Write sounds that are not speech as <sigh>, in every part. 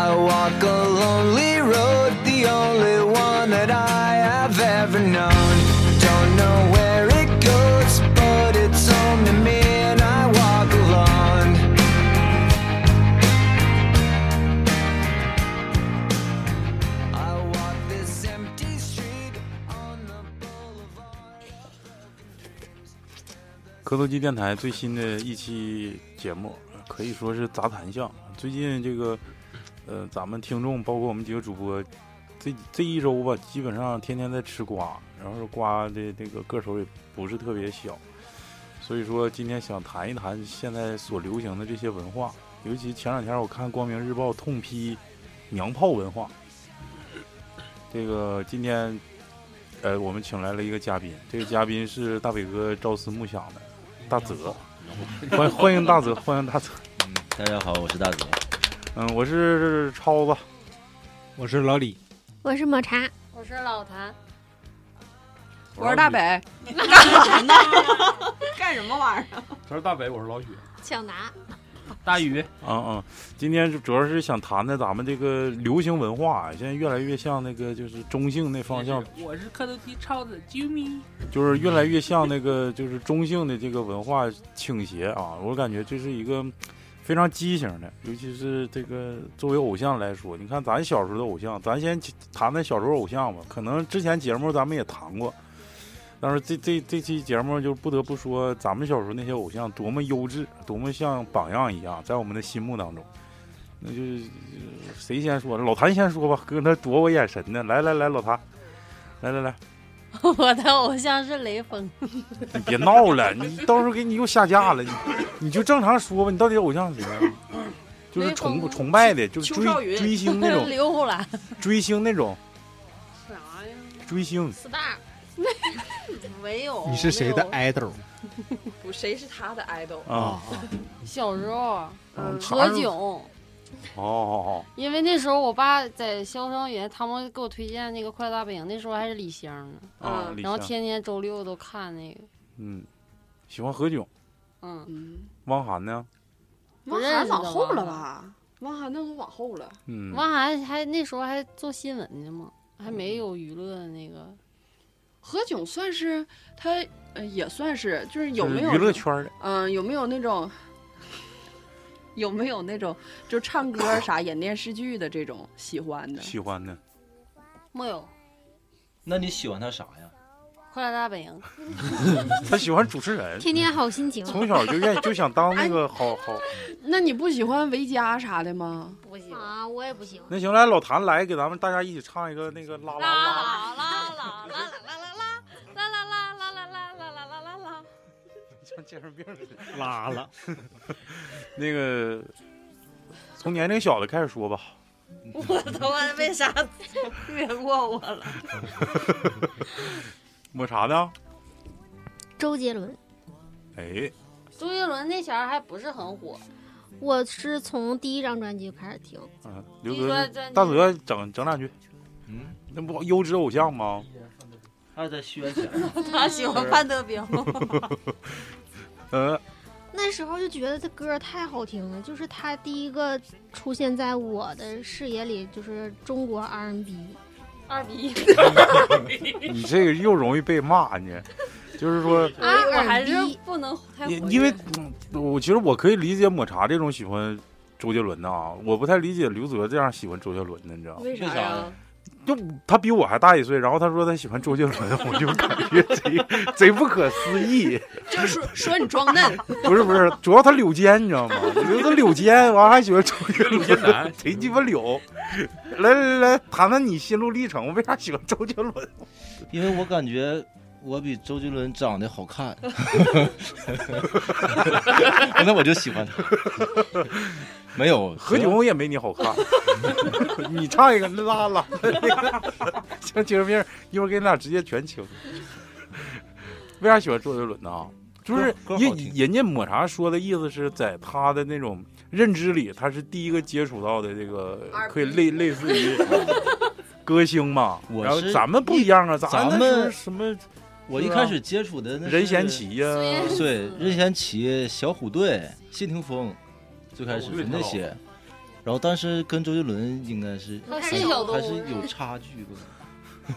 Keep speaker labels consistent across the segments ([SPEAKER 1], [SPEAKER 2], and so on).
[SPEAKER 1] like a lonely road, the only one that I have ever known. Don't know where it goes, but it's home to me, and I walk alone.
[SPEAKER 2] 科多机电台最新的一期节目可以说是杂谈项。最近这个，呃，咱们听众包括我们几个主播，这这一周吧，基本上天天在吃瓜，然后瓜的这个个头也不是特别小，所以说今天想谈一谈现在所流行的这些文化，尤其前两天我看《光明日报》痛批娘炮文化。这个今天，呃，我们请来了一个嘉宾，这个嘉宾是大伟哥朝思暮想的大泽，欢欢迎大泽，欢迎大泽。
[SPEAKER 3] 大家好，我是大泽。
[SPEAKER 2] 嗯，我是超子，
[SPEAKER 4] 我是老李，
[SPEAKER 5] 我是抹茶，
[SPEAKER 6] 我是老谭，
[SPEAKER 7] 我是大北，
[SPEAKER 6] <laughs> 干什么玩意儿？啊
[SPEAKER 8] 他是大北，我是老许。
[SPEAKER 5] 抢答。
[SPEAKER 3] 大鱼，
[SPEAKER 2] 嗯嗯，今天是主要是想谈谈咱们这个流行文化，啊现在越来越向那个就是中性那方向，
[SPEAKER 9] 我是磕头机超子 Jimmy，
[SPEAKER 2] 就是越来越向那个就是中性的这个文化倾斜啊。我感觉这是一个非常畸形的，尤其是这个作为偶像来说，你看咱小时候的偶像，咱先谈谈小时候偶像吧。可能之前节目咱们也谈过，但是这这这期节目就不得不说，咱们小时候那些偶像多么优质，多么像榜样一样，在我们的心目当中。那就是呃谁先说？老谭先说吧，哥他躲我眼神呢。来来来，老谭，来来来，
[SPEAKER 7] 我的偶像是雷锋。
[SPEAKER 2] 你别闹了，你到时候给你又下架了，你你就正常说吧，你到底偶像是谁啊？就是崇崇拜的，就是
[SPEAKER 7] 邱少
[SPEAKER 2] 追
[SPEAKER 7] 云
[SPEAKER 2] 追星那
[SPEAKER 5] <laughs>
[SPEAKER 2] 种，
[SPEAKER 7] 刘胡兰，
[SPEAKER 2] 追星那种，
[SPEAKER 6] 啥呀
[SPEAKER 2] 追星。
[SPEAKER 6] ？star 没有。
[SPEAKER 4] 你是谁的 idol
[SPEAKER 7] 不，谁是他的 idol？
[SPEAKER 2] 啊？
[SPEAKER 6] 小时候，
[SPEAKER 2] 嗯
[SPEAKER 6] 何炅，
[SPEAKER 2] 哦哦
[SPEAKER 6] 因为那时候我爸在潇湘园，他们给我推荐那个《快乐大本营》，那时候还是李湘呢，
[SPEAKER 2] 哦啊！
[SPEAKER 7] 嗯
[SPEAKER 2] 李
[SPEAKER 6] 然后
[SPEAKER 2] 湘
[SPEAKER 6] 天天周六都看那个，
[SPEAKER 2] 嗯，喜欢何炅、
[SPEAKER 6] 嗯，
[SPEAKER 7] 嗯，
[SPEAKER 2] 汪涵呢？
[SPEAKER 6] 不
[SPEAKER 7] 汪
[SPEAKER 6] 认识
[SPEAKER 7] 涵
[SPEAKER 6] 的
[SPEAKER 7] 往后了
[SPEAKER 6] 汪
[SPEAKER 7] 吧？汪涵那都往后了。
[SPEAKER 2] 嗯，
[SPEAKER 6] 汪涵还那时候还做新闻呢嘛，还没有娱乐的那个，
[SPEAKER 7] 何炅算是他，呃，也算是，就是有没有
[SPEAKER 2] 娱乐？圈的？
[SPEAKER 7] 嗯、有没有那种？有没有那种就唱歌啥、演电视剧的这种喜欢的？
[SPEAKER 2] 喜欢的，
[SPEAKER 6] 没有《
[SPEAKER 3] 那你喜欢他啥呀？
[SPEAKER 6] 快乐大本营》，
[SPEAKER 2] 他喜欢主持人，
[SPEAKER 5] 天天好心情，
[SPEAKER 2] 从小就愿意就想当那个好好。
[SPEAKER 7] 那你不喜欢维嘉啥的吗？
[SPEAKER 6] 不行
[SPEAKER 5] 啊，我也不行。
[SPEAKER 2] 那行，来老谭来给咱们大家一起唱一个那个拉拉拉，
[SPEAKER 6] 啦啦啦啦啦啦啦啦啦啦啦啦啦啦啦
[SPEAKER 2] <laughs>
[SPEAKER 6] 啦啦。
[SPEAKER 2] 像 <laughs> 精神病似的。
[SPEAKER 4] 拉了，
[SPEAKER 2] <laughs> 那个从年龄小的开始说吧。
[SPEAKER 7] 我他妈为啥越过我了？
[SPEAKER 2] 抹茶呢？
[SPEAKER 5] 周杰伦，
[SPEAKER 2] 哎，
[SPEAKER 6] 周杰伦那前儿还不是很火，
[SPEAKER 5] 我是从第一张专辑就开始听，
[SPEAKER 2] 嗯，刘
[SPEAKER 6] 你说
[SPEAKER 2] 泽，
[SPEAKER 6] 这
[SPEAKER 2] 大泽整整两句，
[SPEAKER 3] 嗯，
[SPEAKER 2] 那不优质偶像吗？
[SPEAKER 3] 还在宣传。
[SPEAKER 6] 他喜欢范德彪，
[SPEAKER 2] 呃，
[SPEAKER 5] 那时候就觉得这歌太好听了，就是他第一个出现在我的视野里，就是中国 R&B。
[SPEAKER 6] 二比一，
[SPEAKER 2] 你这个又容易被骂你，就是说，
[SPEAKER 6] 我啊我还是不能太活跃
[SPEAKER 2] 因因为嗯我其实我可以理解抹茶这种喜欢周杰伦的啊，我不太理解刘泽这样喜欢周杰伦的，你知道吗？
[SPEAKER 7] 为
[SPEAKER 3] 为
[SPEAKER 7] 啥
[SPEAKER 3] 啥
[SPEAKER 7] 呀
[SPEAKER 3] 呀？
[SPEAKER 2] 就他比我还大一岁，然后他说他喜欢周杰伦，我就感觉贼 <laughs> 贼不可思议。
[SPEAKER 7] 就说说你装嫩，
[SPEAKER 2] <laughs> 不是不是，主要他柳肩，你知道吗？刘泽柳肩，完还喜欢周杰伦，
[SPEAKER 8] 天南，
[SPEAKER 2] <laughs> 贼鸡巴柳。来来来，谈谈你心路历程，为啥喜欢周杰伦？
[SPEAKER 3] <laughs> 因为我感觉我比周杰伦长得好看，那我就喜欢他。没有
[SPEAKER 2] 何，炅也没你好看， <laughs> 你唱一个拉拉， <laughs> 像精神病，一会儿给你俩直接全清。为啥喜欢周杰伦呢？就是
[SPEAKER 3] 歌歌好
[SPEAKER 2] 人
[SPEAKER 3] 听
[SPEAKER 2] 人家抹茶说的意思是在他的那种认知里，他是第一个接触到的这个，可以类类似于呃歌星嘛。
[SPEAKER 3] 我
[SPEAKER 2] 然后
[SPEAKER 3] 是
[SPEAKER 2] 咱们不一样啊，
[SPEAKER 3] 咱
[SPEAKER 2] 们
[SPEAKER 3] 们
[SPEAKER 2] 是什么
[SPEAKER 3] 我一开始接触的那是
[SPEAKER 2] 任贤，齐呀、 <laughs>
[SPEAKER 3] 对任贤齐、小虎队、谢霆锋，最开始是那些。然后但是跟周杰伦应该是
[SPEAKER 5] 还
[SPEAKER 6] 还
[SPEAKER 5] 是
[SPEAKER 6] 是
[SPEAKER 5] 有
[SPEAKER 6] 小
[SPEAKER 3] 还
[SPEAKER 6] 动
[SPEAKER 3] 是
[SPEAKER 6] 物
[SPEAKER 3] 有差距吧。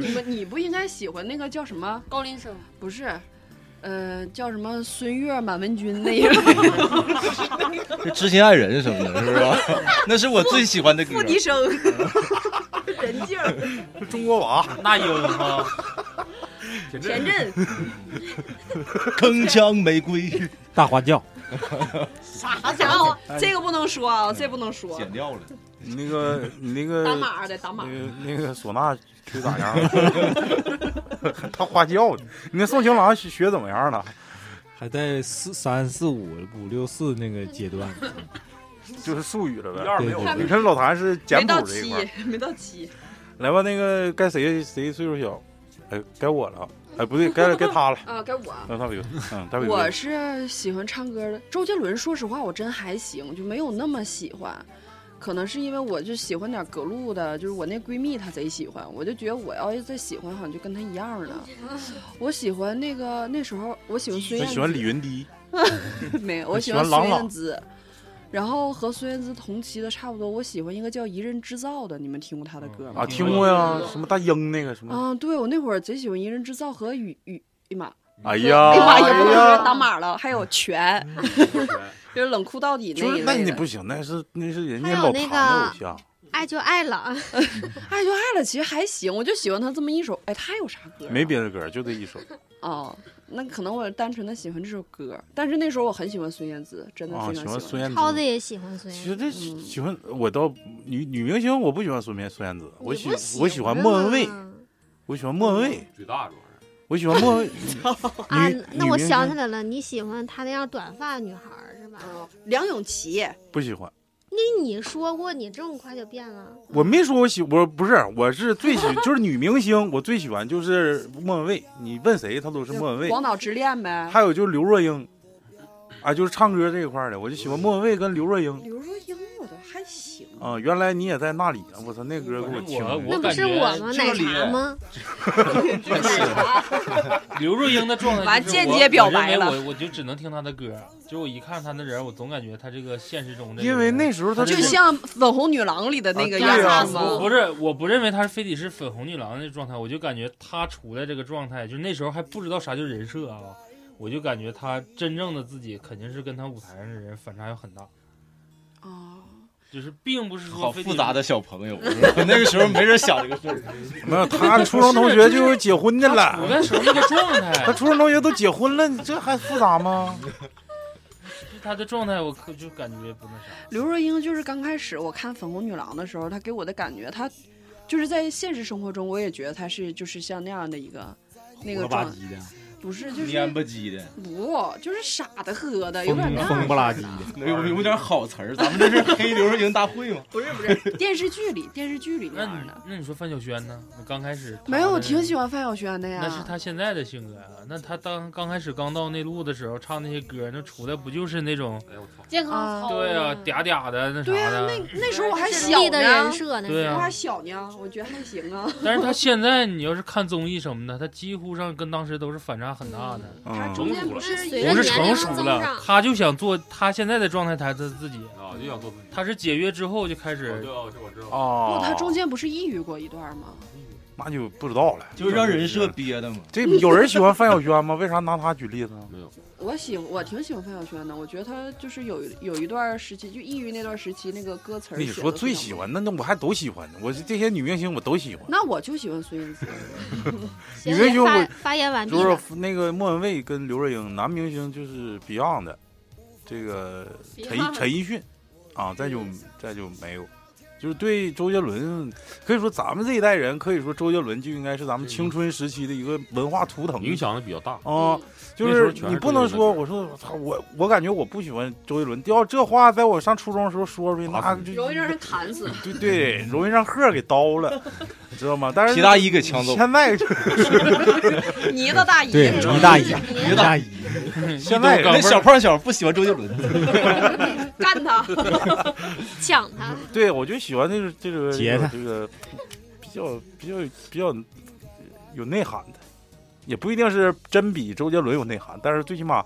[SPEAKER 7] 你们你不应该喜欢那个叫什么？
[SPEAKER 6] 高林生，
[SPEAKER 7] 不是，呃，叫什么孙悦、满文军那一
[SPEAKER 2] <laughs>
[SPEAKER 7] 类的
[SPEAKER 3] 是知心爱人什么的，是吧？ <laughs> 那是我最喜欢的歌
[SPEAKER 7] 付。笛声、 <laughs> 任静、
[SPEAKER 2] 中国娃，
[SPEAKER 9] 那有吗？
[SPEAKER 2] 田震
[SPEAKER 7] 田震，
[SPEAKER 3] 铿锵玫瑰，
[SPEAKER 4] 大花轿，
[SPEAKER 7] 啥家伙？哦这个不能说啊，这不能说，
[SPEAKER 3] 剪掉了。
[SPEAKER 2] 你那个你那
[SPEAKER 7] 打
[SPEAKER 2] 个
[SPEAKER 7] 码的打
[SPEAKER 2] 那
[SPEAKER 7] 码。
[SPEAKER 2] 个那个唢呐吹咋样了？ <laughs> 他花轿呢，你那宋情郎学学怎么样了？
[SPEAKER 4] 还在四三四五五六四那个阶段，
[SPEAKER 2] 就是术语了
[SPEAKER 9] 一二
[SPEAKER 2] 呗。
[SPEAKER 9] 没有
[SPEAKER 2] 你看老谭是简
[SPEAKER 7] 没
[SPEAKER 2] 谱
[SPEAKER 7] 到
[SPEAKER 2] 这一
[SPEAKER 7] 七
[SPEAKER 2] 块儿，，
[SPEAKER 7] 没到七，
[SPEAKER 2] 来吧，那个该谁谁岁数小？哎，该我了啊，哎，不对，该该他了。 <laughs>
[SPEAKER 7] 啊，该我。
[SPEAKER 2] 让大伟哥，嗯，大伟哥
[SPEAKER 7] 我，是喜欢唱歌的，周杰伦，说实话，我真还行，就没有那么喜欢。可能是因为我就喜欢点葛露的，就是我那闺蜜她贼喜欢，我就觉得我要是再喜欢，好像就跟她一样 <laughs> 了。我喜欢那个那时候，我喜欢孙
[SPEAKER 2] 他
[SPEAKER 7] 燕姿，
[SPEAKER 2] 喜欢李云迪，
[SPEAKER 7] 没有，
[SPEAKER 2] 他
[SPEAKER 7] 我
[SPEAKER 2] 喜
[SPEAKER 7] 喜
[SPEAKER 2] 欢
[SPEAKER 7] 欢孙
[SPEAKER 2] 郎朗
[SPEAKER 7] 燕姿。然后和孙燕姿同期的差不多，我喜欢一个叫《一人制造》的，你们听过她的歌吗？
[SPEAKER 2] 啊，听过呀，什么大英那个什么，
[SPEAKER 7] 啊，对我那会儿贼喜欢《一人制造》和雨雨，哎呀妈，
[SPEAKER 2] 哎呀，
[SPEAKER 7] 哎呀妈，也不
[SPEAKER 2] 哎
[SPEAKER 7] 能说打
[SPEAKER 2] 呀，
[SPEAKER 7] 码 <laughs> 了，还有拳，
[SPEAKER 2] 嗯
[SPEAKER 7] <laughs> 就是冷酷到底那
[SPEAKER 2] 就
[SPEAKER 7] 一
[SPEAKER 2] 是那
[SPEAKER 7] 类
[SPEAKER 2] 你
[SPEAKER 7] 的。
[SPEAKER 2] 不行，那是那是人
[SPEAKER 5] 还
[SPEAKER 2] 家
[SPEAKER 5] 有
[SPEAKER 2] 老
[SPEAKER 5] 那
[SPEAKER 2] 谭的
[SPEAKER 5] 个
[SPEAKER 2] 偶像，
[SPEAKER 5] 爱就爱了，
[SPEAKER 7] 爱哎就爱了，其实还行，我就喜欢他这么一首。哎，他有啥歌啊、
[SPEAKER 2] 没别的歌，就这一首
[SPEAKER 7] 哦，那可能我单纯的喜欢这首歌，但是那时候我很喜欢孙燕姿，真的
[SPEAKER 2] 啊，
[SPEAKER 7] 非
[SPEAKER 2] 喜
[SPEAKER 7] 常
[SPEAKER 2] 欢孙
[SPEAKER 7] 欢。
[SPEAKER 2] 燕
[SPEAKER 5] 超子
[SPEAKER 2] 姿。
[SPEAKER 5] 也喜欢孙
[SPEAKER 2] 其
[SPEAKER 5] 燕
[SPEAKER 2] 实
[SPEAKER 5] 姿。
[SPEAKER 2] 这
[SPEAKER 7] 嗯
[SPEAKER 2] 喜欢我倒女女明星，我不喜欢孙燕孙燕姿，我
[SPEAKER 5] 你
[SPEAKER 2] 喜
[SPEAKER 5] 不啊
[SPEAKER 2] 我喜欢莫文蔚，我喜欢莫文蔚，
[SPEAKER 9] 嘴嗯大主要是。
[SPEAKER 2] 我喜欢莫文。
[SPEAKER 5] 啊
[SPEAKER 2] 女，
[SPEAKER 5] 那我想起
[SPEAKER 2] 来
[SPEAKER 5] 来了，你喜欢她那样短发女孩儿是吧？
[SPEAKER 7] 哦梁咏琪，
[SPEAKER 2] 不喜欢，
[SPEAKER 5] 那你说过你这么快就变了，
[SPEAKER 2] 我没说我喜我不是我是最喜 <laughs> 就是女明星，我最喜欢就是莫文蔚，你问谁她都是莫文蔚。
[SPEAKER 7] 广岛之恋呗。
[SPEAKER 2] 还有就是刘若英，啊，就是唱歌这一块儿的，我就喜欢莫文蔚跟刘若英
[SPEAKER 7] 刘若英我都还行，
[SPEAKER 2] 啊。原来你也在那里，啊我操，那歌给我听
[SPEAKER 9] 我
[SPEAKER 2] 的。
[SPEAKER 5] 那不
[SPEAKER 9] 感
[SPEAKER 5] 是
[SPEAKER 9] 觉
[SPEAKER 5] 我吗？
[SPEAKER 9] 这
[SPEAKER 5] 奶
[SPEAKER 9] 里
[SPEAKER 5] 茶吗？
[SPEAKER 9] <laughs> 刘若英的状态
[SPEAKER 7] 完
[SPEAKER 9] 就是
[SPEAKER 7] 间
[SPEAKER 9] 我
[SPEAKER 7] 接表
[SPEAKER 9] 我认
[SPEAKER 7] 白
[SPEAKER 9] 为
[SPEAKER 7] 了
[SPEAKER 9] 我我就只能听她的歌，就我一看她的人，我总感觉她这个现实中的
[SPEAKER 2] 因为那时候她
[SPEAKER 7] 就像《粉红女郎》里的那个
[SPEAKER 2] 啊
[SPEAKER 7] 样
[SPEAKER 2] 对啊
[SPEAKER 7] 子
[SPEAKER 9] 我
[SPEAKER 7] 吗？
[SPEAKER 9] 不是，我不认为她是非得是粉红女郎的状态，我就感觉她处在这个状态，就那时候还不知道啥叫人设啊，我就感觉她真正的自己肯定是跟她舞台上的人反差有很大，
[SPEAKER 7] 哦，
[SPEAKER 9] 就是并不是说
[SPEAKER 3] 好
[SPEAKER 9] 非得
[SPEAKER 3] 复杂的小朋友， <laughs> 那个时候没人想这个事儿。
[SPEAKER 2] 没有她初中同学就有结婚的
[SPEAKER 9] 她处
[SPEAKER 2] 了，
[SPEAKER 9] 在时候那个状态
[SPEAKER 2] <laughs> 她，初中同学都结婚了，你这还复杂吗？
[SPEAKER 9] 就她的状态我可就感觉不那啥。
[SPEAKER 7] 刘若英就是刚开始我看《粉红女郎》的时候，她给我的感觉，她就是在现实生活中，我也觉得她是就是像那样的一个 <laughs> 那个
[SPEAKER 4] 了吧
[SPEAKER 7] 状，
[SPEAKER 4] 唧的，
[SPEAKER 7] 不是就
[SPEAKER 3] 蔫
[SPEAKER 7] 是
[SPEAKER 3] 吧唧的，
[SPEAKER 7] 不就是傻的喝的，有点
[SPEAKER 4] 疯疯不
[SPEAKER 7] 那
[SPEAKER 4] 拉几的，
[SPEAKER 3] 有有点好词儿。咱们这是黑刘若英大会
[SPEAKER 7] <laughs>
[SPEAKER 3] 吗？
[SPEAKER 7] 不是不是电视剧里电视剧里那
[SPEAKER 9] 那
[SPEAKER 7] 样
[SPEAKER 9] 你
[SPEAKER 7] 的，
[SPEAKER 9] 那你说范晓萱呢？我刚开始
[SPEAKER 7] 没有，我
[SPEAKER 9] 她
[SPEAKER 7] 挺喜欢范晓萱的呀
[SPEAKER 9] 那是。他现在的性格啊。那他当刚开始刚到内陆的时候，唱那些歌，那出来不就是那种
[SPEAKER 6] 健康操
[SPEAKER 9] 对啊嗲嗲的那啥
[SPEAKER 7] 对啊，
[SPEAKER 9] 的？
[SPEAKER 7] 那那时候我还
[SPEAKER 5] 是
[SPEAKER 7] 小
[SPEAKER 5] 立的人
[SPEAKER 7] 呢，
[SPEAKER 5] 设那
[SPEAKER 9] 对
[SPEAKER 5] 是。
[SPEAKER 7] 我
[SPEAKER 9] 啊
[SPEAKER 7] 还小呢，我觉得还行啊。
[SPEAKER 9] 但是他现在你要是看综艺什么的，他几乎上跟当时都是反差很大的。
[SPEAKER 7] 他
[SPEAKER 2] 嗯，
[SPEAKER 7] 中间不
[SPEAKER 5] 是
[SPEAKER 7] 是
[SPEAKER 5] 随
[SPEAKER 7] 有
[SPEAKER 5] 着
[SPEAKER 9] 不是
[SPEAKER 5] 年龄
[SPEAKER 9] 成熟
[SPEAKER 5] 增
[SPEAKER 9] 了
[SPEAKER 5] 长，，
[SPEAKER 9] 他就想做他现在的状态，他他自己。
[SPEAKER 8] 啊，就想做自己。
[SPEAKER 9] 他是解约之后就开
[SPEAKER 8] 哦
[SPEAKER 9] 始
[SPEAKER 8] 对，哦，这我知道。
[SPEAKER 2] 哦
[SPEAKER 7] 不，，他中间不是抑郁过一段吗？
[SPEAKER 2] 那就不知道了。
[SPEAKER 3] 就是让人设憋的嘛。
[SPEAKER 2] 这有人喜欢范晓萱吗？为啥拿她举例子呢？
[SPEAKER 7] 我喜我挺喜欢范晓萱的，我觉得她就是有有一段时期，就抑郁那段时期，那个歌词儿
[SPEAKER 2] 你
[SPEAKER 7] 写
[SPEAKER 2] 说
[SPEAKER 7] 得
[SPEAKER 2] 最
[SPEAKER 7] 非常
[SPEAKER 2] 喜
[SPEAKER 7] 棒
[SPEAKER 2] 欢，那那我还都喜欢呢。我这些女明星我都喜欢。
[SPEAKER 7] 那我就喜欢孙燕姿，
[SPEAKER 5] 行
[SPEAKER 2] 你别说
[SPEAKER 5] 发
[SPEAKER 2] 我
[SPEAKER 5] 发言完毕
[SPEAKER 2] 就
[SPEAKER 5] 了。
[SPEAKER 2] 是那个莫文蔚跟刘若英，男明星就是 Beyond 的，这个陈
[SPEAKER 6] Beyond <laughs>
[SPEAKER 2] 陈奕迅啊，再就
[SPEAKER 7] 嗯
[SPEAKER 2] 再就没有，就是对周杰伦，可以说咱们这一代人，可以说周杰伦就应该是咱们青春时期的一个文化图腾
[SPEAKER 8] 影响的比较大，
[SPEAKER 7] 嗯
[SPEAKER 2] 啊。就
[SPEAKER 8] 那时
[SPEAKER 2] 是
[SPEAKER 8] 候全
[SPEAKER 2] 你
[SPEAKER 8] 是
[SPEAKER 2] 不
[SPEAKER 8] 周
[SPEAKER 2] 能
[SPEAKER 8] 杰伦
[SPEAKER 2] 说，我说我操，我我感觉我不喜欢周杰伦。要这话在我上初中的时候说出去，那
[SPEAKER 8] 打死
[SPEAKER 2] 就
[SPEAKER 8] 你
[SPEAKER 7] <laughs> 容易让人砍 <laughs> 死。
[SPEAKER 2] 对对，容易让鹤给刀了，知道吗？但是
[SPEAKER 3] 皮大衣给抢走，
[SPEAKER 2] 现在就
[SPEAKER 7] 泥的大姨，
[SPEAKER 4] 对，倪大姨，倪
[SPEAKER 5] 别
[SPEAKER 4] 大姨，
[SPEAKER 8] 哦
[SPEAKER 2] 现在
[SPEAKER 9] <laughs> 一刀
[SPEAKER 3] 那
[SPEAKER 9] 岗
[SPEAKER 3] 小胖小不喜欢周杰伦，
[SPEAKER 7] 干 <laughs> 他！
[SPEAKER 5] 抢他，
[SPEAKER 2] <laughs> 对，我就喜欢这个这个
[SPEAKER 4] 截他
[SPEAKER 2] 这个比较比较比较有内涵的，也不一定是真比周杰伦有内涵，但是最起码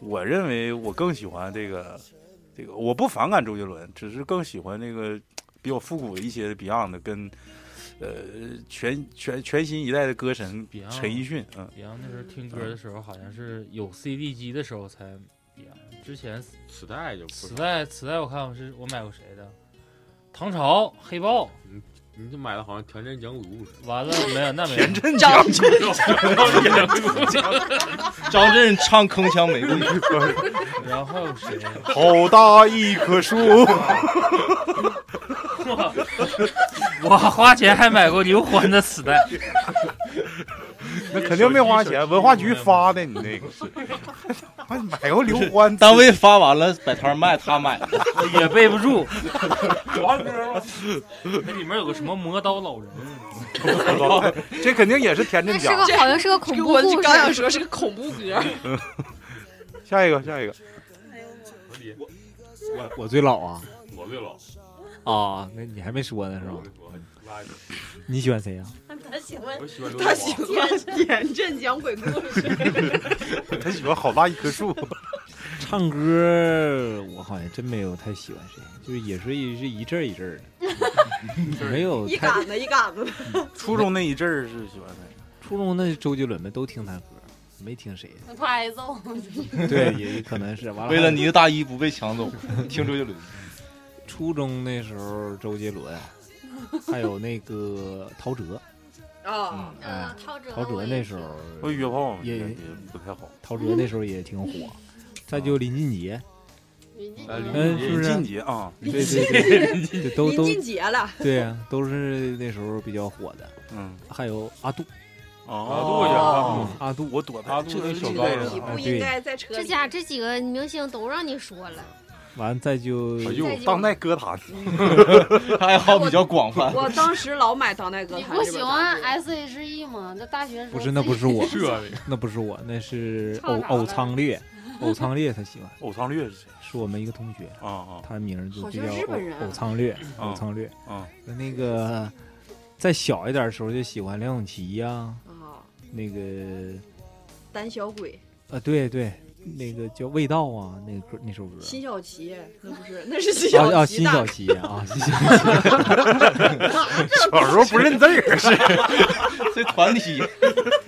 [SPEAKER 2] 我认为我更喜欢这个这个我不反感周杰伦，只是更喜欢那个比较复古的一些 Beyond 跟呃全全全新一代的歌神
[SPEAKER 9] Beyond
[SPEAKER 2] 陈奕迅，嗯，
[SPEAKER 9] Beyond 那时候听歌的时候，好像是有 CD 机的时候才 Beyond，之前
[SPEAKER 8] 磁带就不
[SPEAKER 9] 磁
[SPEAKER 8] 是，
[SPEAKER 9] 带磁带我看我是我买过谁的？唐朝黑豹，
[SPEAKER 8] 你就买的好像田真讲鬼故事，
[SPEAKER 9] 完了没有？那没有。
[SPEAKER 3] 震
[SPEAKER 7] 张
[SPEAKER 3] 张震唱《铿锵玫瑰》，
[SPEAKER 9] <laughs> 然后有谁？
[SPEAKER 2] 好大一棵树，
[SPEAKER 9] 我花钱还买过刘欢的磁带，
[SPEAKER 2] <laughs> 那肯定没花钱，文化局发的你那个是，还 <laughs> 买过刘欢，
[SPEAKER 3] 单位发完了摆摊儿卖，他买
[SPEAKER 7] <laughs>
[SPEAKER 3] 的。
[SPEAKER 9] 也背
[SPEAKER 8] <laughs>
[SPEAKER 9] 不住。
[SPEAKER 8] 王哥吗？
[SPEAKER 9] 那里面有个什么磨刀老人，
[SPEAKER 2] <laughs> 这肯定也是田
[SPEAKER 5] 那
[SPEAKER 2] 震
[SPEAKER 5] 是
[SPEAKER 2] 讲
[SPEAKER 5] 个。好像是个恐怖
[SPEAKER 7] 我就
[SPEAKER 5] 故
[SPEAKER 7] 刚想 <laughs>
[SPEAKER 5] 事，
[SPEAKER 7] 说是个恐怖歌，
[SPEAKER 2] 下一个，下一个，
[SPEAKER 4] 我我最老啊
[SPEAKER 8] 我最老，
[SPEAKER 4] 啊！那你还没说呢是吧？你喜欢谁呀、
[SPEAKER 10] 他喜欢
[SPEAKER 8] 我喜欢刘德
[SPEAKER 7] 他喜
[SPEAKER 8] 华，
[SPEAKER 7] 欢田震讲鬼故事。 <laughs>
[SPEAKER 2] 他喜欢好大一棵树，
[SPEAKER 4] 唱歌我好像真没有太喜欢谁，就是也是一是一阵儿一阵儿
[SPEAKER 8] <laughs>
[SPEAKER 4] 的，没有
[SPEAKER 10] 一
[SPEAKER 4] 太
[SPEAKER 10] 杆子一杆
[SPEAKER 7] <laughs>
[SPEAKER 10] 子的，
[SPEAKER 2] <laughs> 初中那一阵儿是喜欢谁？
[SPEAKER 4] 初中那周杰伦们都听他歌，没
[SPEAKER 8] <laughs>
[SPEAKER 4] 听谁的。
[SPEAKER 6] 他挨揍。
[SPEAKER 4] 对，也可能是完了。
[SPEAKER 3] 为了你的大衣不被抢走，听周杰伦。
[SPEAKER 4] 初中那时候，周杰伦，还有那个陶喆，
[SPEAKER 5] 嗯
[SPEAKER 7] 啊，
[SPEAKER 4] 哎，
[SPEAKER 5] 陶喆
[SPEAKER 4] 陶喆那时候，
[SPEAKER 8] 哎
[SPEAKER 2] 我约炮嘛
[SPEAKER 4] 也
[SPEAKER 2] 也不太好。
[SPEAKER 4] 陶喆那时候也挺火。再就林俊
[SPEAKER 2] 啊
[SPEAKER 4] 杰，
[SPEAKER 8] 嗯
[SPEAKER 4] 嗯，是不是？
[SPEAKER 2] 进阶啊，
[SPEAKER 4] 对对对，对都
[SPEAKER 7] 临
[SPEAKER 4] 都
[SPEAKER 7] 近节了，
[SPEAKER 4] 对呀、都是那时候比较火的。
[SPEAKER 2] 嗯，
[SPEAKER 4] 还有阿杜，嗯
[SPEAKER 2] 啊，
[SPEAKER 8] 杜也
[SPEAKER 2] 啊，
[SPEAKER 4] 阿杜，
[SPEAKER 2] 我躲
[SPEAKER 8] 阿
[SPEAKER 2] 他
[SPEAKER 8] 杜
[SPEAKER 2] 这
[SPEAKER 8] 那
[SPEAKER 2] 个
[SPEAKER 8] 小
[SPEAKER 2] 小
[SPEAKER 8] 高
[SPEAKER 2] 高
[SPEAKER 8] 人
[SPEAKER 2] 人
[SPEAKER 4] 啊
[SPEAKER 2] 啊
[SPEAKER 10] 不
[SPEAKER 4] 对
[SPEAKER 10] 应该在车
[SPEAKER 5] 这
[SPEAKER 10] 里。
[SPEAKER 5] 家这几个明星都让你说了，
[SPEAKER 4] 完再就
[SPEAKER 2] 哎呦，当代歌坛，
[SPEAKER 3] 他爱好比较广泛。
[SPEAKER 7] <laughs> 我当时老买当代歌
[SPEAKER 6] 你
[SPEAKER 7] 坛。
[SPEAKER 6] 不喜欢 S H E 吗？那大学时候
[SPEAKER 4] 不是那不是我，
[SPEAKER 2] 啊
[SPEAKER 8] 这位
[SPEAKER 4] 那不是我，那是
[SPEAKER 6] 唱
[SPEAKER 4] 偶
[SPEAKER 6] 啥
[SPEAKER 4] 偶
[SPEAKER 7] <laughs>
[SPEAKER 6] 了
[SPEAKER 4] 苍烈，偶苍烈他喜欢，
[SPEAKER 2] 偶苍略是谁？
[SPEAKER 4] 是我们一个同学，
[SPEAKER 2] 啊啊
[SPEAKER 4] 他名儿就
[SPEAKER 7] 好
[SPEAKER 4] 就
[SPEAKER 7] 像
[SPEAKER 4] 叫
[SPEAKER 7] 日本人
[SPEAKER 4] 偶
[SPEAKER 7] 啊
[SPEAKER 4] 偶苍略，
[SPEAKER 2] 啊
[SPEAKER 4] 偶苍略。
[SPEAKER 2] 啊！
[SPEAKER 4] 那那个再小一点的时候就喜欢梁咏琪呀、
[SPEAKER 7] 啊，
[SPEAKER 4] 那个
[SPEAKER 7] 胆小鬼、
[SPEAKER 4] 啊，对对，那个叫味道啊，那个歌那首歌。
[SPEAKER 7] 辛晓 <laughs> 琪，那不是，那是辛
[SPEAKER 4] 啊啊，
[SPEAKER 7] 晓琪
[SPEAKER 4] 辛
[SPEAKER 7] 大
[SPEAKER 4] 晓
[SPEAKER 7] 哥
[SPEAKER 4] <laughs> 琪啊，辛晓琪，
[SPEAKER 2] <laughs> 小时候不认字儿，
[SPEAKER 4] <laughs>
[SPEAKER 2] 是
[SPEAKER 3] 这团
[SPEAKER 7] <laughs>
[SPEAKER 3] 体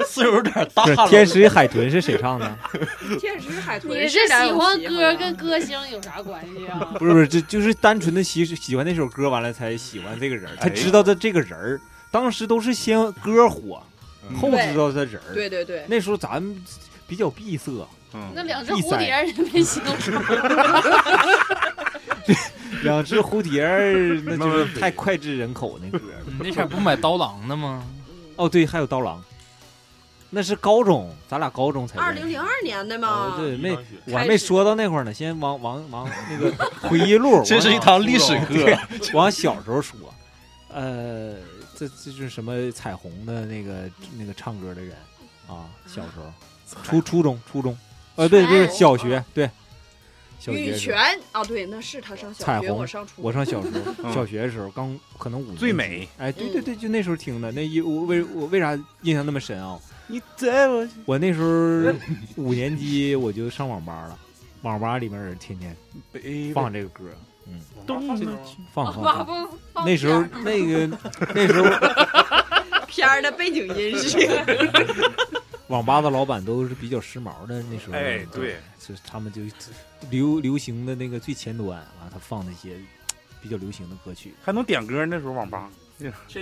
[SPEAKER 3] 岁数有点大
[SPEAKER 4] 不是
[SPEAKER 2] 啊
[SPEAKER 3] 了。
[SPEAKER 4] 天使与海豚是谁唱的？
[SPEAKER 7] 天使海豚
[SPEAKER 6] 你
[SPEAKER 7] 是
[SPEAKER 6] 是
[SPEAKER 7] 梁
[SPEAKER 6] 喜
[SPEAKER 7] 咏
[SPEAKER 6] 欢
[SPEAKER 7] 琪
[SPEAKER 6] 歌
[SPEAKER 7] 吗
[SPEAKER 6] 跟歌星有啥关系
[SPEAKER 4] <laughs>
[SPEAKER 6] 啊？
[SPEAKER 4] 不是不是，这就是单纯的喜喜欢那首歌，完了才喜欢这个人儿，
[SPEAKER 2] 哎
[SPEAKER 4] 才知道他这个人儿。当时都是先歌火，
[SPEAKER 2] 嗯
[SPEAKER 4] 后知道他人儿。
[SPEAKER 7] 对对对，
[SPEAKER 4] 那时候咱们比较闭塞，
[SPEAKER 6] 那两只蝴蝶儿你没形
[SPEAKER 4] <laughs>
[SPEAKER 6] 容，
[SPEAKER 4] 两只蝴
[SPEAKER 2] <laughs>
[SPEAKER 4] 蝶儿那
[SPEAKER 2] 慢
[SPEAKER 4] 就
[SPEAKER 2] 慢
[SPEAKER 4] 是
[SPEAKER 2] 飞
[SPEAKER 4] 太脍炙人口那歌儿了。
[SPEAKER 9] 你那前不买刀郎的吗？
[SPEAKER 4] 哦，对，还有刀郎，那是高中，咱俩高中才
[SPEAKER 7] 二
[SPEAKER 4] 认识
[SPEAKER 7] 零零二年的嘛
[SPEAKER 4] 哦，对，没
[SPEAKER 8] 张雪
[SPEAKER 4] 我还没说到那块儿呢，先往往往那个回忆
[SPEAKER 2] <laughs>
[SPEAKER 4] 录，
[SPEAKER 3] 这是一堂历史课，
[SPEAKER 4] <laughs> 往小时候说，呃，这这就是什么彩虹的那个那个唱歌的人啊，小时候，初初中初中，呃，对对，
[SPEAKER 7] 虹
[SPEAKER 4] 小学对，
[SPEAKER 2] 嗯
[SPEAKER 4] 小学
[SPEAKER 7] 羽
[SPEAKER 4] 的时候
[SPEAKER 7] 泉啊，对，那是他上
[SPEAKER 4] 彩
[SPEAKER 7] 小学，
[SPEAKER 4] 虹
[SPEAKER 7] 我上初
[SPEAKER 4] 我
[SPEAKER 7] 中。
[SPEAKER 4] 上小时候，
[SPEAKER 2] 嗯
[SPEAKER 4] 小学的时候刚可能五年级
[SPEAKER 2] 最，美。嗯
[SPEAKER 4] 哎，对对对，就那时候听的，那一我为我为啥印象那么深啊？
[SPEAKER 2] 你在我嗯
[SPEAKER 4] 我那时候五年级我就上网吧了，网吧里面人天天
[SPEAKER 2] 北
[SPEAKER 4] 放这个歌，
[SPEAKER 2] 哦
[SPEAKER 8] 东
[SPEAKER 4] 放放
[SPEAKER 6] 哇
[SPEAKER 4] 放，
[SPEAKER 6] 不放
[SPEAKER 4] 那时候那个那时候
[SPEAKER 7] 片儿的背景音
[SPEAKER 6] <laughs>
[SPEAKER 7] 是 <laughs>
[SPEAKER 4] 网吧的老板都是比较时髦的，那时候
[SPEAKER 2] 哎对，
[SPEAKER 4] 就是他们就流流行的那个最前端，完了他放那些比较流行的歌曲，
[SPEAKER 2] 还能点歌，那时候网吧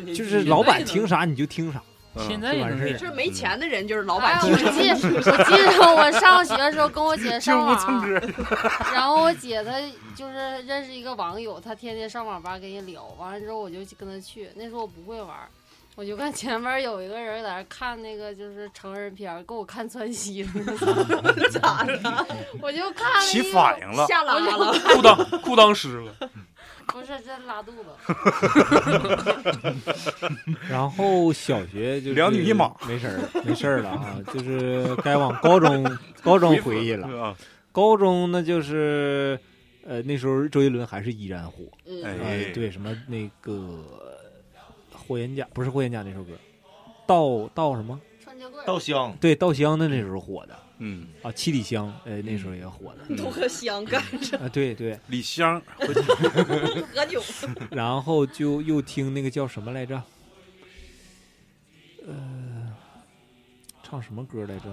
[SPEAKER 4] 就是老板听嗯啥你就听啥，
[SPEAKER 9] 嗯现在也能点
[SPEAKER 7] 就是没钱的人，就是老
[SPEAKER 6] 哎
[SPEAKER 7] 板，
[SPEAKER 6] 我记我记得我上学的时候跟
[SPEAKER 4] <laughs>
[SPEAKER 6] 我姐
[SPEAKER 2] 就
[SPEAKER 6] 上
[SPEAKER 2] 不蹭
[SPEAKER 6] 网，
[SPEAKER 2] 歌，
[SPEAKER 6] 然后我姐她就是认识一个网友，她天天上网吧跟人聊，完了之后我就去跟她去。那时候我不会玩儿，我就看前面有一个人在那看那个就是成人片儿，给我看窜稀了，
[SPEAKER 7] 咋了？
[SPEAKER 6] 我就看
[SPEAKER 4] 哎
[SPEAKER 6] 了
[SPEAKER 2] 起
[SPEAKER 6] 一
[SPEAKER 2] 反
[SPEAKER 6] 会儿
[SPEAKER 2] 应了，
[SPEAKER 7] <laughs> 下拉
[SPEAKER 6] <laughs>
[SPEAKER 7] 了，
[SPEAKER 8] 裤裆裤裆湿了，
[SPEAKER 6] 不是这拉肚子，
[SPEAKER 4] 然后小学就是
[SPEAKER 2] 两女一马，
[SPEAKER 4] 没事儿没事儿了啊，就是该往高中高中回忆了，
[SPEAKER 2] <laughs> 啊！
[SPEAKER 4] 高中那就是，呃，那时候周杰伦还是依然火，
[SPEAKER 2] 哎
[SPEAKER 7] 嗯，
[SPEAKER 4] 哎，对，什么那个呃霍元甲不是霍元甲那首歌，到到什么
[SPEAKER 6] 春节过
[SPEAKER 3] 稻香，
[SPEAKER 4] 对稻香的那时候火的
[SPEAKER 2] 嗯，
[SPEAKER 4] 啊，七里香，呃，那时候也
[SPEAKER 1] 嗯
[SPEAKER 4] 火
[SPEAKER 1] <laughs>
[SPEAKER 4] 的
[SPEAKER 7] 都和香干着
[SPEAKER 4] 啊，对对，
[SPEAKER 2] 李湘和
[SPEAKER 7] 喝酒，
[SPEAKER 6] 嗯
[SPEAKER 4] 然后就又听那个叫什么来着，呃，唱什么歌来着？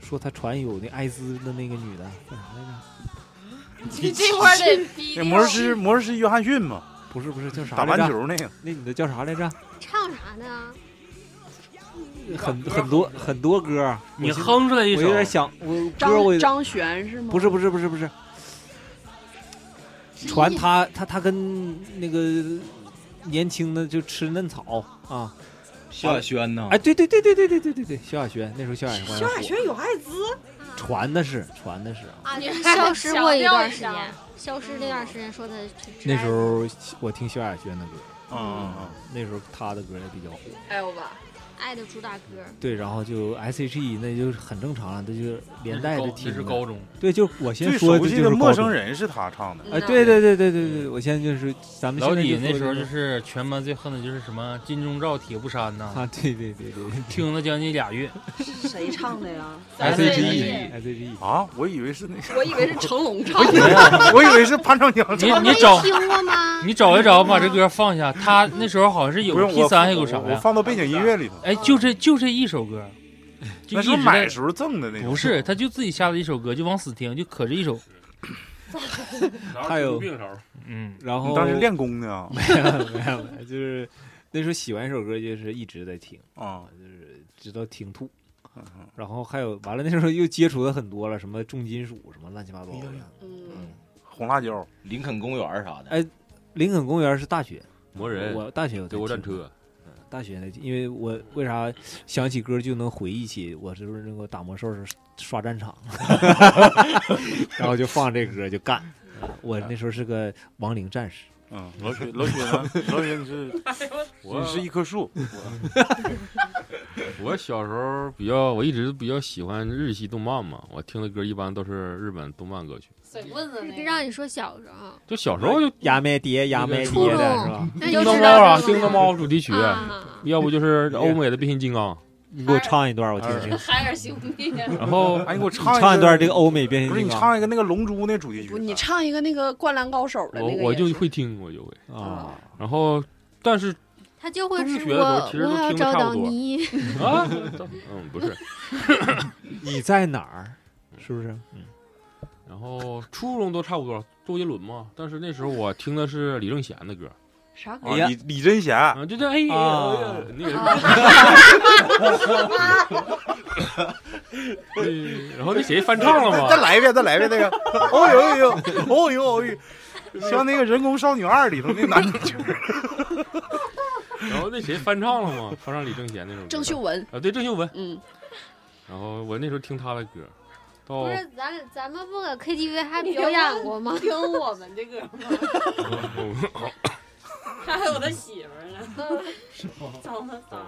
[SPEAKER 4] 说他船有那艾滋的那个女的叫啥来着？
[SPEAKER 6] 你这块儿得逼
[SPEAKER 2] 那
[SPEAKER 6] 掉。
[SPEAKER 2] 魔术师魔术师约翰逊嘛，
[SPEAKER 4] 不是不是叫啥
[SPEAKER 2] 打
[SPEAKER 4] 来
[SPEAKER 2] 篮
[SPEAKER 4] 着？
[SPEAKER 2] 球那个，
[SPEAKER 4] 那女的叫啥来着？
[SPEAKER 5] 唱啥呢？
[SPEAKER 4] 很很多很多歌儿，我
[SPEAKER 1] 你
[SPEAKER 4] 现
[SPEAKER 1] 哼出来一
[SPEAKER 4] 我
[SPEAKER 1] 首，
[SPEAKER 4] 有点想，我歌儿我
[SPEAKER 7] 张张悬是吗？
[SPEAKER 4] 不是不是不是不是，
[SPEAKER 5] 是
[SPEAKER 4] 传
[SPEAKER 5] 一
[SPEAKER 4] 他他他跟那个年轻的就吃嫩草啊，
[SPEAKER 3] 萧亚轩呐，
[SPEAKER 4] 哎，对对对对对对对对对，萧亚轩那时候萧亚轩
[SPEAKER 7] 啊萧亚轩有艾滋，
[SPEAKER 5] 啊
[SPEAKER 4] 传的是传的是啊，
[SPEAKER 5] 啊，
[SPEAKER 6] 你
[SPEAKER 5] 就是
[SPEAKER 6] 还
[SPEAKER 5] 消失
[SPEAKER 6] 强
[SPEAKER 5] 过一
[SPEAKER 6] 调
[SPEAKER 5] 段
[SPEAKER 6] 一
[SPEAKER 5] 时
[SPEAKER 6] 下
[SPEAKER 5] 间，消失那段时间说的
[SPEAKER 4] 那
[SPEAKER 7] 啊
[SPEAKER 4] 时候我听萧亚轩的歌，
[SPEAKER 2] 嗯嗯嗯，
[SPEAKER 4] 那时候他的歌也比较火，
[SPEAKER 7] 哎呦吧，
[SPEAKER 5] 爱的主打歌，
[SPEAKER 4] 对，然后就 S.H.E 那就很正常了，这就
[SPEAKER 1] 那
[SPEAKER 4] 连
[SPEAKER 1] 是
[SPEAKER 4] 带
[SPEAKER 1] 高
[SPEAKER 4] 着
[SPEAKER 1] 那
[SPEAKER 4] 听
[SPEAKER 1] 是
[SPEAKER 4] 的，
[SPEAKER 1] 高中，
[SPEAKER 4] 对，就我先
[SPEAKER 2] 最
[SPEAKER 4] 说
[SPEAKER 2] 熟
[SPEAKER 4] 的
[SPEAKER 2] 悉
[SPEAKER 4] 就
[SPEAKER 2] 的
[SPEAKER 4] 是
[SPEAKER 2] 陌
[SPEAKER 4] 高
[SPEAKER 2] 生
[SPEAKER 4] 中。
[SPEAKER 2] 人是他唱的，
[SPEAKER 7] 嗯
[SPEAKER 4] 哎，对对对对对对对，我现在就是咱们
[SPEAKER 1] 老
[SPEAKER 4] 现在
[SPEAKER 1] 李
[SPEAKER 4] 就
[SPEAKER 1] 那
[SPEAKER 4] 说
[SPEAKER 1] 时候就
[SPEAKER 4] 这
[SPEAKER 1] 是全班最恨的就是什么金钟罩铁布衫
[SPEAKER 4] 个
[SPEAKER 1] 呐，
[SPEAKER 4] 啊，对对对对
[SPEAKER 1] 听了将近俩月。
[SPEAKER 7] 谁唱的呀？
[SPEAKER 4] ，S.H.E S.H.E
[SPEAKER 2] 啊，我以为是那个，
[SPEAKER 7] 我以为是成龙唱的。
[SPEAKER 2] <laughs> 我以为是潘长江唱
[SPEAKER 1] 你
[SPEAKER 2] 的。
[SPEAKER 1] 你
[SPEAKER 5] 没
[SPEAKER 1] 找
[SPEAKER 5] 哦听过吗？
[SPEAKER 1] 你找一找，把这歌放下。他那时候好像是有
[SPEAKER 2] 不用
[SPEAKER 1] P
[SPEAKER 2] 我
[SPEAKER 1] 三还有啥
[SPEAKER 2] 我我
[SPEAKER 1] 呀？
[SPEAKER 2] 放到背景音乐里头，
[SPEAKER 1] 哎，就这就这一首歌，就
[SPEAKER 2] 那
[SPEAKER 1] 一
[SPEAKER 2] 是
[SPEAKER 1] 直
[SPEAKER 2] 买
[SPEAKER 1] 在
[SPEAKER 2] 时候赠的那种。
[SPEAKER 1] 不是，他就自己下的一首歌，就往死听，就可这一首。
[SPEAKER 4] 还
[SPEAKER 2] 哎
[SPEAKER 4] 有
[SPEAKER 9] 病时候，
[SPEAKER 1] 嗯，
[SPEAKER 4] 然后
[SPEAKER 2] 你当
[SPEAKER 4] <laughs>
[SPEAKER 2] 时练功呢啊
[SPEAKER 4] 没有没有没有，就是那时候喜欢一首歌，就是一直在听，
[SPEAKER 2] 啊，
[SPEAKER 4] 就是直到听吐。
[SPEAKER 2] 嗯嗯
[SPEAKER 4] 然后还有完了，那时候又接触的很多了，什么重金属，什么乱七八糟
[SPEAKER 2] 哎
[SPEAKER 4] 的。
[SPEAKER 7] 嗯，
[SPEAKER 2] 红辣椒，
[SPEAKER 3] 林肯公园啥的，
[SPEAKER 4] 哎林肯公园是大学，
[SPEAKER 9] 魔人
[SPEAKER 4] 我大学有在
[SPEAKER 9] 德国战
[SPEAKER 4] 听，
[SPEAKER 9] 车，嗯
[SPEAKER 4] 大学的，因为我为啥想起歌就能回忆起我是不是那个打魔兽时刷
[SPEAKER 2] <laughs>
[SPEAKER 4] 战场，然后就放这歌就干。我那时候是个亡灵战士，
[SPEAKER 2] 嗯，老雪老雪
[SPEAKER 1] <laughs>
[SPEAKER 2] 呢？老雪你是
[SPEAKER 9] 我
[SPEAKER 2] 你是一棵树，
[SPEAKER 9] 我小时候比较，我一直比较喜欢日系动漫嘛，我听的歌一般都是日本动漫歌曲。
[SPEAKER 6] 水棍子那个，
[SPEAKER 5] 让你说小时候，
[SPEAKER 9] 就小时候就
[SPEAKER 4] 牙麦爹牙麦爹的是吧？
[SPEAKER 5] 那你就
[SPEAKER 9] 叮当
[SPEAKER 5] 知
[SPEAKER 9] 猫
[SPEAKER 5] 道
[SPEAKER 9] 啊，
[SPEAKER 5] 这
[SPEAKER 9] 叮
[SPEAKER 5] 个了。
[SPEAKER 9] 当猫主题曲，
[SPEAKER 5] 啊，
[SPEAKER 9] <laughs> 要不
[SPEAKER 2] 嗯
[SPEAKER 9] 就是欧美的变形金
[SPEAKER 2] <laughs>
[SPEAKER 9] 刚。
[SPEAKER 4] 你给
[SPEAKER 6] <laughs>
[SPEAKER 4] 我唱一段，我听听。
[SPEAKER 9] 哎
[SPEAKER 6] 海尔兄弟，啊
[SPEAKER 9] 然后
[SPEAKER 2] 哎，你给我唱
[SPEAKER 4] 唱一段这个
[SPEAKER 2] 个，
[SPEAKER 4] 欧美变形
[SPEAKER 2] 不是
[SPEAKER 4] 金
[SPEAKER 2] 你
[SPEAKER 4] 刚
[SPEAKER 2] 唱一个那个龙珠那主题曲
[SPEAKER 7] 不，
[SPEAKER 2] 啊，
[SPEAKER 7] 你唱一个那个《灌篮高手》的
[SPEAKER 9] 我
[SPEAKER 7] 那个，
[SPEAKER 9] 我就会听，我就会。
[SPEAKER 4] 啊，
[SPEAKER 9] 然后，但是
[SPEAKER 5] 他就会
[SPEAKER 9] 中
[SPEAKER 5] 吃
[SPEAKER 9] 学
[SPEAKER 5] 我，
[SPEAKER 9] 的时候其实都
[SPEAKER 5] 我要
[SPEAKER 9] 听得
[SPEAKER 5] 找
[SPEAKER 9] 差不
[SPEAKER 5] 到
[SPEAKER 9] 多
[SPEAKER 5] 你。
[SPEAKER 9] 啊， <laughs> 嗯，不是。
[SPEAKER 4] 你在哪儿？是不是？
[SPEAKER 9] 然后初中都差不多，周杰伦嘛。但是那时候我听的是李正贤的歌，
[SPEAKER 7] 啥歌
[SPEAKER 2] 啊
[SPEAKER 4] 哎？呀
[SPEAKER 2] 李李贞贤，
[SPEAKER 9] 啊，就这哎呀
[SPEAKER 4] 啊
[SPEAKER 9] 那
[SPEAKER 4] <laughs>
[SPEAKER 9] 个。 <laughs> 对然后那谁翻唱
[SPEAKER 1] 嗯
[SPEAKER 4] <laughs>
[SPEAKER 9] 了
[SPEAKER 2] 再
[SPEAKER 9] 嘛？
[SPEAKER 2] 来一遍，再来一遍那个，哦呦哦呦哦呦哦呦，像那个《人工少女二》里头那男
[SPEAKER 1] <laughs>
[SPEAKER 2] 主角，
[SPEAKER 9] 然后那谁翻唱了嘛？翻唱李正贤那首歌。
[SPEAKER 7] 郑秀文，
[SPEAKER 9] 啊，对郑秀文。
[SPEAKER 7] 嗯，
[SPEAKER 9] 然后我那时候听他的歌，到
[SPEAKER 5] 不 <laughs>
[SPEAKER 9] <laughs>
[SPEAKER 5] 是，咱咱们不搁 KTV 还表演过吗？
[SPEAKER 6] 听我们的歌吗？还有他媳妇儿呢，张三三。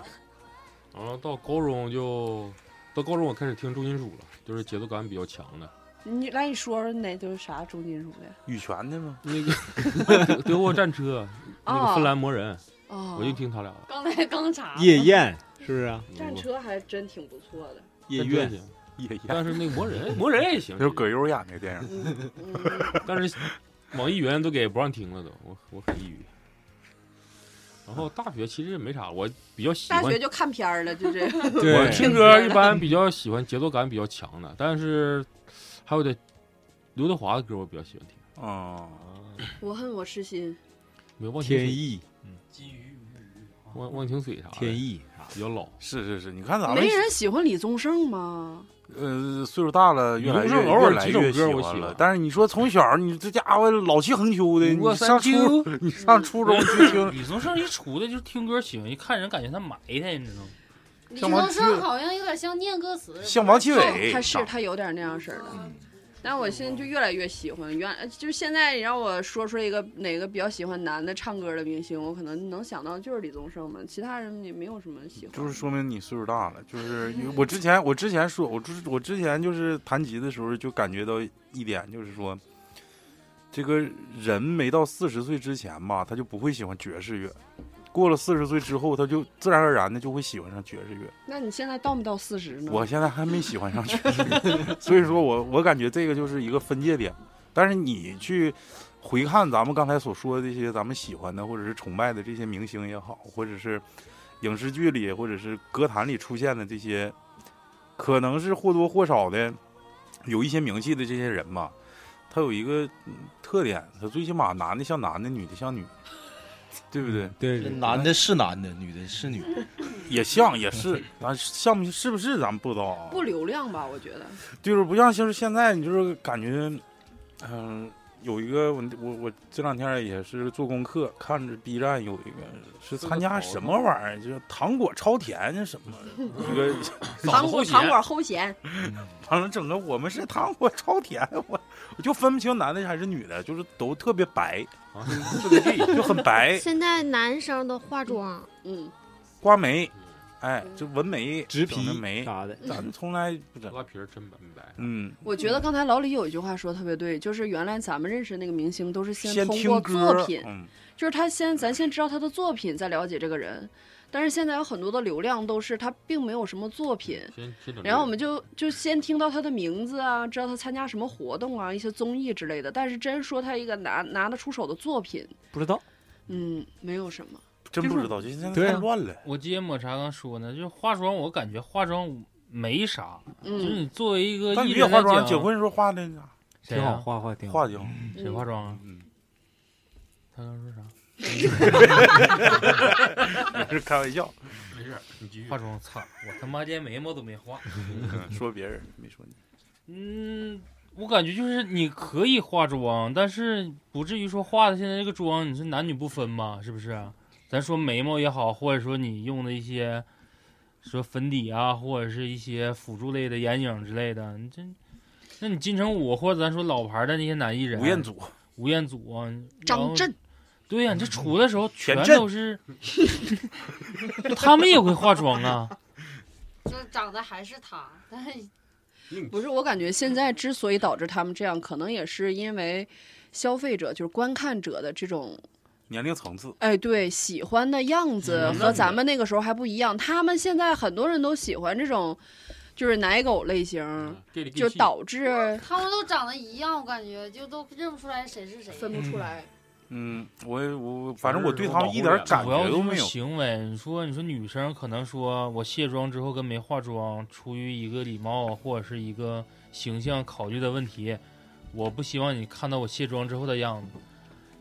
[SPEAKER 9] 然后到高中就到高中我开始听重金属了，就是节奏感比较强的。
[SPEAKER 7] 你来你说说哪都是啥重金属的？
[SPEAKER 2] 羽泉的吗？
[SPEAKER 9] 那个德德国战
[SPEAKER 7] <laughs>
[SPEAKER 9] 车，那个
[SPEAKER 7] 啊
[SPEAKER 9] 芬兰魔人，
[SPEAKER 7] 哦，
[SPEAKER 9] 我就听他俩的。
[SPEAKER 6] 刚才刚查，
[SPEAKER 4] 啊夜宴是不是啊？
[SPEAKER 7] 战车还真挺不错的。
[SPEAKER 4] 夜
[SPEAKER 9] 乐
[SPEAKER 4] 宴
[SPEAKER 9] 行，
[SPEAKER 2] 也一样，
[SPEAKER 9] <laughs> 但是那个魔人，魔人也行，
[SPEAKER 2] 就是葛优演的电影。
[SPEAKER 7] 嗯嗯，
[SPEAKER 9] 但是网易云都给不让听了都，我我很抑郁。然后大学其实也没啥，我比较喜
[SPEAKER 7] 大
[SPEAKER 9] 欢
[SPEAKER 7] 学就看片儿了，就这。
[SPEAKER 9] 我
[SPEAKER 4] 对，
[SPEAKER 9] 听歌一般比较喜欢节奏感比较强的，但是还有的刘德华的歌我比较喜欢听，
[SPEAKER 2] 啊，
[SPEAKER 7] <laughs> 我恨我痴心，
[SPEAKER 9] 没有忘情
[SPEAKER 4] 天
[SPEAKER 9] 水，
[SPEAKER 4] 意
[SPEAKER 9] 忘忘情水啥的，
[SPEAKER 4] 天意
[SPEAKER 9] 比较老。
[SPEAKER 2] 是是是，你看咱们
[SPEAKER 7] 没人喜欢李宗盛吗？
[SPEAKER 2] 呃岁数大了，越来
[SPEAKER 9] 你
[SPEAKER 2] 越
[SPEAKER 9] 不是偶尔
[SPEAKER 2] 越来
[SPEAKER 9] 几首
[SPEAKER 2] 越
[SPEAKER 9] 歌我
[SPEAKER 2] 欢
[SPEAKER 9] 喜
[SPEAKER 2] 了
[SPEAKER 9] 欢。
[SPEAKER 2] 但是你说从小你这家伙老气横秋的，
[SPEAKER 1] 我
[SPEAKER 2] 你
[SPEAKER 1] 三
[SPEAKER 2] 上初
[SPEAKER 1] 秋
[SPEAKER 2] 你上初中就
[SPEAKER 9] <laughs>
[SPEAKER 2] 听
[SPEAKER 1] 李宗盛一出来就是听歌喜欢，一看人感觉他埋汰，你知道吗？
[SPEAKER 6] 李
[SPEAKER 2] 像
[SPEAKER 6] 宗
[SPEAKER 2] 王
[SPEAKER 6] 盛好 <laughs> 像有点像念歌词，
[SPEAKER 2] 像王奇
[SPEAKER 7] 哦
[SPEAKER 2] 伟，啊
[SPEAKER 7] 他是
[SPEAKER 2] 长
[SPEAKER 7] 他有点那样式儿的。
[SPEAKER 3] 嗯
[SPEAKER 7] 但我现在就越来越喜欢，原来就是现在你让我说出来一个哪个比较喜欢男的唱歌的明星，我可能能想到就是李宗盛嘛，其他人也没有什么喜欢。
[SPEAKER 2] 就是说明你岁数大了，就是因为我之前我之前说，我之我之前就是弹吉的时候就感觉到一点，就是说，这个人没到四十岁之前吧，他就不会喜欢爵士乐，过了四十岁之后，他就自然而然的就会喜欢上爵士乐。
[SPEAKER 7] 那你现在到没到四十呢？
[SPEAKER 2] 我现在还没喜欢上爵士乐， <laughs> 所以说我我感觉这个就是一个分界点。但是你去回看咱们刚才所说的这些咱们喜欢的或者是崇拜的这些明星也好，或者是影视剧里或者是歌坛里出现的这些，可能是或多或少的有一些名气的这些人吧，他有一个嗯特点，他最起码男的像男的，女的像女，对不对？
[SPEAKER 4] 对
[SPEAKER 3] 男的是男的，女的是女的。
[SPEAKER 2] 也像也是，咱像不是不是咱不知道啊。
[SPEAKER 7] 不流量吧？我觉得
[SPEAKER 2] 就是不像就是现在，你就是感觉，嗯、有一个我我我这两天也是做功课，看着 B 站有一个是参加什么玩意儿，就是糖果超甜什么一个，
[SPEAKER 7] 糖果
[SPEAKER 8] 后
[SPEAKER 7] 糖
[SPEAKER 8] 弦
[SPEAKER 7] 果齁咸，
[SPEAKER 2] 完了整个我们是糖果超甜，我我就分不清男的还是女的，就是都特别白，
[SPEAKER 8] 啊，特别地
[SPEAKER 2] 就很白，
[SPEAKER 5] 现在男生都化妆，
[SPEAKER 7] 嗯，
[SPEAKER 2] 刮眉，哎，就纹眉、
[SPEAKER 4] 植
[SPEAKER 2] 整的
[SPEAKER 4] 皮啊
[SPEAKER 2] 眉，
[SPEAKER 4] 啥的，
[SPEAKER 2] 咱们从来不整，
[SPEAKER 8] 拉皮儿真白没白。
[SPEAKER 2] 嗯，
[SPEAKER 7] 我觉得刚才老李有一句话说得特别对，就是原来咱们认识那个明星都是
[SPEAKER 2] 先
[SPEAKER 7] 通
[SPEAKER 2] 听
[SPEAKER 7] 过
[SPEAKER 2] 歌
[SPEAKER 7] 作，品，
[SPEAKER 2] 嗯，
[SPEAKER 7] 就是他先咱先知道他的作品，再了解这个人。但是现在有很多的流量都是他并没有什么作品，
[SPEAKER 8] 先先
[SPEAKER 9] 嗯
[SPEAKER 8] 整这个
[SPEAKER 7] 然后我们就就先听到他的名字啊，知道他参加什么活动啊，一些综艺之类的。但是真说他一个拿拿得出手的作品，
[SPEAKER 4] 不知道
[SPEAKER 7] 嗯，没有什么。
[SPEAKER 2] 真
[SPEAKER 9] 就
[SPEAKER 2] 不
[SPEAKER 9] 是
[SPEAKER 2] 知道，就现在
[SPEAKER 4] 对
[SPEAKER 2] 太
[SPEAKER 4] 啊
[SPEAKER 2] 乱了，
[SPEAKER 9] 我接抹茶刚说呢，就是化妆，我感觉化妆没啥，就是
[SPEAKER 7] 嗯，
[SPEAKER 9] 你作为一个
[SPEAKER 2] 但你
[SPEAKER 9] 艺
[SPEAKER 2] 也
[SPEAKER 9] 人
[SPEAKER 2] 化
[SPEAKER 9] 来
[SPEAKER 2] 妆，
[SPEAKER 9] 讲，
[SPEAKER 2] 结婚时候化的
[SPEAKER 9] 谁
[SPEAKER 4] 挺
[SPEAKER 9] 啊
[SPEAKER 4] 好，画画挺好。嗯
[SPEAKER 2] 化妆，
[SPEAKER 9] 谁化妆啊？
[SPEAKER 2] 嗯。
[SPEAKER 9] 他刚说啥？
[SPEAKER 4] 嗯
[SPEAKER 2] <laughs> 是开玩笑，
[SPEAKER 8] 没事儿，你继续
[SPEAKER 9] 化妆，操！我他妈连眉毛都没画。
[SPEAKER 2] 嗯说别人没说你。
[SPEAKER 9] 嗯，我感觉就是你可以化妆，但是不至于说化的现在这个妆你是男女不分吧？是不是？咱说眉毛也好，或者说你用的一些说粉底啊，或者是一些辅助类的眼影之类的，你这，那你金城武或者咱说老牌的那些男艺人，
[SPEAKER 2] 吴彦祖、
[SPEAKER 9] 吴彦祖啊，然
[SPEAKER 7] 张
[SPEAKER 9] 后
[SPEAKER 7] 震，
[SPEAKER 9] 对呀、你这出的时候全
[SPEAKER 2] 全
[SPEAKER 9] 都是， <laughs> 他们也会化妆啊。
[SPEAKER 6] 就是长得还是他，但是
[SPEAKER 7] 不是我感觉现在之所以导致他们这样，可能也是因为消费者就是观看者的这种
[SPEAKER 2] 年龄层
[SPEAKER 8] 嗯
[SPEAKER 2] 次，
[SPEAKER 7] 哎，对，喜欢的样子
[SPEAKER 9] 嗯
[SPEAKER 7] 和咱们那个时候还不一样。他们现在很多人都喜欢这种，就是奶狗类
[SPEAKER 9] 嗯
[SPEAKER 7] 型，
[SPEAKER 8] 这里给
[SPEAKER 7] 嗯就
[SPEAKER 8] 你气
[SPEAKER 7] 导致
[SPEAKER 6] 他们都长得一样，我感觉就都认不出来谁是谁。
[SPEAKER 7] 分不出来。
[SPEAKER 2] 嗯，我我反正我对他们一点感
[SPEAKER 9] 主要
[SPEAKER 2] 觉都
[SPEAKER 9] 就是
[SPEAKER 2] 没有。
[SPEAKER 9] 行为，你说你说女生可能说我卸妆之后跟没化妆，出于一个礼貌啊或者是一个形象考虑的问题，我不希望你看到我卸妆之后的样子。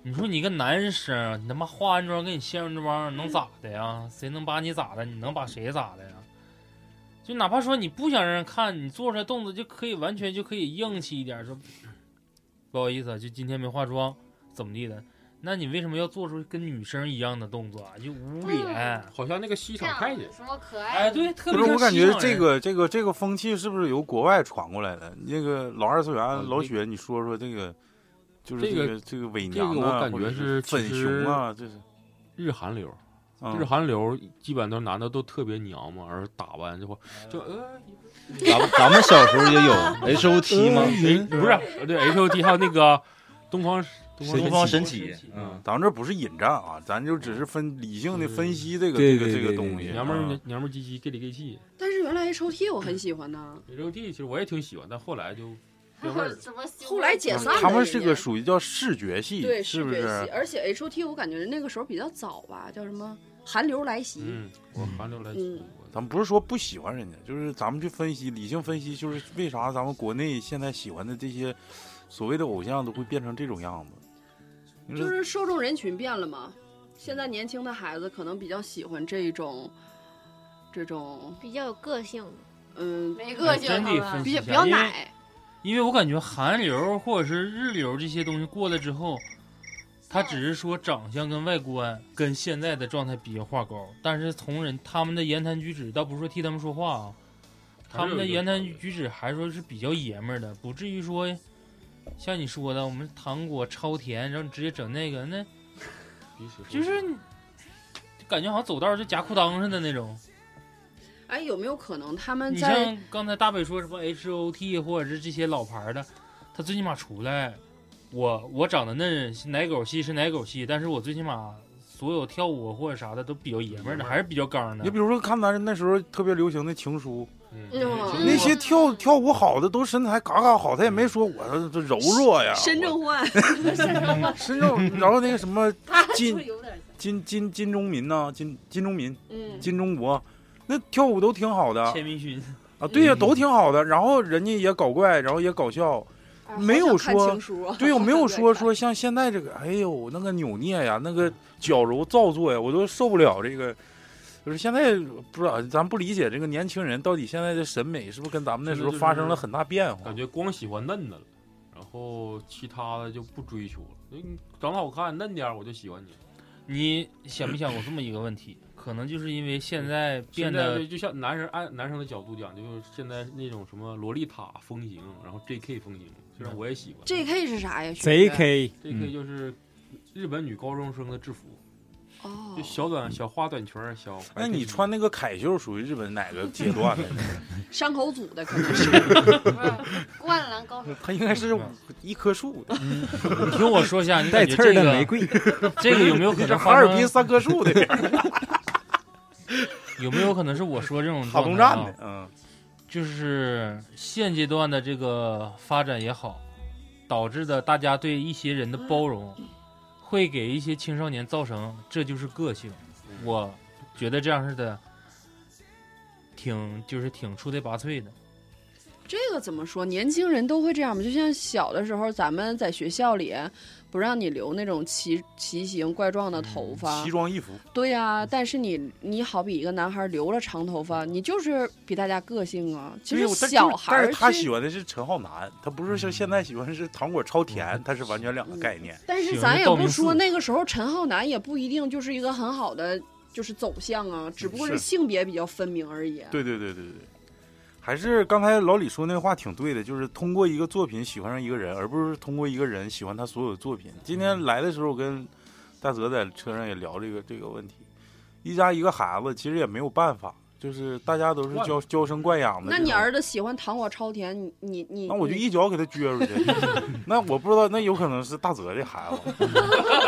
[SPEAKER 9] 你说你一个男生，你他妈化完妆跟你卸完妆能咋的呀？谁能把你咋的？你能把谁咋的呀？就哪怕说你不想让人看，你做出来动作就可以完全就可以硬气一点，说不好意思啊，就今天没化妆，怎么地的？那你为什么要做出跟女生一样的动作啊？就捂脸。
[SPEAKER 8] 好像那个西
[SPEAKER 6] 这
[SPEAKER 8] 厂
[SPEAKER 6] 样
[SPEAKER 8] 太监，
[SPEAKER 6] 什么可爱？
[SPEAKER 9] 哎，，对，特
[SPEAKER 2] 不
[SPEAKER 9] 别
[SPEAKER 2] 是，我
[SPEAKER 9] 像
[SPEAKER 2] 感
[SPEAKER 9] 西
[SPEAKER 2] 觉
[SPEAKER 9] 方人
[SPEAKER 2] 这个这个这个风气是不是由国外传过来的？那个老二次元老雪，你说说这个，就是
[SPEAKER 8] 哦这
[SPEAKER 2] 这
[SPEAKER 8] 个
[SPEAKER 2] 个这个伪
[SPEAKER 8] 这个
[SPEAKER 2] 娘
[SPEAKER 8] 我
[SPEAKER 2] 啊，
[SPEAKER 8] 感
[SPEAKER 2] 或
[SPEAKER 8] 觉
[SPEAKER 2] 者
[SPEAKER 8] 是
[SPEAKER 2] 粉
[SPEAKER 8] 其实
[SPEAKER 2] 熊啊，这是
[SPEAKER 8] 日韩流，
[SPEAKER 2] 嗯
[SPEAKER 8] 日韩流基本都是男的都特别娘嘛，而打扮就会
[SPEAKER 3] 哎
[SPEAKER 8] 就呃，咱们咱们
[SPEAKER 3] 小时候也有 H O T 吗？
[SPEAKER 9] 呃
[SPEAKER 8] 哎
[SPEAKER 9] 嗯
[SPEAKER 8] 不是对 H O T 还有那
[SPEAKER 3] <laughs>
[SPEAKER 8] 个东方东方
[SPEAKER 3] 东
[SPEAKER 8] 东
[SPEAKER 3] 方
[SPEAKER 8] 方
[SPEAKER 3] 神
[SPEAKER 9] 奇
[SPEAKER 3] 起，嗯，
[SPEAKER 2] 咱们这不是引战啊，咱就只是分
[SPEAKER 8] 嗯
[SPEAKER 2] 理性的分析这个
[SPEAKER 4] 对
[SPEAKER 2] 这个
[SPEAKER 4] 对
[SPEAKER 2] 这个
[SPEAKER 4] 对
[SPEAKER 2] 东
[SPEAKER 4] 对
[SPEAKER 2] 西。
[SPEAKER 4] 对
[SPEAKER 8] 娘们儿
[SPEAKER 2] 嗯
[SPEAKER 8] 娘娘们儿唧唧 gay 里 gay 气
[SPEAKER 9] 嗯
[SPEAKER 7] 但是原来 H O T 我很喜欢呢，
[SPEAKER 8] ，H O T 其实我也挺喜欢，但后来就
[SPEAKER 6] 还
[SPEAKER 8] 变
[SPEAKER 6] <laughs>
[SPEAKER 8] 味儿
[SPEAKER 6] 有
[SPEAKER 8] 了。
[SPEAKER 6] 什么修
[SPEAKER 7] 后来解散了。
[SPEAKER 2] 他们是
[SPEAKER 7] 人
[SPEAKER 2] 个
[SPEAKER 7] 家
[SPEAKER 2] 属于叫视觉系，
[SPEAKER 7] 对
[SPEAKER 2] 是
[SPEAKER 7] 视
[SPEAKER 2] 不
[SPEAKER 7] 觉
[SPEAKER 2] 是
[SPEAKER 7] 系，？而且 H O T 我感觉那个时候比较早吧，叫什么韩流来袭。
[SPEAKER 8] 嗯，我韩流来
[SPEAKER 7] 嗯
[SPEAKER 8] 袭，
[SPEAKER 2] 咱们不是说不喜欢人家，就是咱们去分析，理性分析，就是为啥咱们国内现在喜欢的这些所谓的偶像都会变成这种样子。你
[SPEAKER 7] 就
[SPEAKER 2] 说
[SPEAKER 7] 是受众人群变了嘛。现在年轻的孩子可能比较喜欢这一种，这种
[SPEAKER 5] 比较有个性。
[SPEAKER 7] 嗯，
[SPEAKER 6] 没个性，
[SPEAKER 9] 真
[SPEAKER 6] 他
[SPEAKER 9] 得分
[SPEAKER 6] 们
[SPEAKER 7] 比
[SPEAKER 9] 析
[SPEAKER 7] 较
[SPEAKER 9] 一
[SPEAKER 7] 比
[SPEAKER 9] 下
[SPEAKER 7] 较
[SPEAKER 9] 因为
[SPEAKER 7] 奶。
[SPEAKER 9] 因为我感觉韩流或者是日流这些东西过来之后，他只是说长相跟外观跟现在的状态比较挂钩，但是从人他们的言谈举止，倒不是说替他们说话啊，他们的言谈举止还说是比较爷们儿的，不至于说像你说的，我们糖果超甜，然后你直接整那个，那
[SPEAKER 8] 鼻屎
[SPEAKER 9] 就
[SPEAKER 8] 臭
[SPEAKER 9] 是你就感觉好像走道儿就夹裤裆似的那种。
[SPEAKER 7] 哎，有没有可能他们
[SPEAKER 9] 你
[SPEAKER 7] 在嗯
[SPEAKER 9] 像刚才大北说什么 H O T 或者是这些老牌儿的，他最起码出来，我我长得嫩，奶狗系是奶狗系，但是我最起码所有跳舞或者啥的都比较爷们儿
[SPEAKER 8] 嗯
[SPEAKER 9] 的，还是比较刚的
[SPEAKER 2] 你。比如说看咱那时候特别流行的情书，
[SPEAKER 9] 嗯，
[SPEAKER 7] 嗯，
[SPEAKER 2] 那些跳跳舞好的都身材嘎嘎好，他也没说我这柔弱呀，
[SPEAKER 7] 身
[SPEAKER 2] <laughs>
[SPEAKER 7] 正焕，
[SPEAKER 2] 我身正，然后那个什么
[SPEAKER 6] 他
[SPEAKER 2] 金
[SPEAKER 6] 就有点像
[SPEAKER 2] 金金金钟民呐、金金钟民、
[SPEAKER 6] 嗯，
[SPEAKER 2] 金钟国，那跳舞都挺好的
[SPEAKER 9] 千明勋，
[SPEAKER 2] 啊，对呀、
[SPEAKER 9] 嗯
[SPEAKER 2] 都挺好的。然后人家也搞怪，然后也搞笑，
[SPEAKER 7] 啊
[SPEAKER 2] 没有
[SPEAKER 7] 好想看
[SPEAKER 2] 说
[SPEAKER 7] 情书
[SPEAKER 2] <laughs>
[SPEAKER 7] 啊，
[SPEAKER 2] 对
[SPEAKER 7] <laughs>
[SPEAKER 2] 呀，
[SPEAKER 7] 好
[SPEAKER 2] 我
[SPEAKER 7] 想
[SPEAKER 2] 没有
[SPEAKER 7] 再
[SPEAKER 2] 说
[SPEAKER 7] 看
[SPEAKER 2] 说像现在这个，哎呦那个扭捏呀，那个矫揉造作呀，我都受不了这个。就是现在不知道，咱不理解这个年轻人到底现在的审美是不是跟咱们那时候
[SPEAKER 8] 现在就是
[SPEAKER 2] 发生了很大变化
[SPEAKER 8] 感？觉光喜欢嫩的了，然后其他的就不追求了。嗯长得好看嫩点儿我就喜欢你。
[SPEAKER 9] 你想没想过这么一个问题？可能就是因为现在变
[SPEAKER 8] 现在
[SPEAKER 9] 得
[SPEAKER 8] 就就像男人
[SPEAKER 4] 哎
[SPEAKER 8] 按男生的角度讲，就是现在那种什么洛丽塔风行，然后 J.K. 风行，虽
[SPEAKER 9] 嗯
[SPEAKER 8] 然我也喜欢。
[SPEAKER 7] JK 是啥呀学学
[SPEAKER 4] JK
[SPEAKER 8] J.K. 就是日本女高中生的制服，
[SPEAKER 7] 哦
[SPEAKER 8] 就，小短小花短裙儿，小白 T
[SPEAKER 2] 那你穿那个凯袖属于日本哪个阶段的？ <laughs>
[SPEAKER 7] 山口组的可能是
[SPEAKER 6] 不是 <laughs> 灌篮高手，
[SPEAKER 2] 它应该是一棵树的，
[SPEAKER 9] 你听我说一下，你
[SPEAKER 4] 带
[SPEAKER 9] 感觉
[SPEAKER 4] 刺儿
[SPEAKER 9] 这
[SPEAKER 4] 的玫
[SPEAKER 9] 个
[SPEAKER 4] 瑰，
[SPEAKER 3] <laughs>
[SPEAKER 9] 这个有没有可
[SPEAKER 2] 这 <laughs>
[SPEAKER 9] 能
[SPEAKER 2] 哈尔
[SPEAKER 9] 发
[SPEAKER 2] 滨
[SPEAKER 9] 生？
[SPEAKER 2] 三棵树 <laughs> 的
[SPEAKER 9] 有没有可能是我说这种
[SPEAKER 2] 塔
[SPEAKER 9] 状
[SPEAKER 2] 公
[SPEAKER 9] 态
[SPEAKER 2] 站
[SPEAKER 9] 啊
[SPEAKER 2] 的，嗯。
[SPEAKER 9] 就是现阶段的这个发展也好，导致的大家对一些人的包容，会给一些青少年造成这就是个性。我觉得这样似的，挺就是挺出类拔萃的。
[SPEAKER 7] 这个怎么说？年轻人都会这样吧？就像小的时候，咱们在学校里不让你留那种奇奇形怪状的头
[SPEAKER 2] 嗯
[SPEAKER 7] 发，
[SPEAKER 2] 奇装异服，
[SPEAKER 7] 对呀、但是你你好比一个男孩留了长头发，你就是比大家个性啊。其实
[SPEAKER 2] 对但是
[SPEAKER 7] 小孩
[SPEAKER 2] 但
[SPEAKER 7] 儿
[SPEAKER 2] 是他
[SPEAKER 7] 去
[SPEAKER 2] 喜欢的是陈浩南，他不是像现在喜欢是糖果超甜，他是完全两个概念。
[SPEAKER 7] 但是
[SPEAKER 9] 行
[SPEAKER 7] 咱
[SPEAKER 9] 那
[SPEAKER 7] 也
[SPEAKER 9] 道
[SPEAKER 7] 不
[SPEAKER 9] 明
[SPEAKER 7] 说
[SPEAKER 9] 寺
[SPEAKER 7] 那个时候陈浩南也不一定就是一个很好的就是走向啊，只不过是
[SPEAKER 2] 是
[SPEAKER 7] 性别比较分明而已。
[SPEAKER 2] 对对对对对，还是刚才老李说那话挺对的，就是通过一个作品喜欢上一个人，而不是通过一个人喜欢他所有的作品。今天来的时候，我跟大泽在车上也聊这个这个问题，一家一个孩子，其实也没有办法，就是大家都是娇娇生惯养的这种。
[SPEAKER 7] 那你儿子喜欢糖果超甜，你你你，
[SPEAKER 2] 那我就
[SPEAKER 7] 你
[SPEAKER 2] 一脚给他撅出去。 <laughs> 那我不知道，那有可能是大泽这孩子。 <laughs>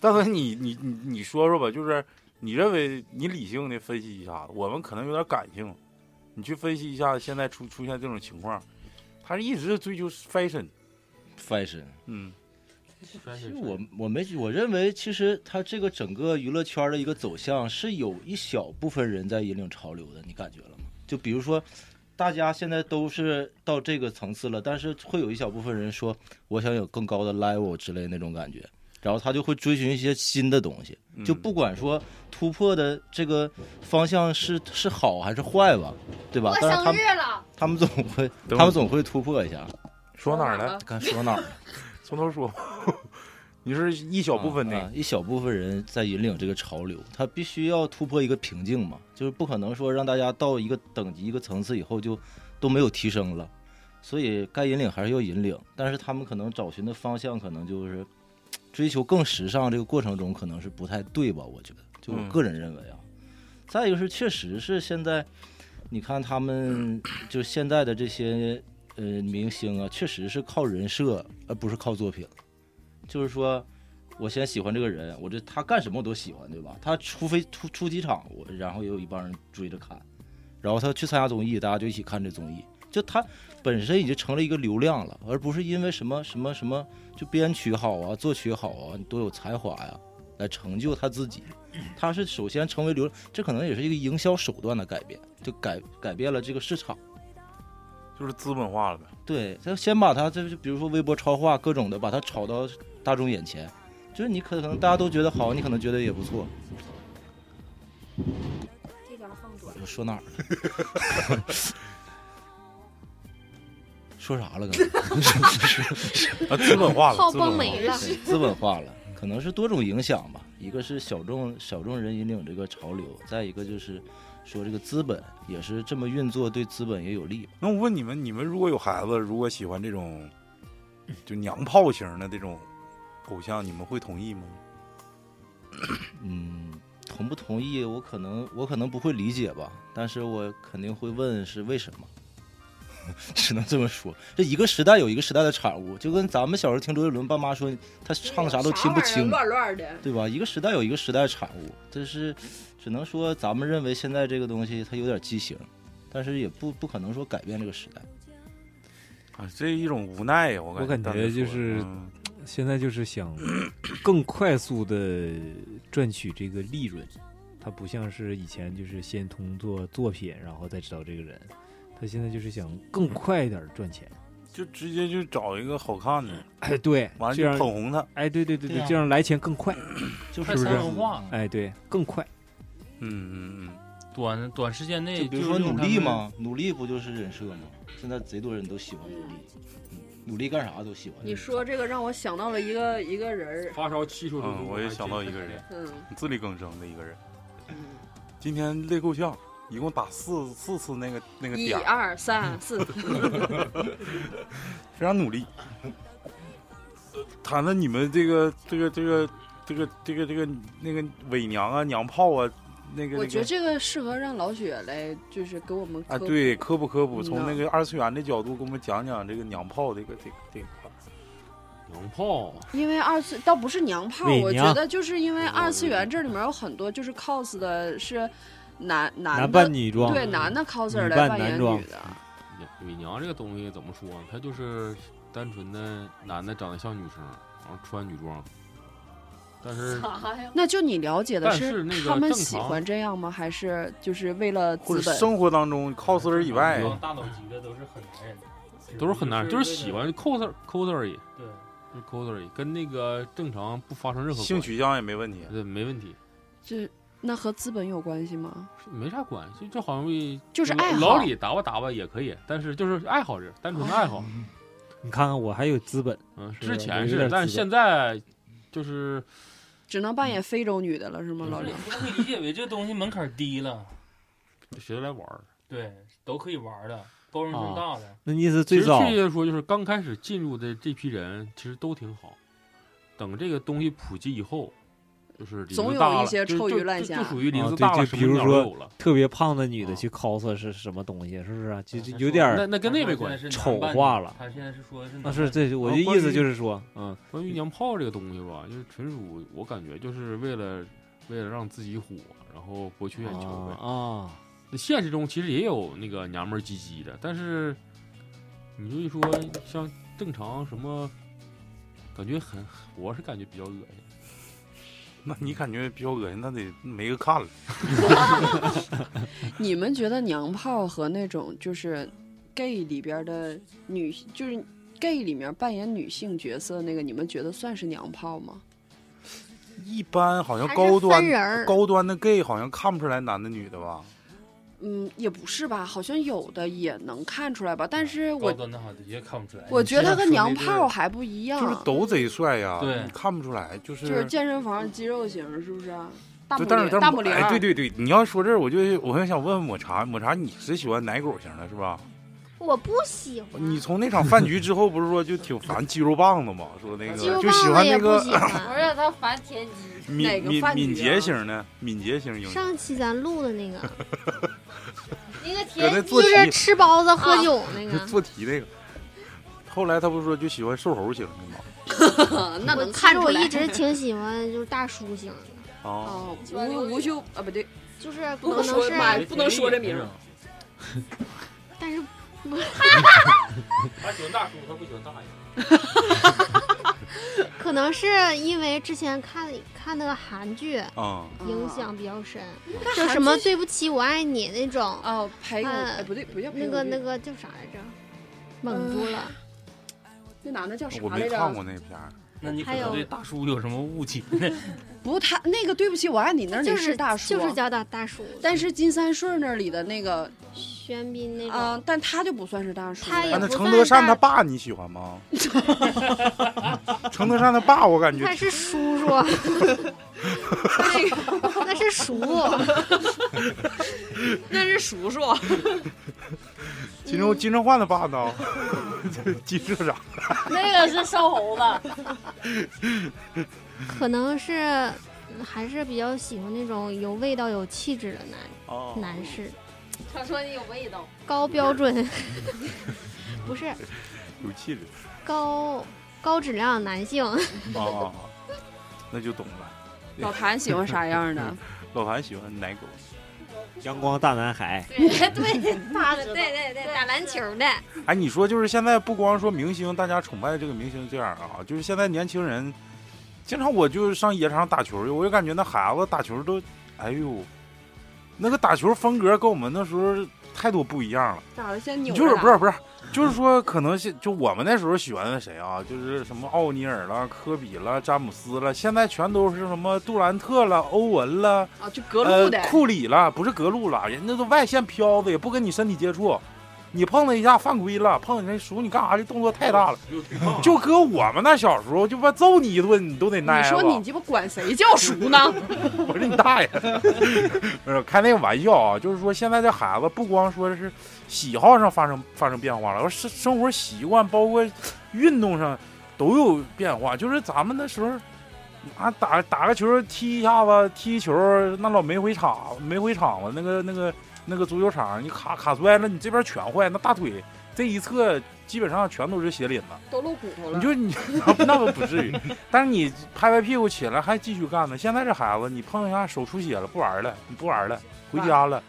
[SPEAKER 2] 大泽，你你你你说说吧，就是你认为你理性的分析一下，我们可能有点感性，你去分析一下现在出出现这种情况，他是一直追求 fashion，
[SPEAKER 3] fashion。
[SPEAKER 2] 嗯，
[SPEAKER 8] 穿
[SPEAKER 3] 其
[SPEAKER 8] 身
[SPEAKER 3] 实
[SPEAKER 8] 上
[SPEAKER 3] 我我没我认为，其实它这个整个娱乐圈的一个走向是有一小部分人在引领潮流的，你感觉了吗？就比如说，大家现在都是到这个层次了，但是会有一小部分人说，我想有更高的 level 之类那种感觉，然后他就会追寻一些新的东西，
[SPEAKER 2] 嗯
[SPEAKER 3] 就不管说突破的这个方向是是好还是坏吧，对吧
[SPEAKER 6] 过？
[SPEAKER 3] 但是他
[SPEAKER 6] 生
[SPEAKER 3] 们
[SPEAKER 6] 日了，
[SPEAKER 3] 他们总会
[SPEAKER 2] 等会儿
[SPEAKER 3] 他们总会突破一下。
[SPEAKER 2] 说哪儿了？？
[SPEAKER 3] 刚说哪儿了？
[SPEAKER 2] 从头说。 <laughs> 你是一小部分那
[SPEAKER 3] 啊
[SPEAKER 2] 个，
[SPEAKER 3] 啊一小部分人在引领这个潮流，他必须要突破一个瓶颈嘛，就是不可能说让大家到一个等级、一个层次以后就都没有提升了，所以该引领还是要引领，但是他们可能找寻的方向可能就是嘖追求更时尚，这个过程中可能是不太对吧？我觉得，就我
[SPEAKER 2] 嗯
[SPEAKER 3] 个人认为啊，再一个是确实是现在，你看他们就现在的这些呃明星啊，确实是靠人设，而不是靠作品，就是说。我先喜欢这个人，我这他干什么我都喜欢，对吧？他除非出出机场，我然后也有一帮人追着看，然后他去参加综艺，大家就一起看这综艺。就他本身已经成了一个流量了，而不是因为什么什么什么就编曲好啊、作曲好啊，你多有才华呀、来成就他自己。他是首先成为流，这可能也是一个营销手段的改变，就改改变了这个市场。
[SPEAKER 2] 就是资本化了呗。
[SPEAKER 3] 对，他先把他就是比如说微博超话各种的，把它炒到大众眼前，就是你可能大家都觉得好，你可能觉得也不错。
[SPEAKER 7] 这边放短，
[SPEAKER 3] 我说哪儿了？ <laughs> 说啥了？刚才
[SPEAKER 2] 啊，资本化了，
[SPEAKER 5] 炮
[SPEAKER 2] 资本
[SPEAKER 5] 崩
[SPEAKER 2] 化
[SPEAKER 5] 没
[SPEAKER 2] 了。
[SPEAKER 5] <laughs> 了，
[SPEAKER 3] 对资本化了，可能是多种影响吧。一个是小众小众人引领这个潮流，再一个就是说这个资本也是这么运作，对资本也有利吧。
[SPEAKER 2] 那我问你们，你们如果有孩子，如果喜欢这
[SPEAKER 4] <laughs>
[SPEAKER 2] 种就娘炮型的这种偶像，你们会同意吗？
[SPEAKER 3] 嗯，同不同意？我可能我可能不会理解吧，但是我肯定会问是为什么。 <laughs> 只能这么说。这一个时代有一个时代的产物，就跟咱们小时候听周杰伦，爸妈说他唱的啥都听不
[SPEAKER 7] 啥玩
[SPEAKER 3] 清
[SPEAKER 7] 意儿，乱乱的。
[SPEAKER 3] 对吧？一个时代有一个时代的产物，这是只能说咱们认为现在这个东西它有点畸形，但是也不不可能说改变这个时代。
[SPEAKER 2] 啊，这一种无奈呀，我感
[SPEAKER 4] 我感
[SPEAKER 2] 当
[SPEAKER 4] 觉
[SPEAKER 2] 时说
[SPEAKER 4] 就是
[SPEAKER 2] 嗯
[SPEAKER 4] <laughs> 现在就是想更快速的赚取这个利润，他不像是以前就是先通过作品，然后再知道这个人，他现在就是想更快一点赚钱。
[SPEAKER 2] 就直接就找一个好看的，
[SPEAKER 4] 哎，对，
[SPEAKER 2] 完了
[SPEAKER 4] 这
[SPEAKER 2] 就
[SPEAKER 4] 样
[SPEAKER 2] 捧，红他，
[SPEAKER 4] 哎，对对对
[SPEAKER 9] 对啊
[SPEAKER 4] 这样来钱更快，
[SPEAKER 3] 就是
[SPEAKER 9] 快
[SPEAKER 4] 是
[SPEAKER 9] 餐
[SPEAKER 4] 不是
[SPEAKER 9] 文化，
[SPEAKER 4] 哎，对，更快。
[SPEAKER 2] 嗯嗯嗯，
[SPEAKER 9] 短短时间内
[SPEAKER 3] 就比如
[SPEAKER 9] 就
[SPEAKER 3] 说
[SPEAKER 9] 用
[SPEAKER 3] 努
[SPEAKER 9] 他
[SPEAKER 3] 力
[SPEAKER 9] 们
[SPEAKER 3] 嘛，努力不就是人设吗？现在贼多人都喜欢努力，嗯努力干啥都喜欢。
[SPEAKER 7] 你说这个让我想到了一个一个人儿，
[SPEAKER 8] 发烧气数
[SPEAKER 2] 嗯我也想到一个人，
[SPEAKER 7] 嗯
[SPEAKER 2] 自力更生的一个人，
[SPEAKER 7] 嗯，
[SPEAKER 2] 今天累够呛，一共打四四次那个那个
[SPEAKER 7] 一
[SPEAKER 2] 点儿，
[SPEAKER 7] 二三四，
[SPEAKER 2] 非常努力。呃谈谈你们这个这个这个这个这个这个那个伪娘啊、娘炮啊，那个
[SPEAKER 7] 我
[SPEAKER 2] 那
[SPEAKER 7] 觉得
[SPEAKER 2] 个
[SPEAKER 7] 这个适合让老雪来，就是给我们
[SPEAKER 2] 啊，
[SPEAKER 7] 科普。
[SPEAKER 2] 对，科普科普，
[SPEAKER 7] 嗯
[SPEAKER 2] 从
[SPEAKER 7] 呐
[SPEAKER 2] 那个二次元的角度给我们讲讲这个娘炮这个这个这个块儿。
[SPEAKER 8] 娘炮，
[SPEAKER 7] 因为二次倒不是娘炮，
[SPEAKER 4] 伪
[SPEAKER 7] 我
[SPEAKER 4] 娘
[SPEAKER 7] 觉得就是因为二次元这里面有很多就是 cos 的是男男的
[SPEAKER 4] 男扮女装，
[SPEAKER 7] 啊对男的 coser
[SPEAKER 4] 女
[SPEAKER 7] 来
[SPEAKER 4] 扮
[SPEAKER 7] 扮演
[SPEAKER 4] 男装
[SPEAKER 7] 女的，
[SPEAKER 8] 伪娘这个东西怎么说呢？她就是单纯的男的长得像女生，然后穿女装，但是
[SPEAKER 7] <laughs>
[SPEAKER 6] 啥呀？
[SPEAKER 7] 那就你了解的
[SPEAKER 8] 但是那个
[SPEAKER 7] 他们
[SPEAKER 8] 正
[SPEAKER 7] 喜
[SPEAKER 8] 常
[SPEAKER 7] 欢这样吗？还是就是为了
[SPEAKER 2] 或
[SPEAKER 7] 资
[SPEAKER 2] 者
[SPEAKER 7] 本？
[SPEAKER 2] 生活当中 coser 以外，
[SPEAKER 8] 嗯
[SPEAKER 9] 大脑级的都是很男人的，
[SPEAKER 8] 都是很难，就是喜
[SPEAKER 9] 为
[SPEAKER 8] 欢
[SPEAKER 9] 了。
[SPEAKER 8] coser coser 而已，
[SPEAKER 9] 对，
[SPEAKER 8] 就是 coser 而已，跟那个正常不发生任何
[SPEAKER 2] 性
[SPEAKER 8] 关系，
[SPEAKER 2] 取向也没问题。
[SPEAKER 8] 对，没问题，
[SPEAKER 7] 就那和资本有关系吗？
[SPEAKER 8] 是没啥关系，就好像为
[SPEAKER 7] 就是爱好
[SPEAKER 8] 老李打扮打扮也可以，但是就是爱好是单纯的爱好，
[SPEAKER 4] 你看看我还有资本，
[SPEAKER 8] 嗯，
[SPEAKER 4] 哦是
[SPEAKER 8] 之
[SPEAKER 4] 我
[SPEAKER 8] 前
[SPEAKER 4] 有点
[SPEAKER 8] 是，但
[SPEAKER 4] 资
[SPEAKER 8] 是现在就是
[SPEAKER 7] 只能扮演非洲女的了是吗？老李，
[SPEAKER 9] 我可以理解为这东西门槛低了，
[SPEAKER 8] 学着来玩儿。啊
[SPEAKER 9] 对，都可以玩的，包容性大的。
[SPEAKER 4] 那意思
[SPEAKER 8] 其
[SPEAKER 4] 最
[SPEAKER 8] 实
[SPEAKER 4] 早
[SPEAKER 8] 确切地说，就是刚开始进入的这批人其实都挺好。等这个东西普及以后，就是林子
[SPEAKER 7] 总有
[SPEAKER 8] 大
[SPEAKER 7] 一
[SPEAKER 8] 了
[SPEAKER 7] 些
[SPEAKER 8] 就
[SPEAKER 7] 臭
[SPEAKER 8] 就
[SPEAKER 7] 鱼烂
[SPEAKER 8] 就
[SPEAKER 7] 虾
[SPEAKER 8] 就属于林
[SPEAKER 4] 啊
[SPEAKER 8] 子
[SPEAKER 4] 对
[SPEAKER 8] 大了，
[SPEAKER 4] 就
[SPEAKER 8] 什
[SPEAKER 4] 比
[SPEAKER 8] 么
[SPEAKER 4] 如
[SPEAKER 8] 鸟
[SPEAKER 4] 说
[SPEAKER 8] 都有了。
[SPEAKER 4] 特别胖的女的
[SPEAKER 8] 啊
[SPEAKER 4] 去 cos 是什么东西，是不是啊？就
[SPEAKER 9] 嗯
[SPEAKER 4] 就
[SPEAKER 9] 那
[SPEAKER 4] 有
[SPEAKER 9] 说
[SPEAKER 4] 点
[SPEAKER 8] 那
[SPEAKER 4] 儿，
[SPEAKER 8] 那跟那没关系。
[SPEAKER 9] 系
[SPEAKER 4] 丑化了
[SPEAKER 9] 他现在是说的是
[SPEAKER 4] 那
[SPEAKER 9] 男
[SPEAKER 4] 是
[SPEAKER 9] 扮
[SPEAKER 4] 这我
[SPEAKER 8] 啊
[SPEAKER 4] 的意
[SPEAKER 8] 关
[SPEAKER 4] 思
[SPEAKER 8] 于
[SPEAKER 4] 就是说，
[SPEAKER 8] 嗯，关于娘炮这个东西吧，就是纯属我感觉就是为了为了让自己火，然后博取眼球呗。
[SPEAKER 4] 啊
[SPEAKER 8] 那现实中其实也有那个娘们儿唧唧的，但是你就一说像正常什么，感觉很，我是感觉比较恶心。
[SPEAKER 2] 那你感觉比较恶心，那得没个看了。
[SPEAKER 7] 你们觉得娘炮和那种就是 gay 里边的女，就是 gay 里面扮演女性角色那个，你们觉得算是娘炮吗？
[SPEAKER 2] 一般好像
[SPEAKER 5] 还是
[SPEAKER 2] 高端
[SPEAKER 5] 分人儿
[SPEAKER 2] 高端的 gay 好像看不出来男的女的吧？
[SPEAKER 7] 嗯，也不是吧，好像有的也能看出来吧，但是
[SPEAKER 9] 高
[SPEAKER 7] 我
[SPEAKER 9] 端的好的确看不出来。
[SPEAKER 7] 我
[SPEAKER 9] 你
[SPEAKER 7] 觉得
[SPEAKER 9] 这
[SPEAKER 7] 他
[SPEAKER 9] 样
[SPEAKER 7] 和娘
[SPEAKER 9] 说那阵儿
[SPEAKER 7] 炮还不一样，啊
[SPEAKER 2] 就是都贼帅呀，
[SPEAKER 9] 对
[SPEAKER 2] 你看不出来，就是
[SPEAKER 7] 嗯就是健身房肌肉型是不是啊？大
[SPEAKER 2] 就
[SPEAKER 7] 母
[SPEAKER 2] 但是
[SPEAKER 7] 零，
[SPEAKER 2] 但
[SPEAKER 7] 大
[SPEAKER 2] 是
[SPEAKER 7] 母零，
[SPEAKER 2] 哎，对对对，你要说这儿，我就我很想问问抹茶，抹茶你是喜欢奶狗型的是吧？
[SPEAKER 5] 我不喜欢，
[SPEAKER 2] 你从那场饭局之后不是说就挺烦肌肉棒子吗？说那个
[SPEAKER 5] 肌肉
[SPEAKER 2] 就喜
[SPEAKER 5] 棒
[SPEAKER 2] 欢
[SPEAKER 5] 子也
[SPEAKER 2] 那
[SPEAKER 5] 不
[SPEAKER 2] 个
[SPEAKER 5] 喜
[SPEAKER 6] <laughs> 不
[SPEAKER 5] 欢。
[SPEAKER 6] 是他烦田鸡，
[SPEAKER 2] 敏
[SPEAKER 7] 哪个
[SPEAKER 2] 敏
[SPEAKER 7] 饭局啊
[SPEAKER 2] 敏捷型的，敏捷型英雄。
[SPEAKER 5] 上期咱录的那个，
[SPEAKER 6] 那个
[SPEAKER 2] 搁那
[SPEAKER 6] 田鸡
[SPEAKER 2] 做
[SPEAKER 5] 一
[SPEAKER 2] 题
[SPEAKER 5] 直吃包子喝酒那
[SPEAKER 2] 就 <laughs>
[SPEAKER 5] 个，
[SPEAKER 2] 做题那个。后来他不是说就喜欢瘦猴型的吗？
[SPEAKER 7] <coughs> 那
[SPEAKER 5] 我其
[SPEAKER 7] 能看
[SPEAKER 5] 实
[SPEAKER 7] 出
[SPEAKER 5] 我
[SPEAKER 7] 来。
[SPEAKER 5] 一
[SPEAKER 7] <laughs>
[SPEAKER 5] 直挺喜欢就是大叔型
[SPEAKER 2] 啊，
[SPEAKER 5] 的，
[SPEAKER 7] 哦，无无休啊，不对，
[SPEAKER 5] 就是
[SPEAKER 7] 不
[SPEAKER 5] 可
[SPEAKER 7] 能
[SPEAKER 5] 能
[SPEAKER 7] 说妈
[SPEAKER 5] 是，
[SPEAKER 7] 不能说这名儿。
[SPEAKER 5] 但是
[SPEAKER 9] 他喜欢大叔，他不喜欢大爷。
[SPEAKER 5] 可能是因为之前看看那个韩剧
[SPEAKER 2] 啊、
[SPEAKER 5] 影响比较深，
[SPEAKER 7] 嗯那
[SPEAKER 5] 就
[SPEAKER 7] 韩
[SPEAKER 5] 什么
[SPEAKER 7] 剧
[SPEAKER 5] 对不起我爱你那种，
[SPEAKER 7] 哦，裴勇，
[SPEAKER 5] 啊
[SPEAKER 7] 哎，不对，不叫裴
[SPEAKER 5] 那
[SPEAKER 7] 勇
[SPEAKER 5] 个
[SPEAKER 7] 这
[SPEAKER 5] 那个叫啥来着？蒙住了，
[SPEAKER 7] 嗯那男的叫啥
[SPEAKER 2] 我
[SPEAKER 7] 来
[SPEAKER 2] 没看
[SPEAKER 7] 着？
[SPEAKER 2] 过那片儿。
[SPEAKER 9] 那你可
[SPEAKER 5] 还有
[SPEAKER 9] 能对大叔有什么误解 <laughs> 呢？
[SPEAKER 7] 不，他那个对不起，我爱你那
[SPEAKER 5] 就
[SPEAKER 7] 里
[SPEAKER 5] 是
[SPEAKER 7] 大叔，啊
[SPEAKER 5] 就是叫大大叔，
[SPEAKER 7] 但是金三顺那里的那个
[SPEAKER 5] 玄彬那
[SPEAKER 7] 啊、
[SPEAKER 5] 种。
[SPEAKER 7] 但他就不算是大叔了。
[SPEAKER 5] 他也
[SPEAKER 2] 啊，那
[SPEAKER 5] 不
[SPEAKER 2] 程
[SPEAKER 5] 算
[SPEAKER 2] 德善他
[SPEAKER 5] 大
[SPEAKER 2] 爸你喜欢吗？ <laughs> 程德善他爸我感觉
[SPEAKER 5] 他是叔叔，
[SPEAKER 7] <laughs>
[SPEAKER 5] 那是叔，
[SPEAKER 7] 那是叔叔，
[SPEAKER 2] 金正金正焕他爸呢？ <laughs> 金社长
[SPEAKER 6] 那个是瘦猴子，
[SPEAKER 5] 可能是嗯还是比较喜欢那种有味道、有气质的男
[SPEAKER 2] 哦
[SPEAKER 5] 男士。
[SPEAKER 6] 他说你有味道，
[SPEAKER 5] 高标准， <laughs> 不是
[SPEAKER 2] 有气质
[SPEAKER 5] 高高质量男性，
[SPEAKER 2] 啊啊啊！那就懂了。
[SPEAKER 7] 老谭喜欢啥样
[SPEAKER 2] 嗯
[SPEAKER 7] 的？
[SPEAKER 2] 老韩喜欢奶狗，
[SPEAKER 4] 阳光大男孩，
[SPEAKER 6] 对对，
[SPEAKER 5] 他
[SPEAKER 6] 知
[SPEAKER 5] 对
[SPEAKER 6] 道
[SPEAKER 5] 对
[SPEAKER 6] 对
[SPEAKER 5] 打篮球的，
[SPEAKER 2] 哎，你说就是现在不光说明星，大家崇拜这个明星这样啊，就是现在年轻人，经常我就上夜场打球去，我就感觉那孩子打球都，哎呦，那个打球风格跟我们那时候太多不一样了。
[SPEAKER 7] 咋的？先扭
[SPEAKER 2] 就是不
[SPEAKER 7] 是
[SPEAKER 2] 是不是，就是说可能是就我们那时候喜欢的谁啊，就是什么奥尼尔了、科比了、詹姆斯了，现在全都是什么杜兰特了、欧文了、
[SPEAKER 7] 啊，就格路的
[SPEAKER 2] 呃、，库里了，不是格路了，人家都外线飘的，也不跟你身体接触，你碰他一下犯规了，碰你那叔你干啥？这动作太大了，就搁我们那小时候，就怕揍你一顿你都得挨
[SPEAKER 7] 你
[SPEAKER 2] 吧。
[SPEAKER 7] 说你鸡巴管谁叫叔呢？
[SPEAKER 2] 我说你大爷！不是开那个玩笑啊，就是说现在这孩子不光说是喜好上发生发生变化了，而生生活习惯包括运动上都有变化。就是咱们那时候啊，打打个球踢一下子，踢球那老没回场没回场子，那个那个那个足球场你卡卡摔了，你这边全坏，那大腿这一侧基本上全 <laughs> 都是斜淋子。
[SPEAKER 7] 都露骨头了。
[SPEAKER 2] 你就你 <laughs> 那倒不至于，但是你拍拍屁股起来还继续干呢。现在这孩子，你碰一下手出血了，不玩了，你不玩了，回家了，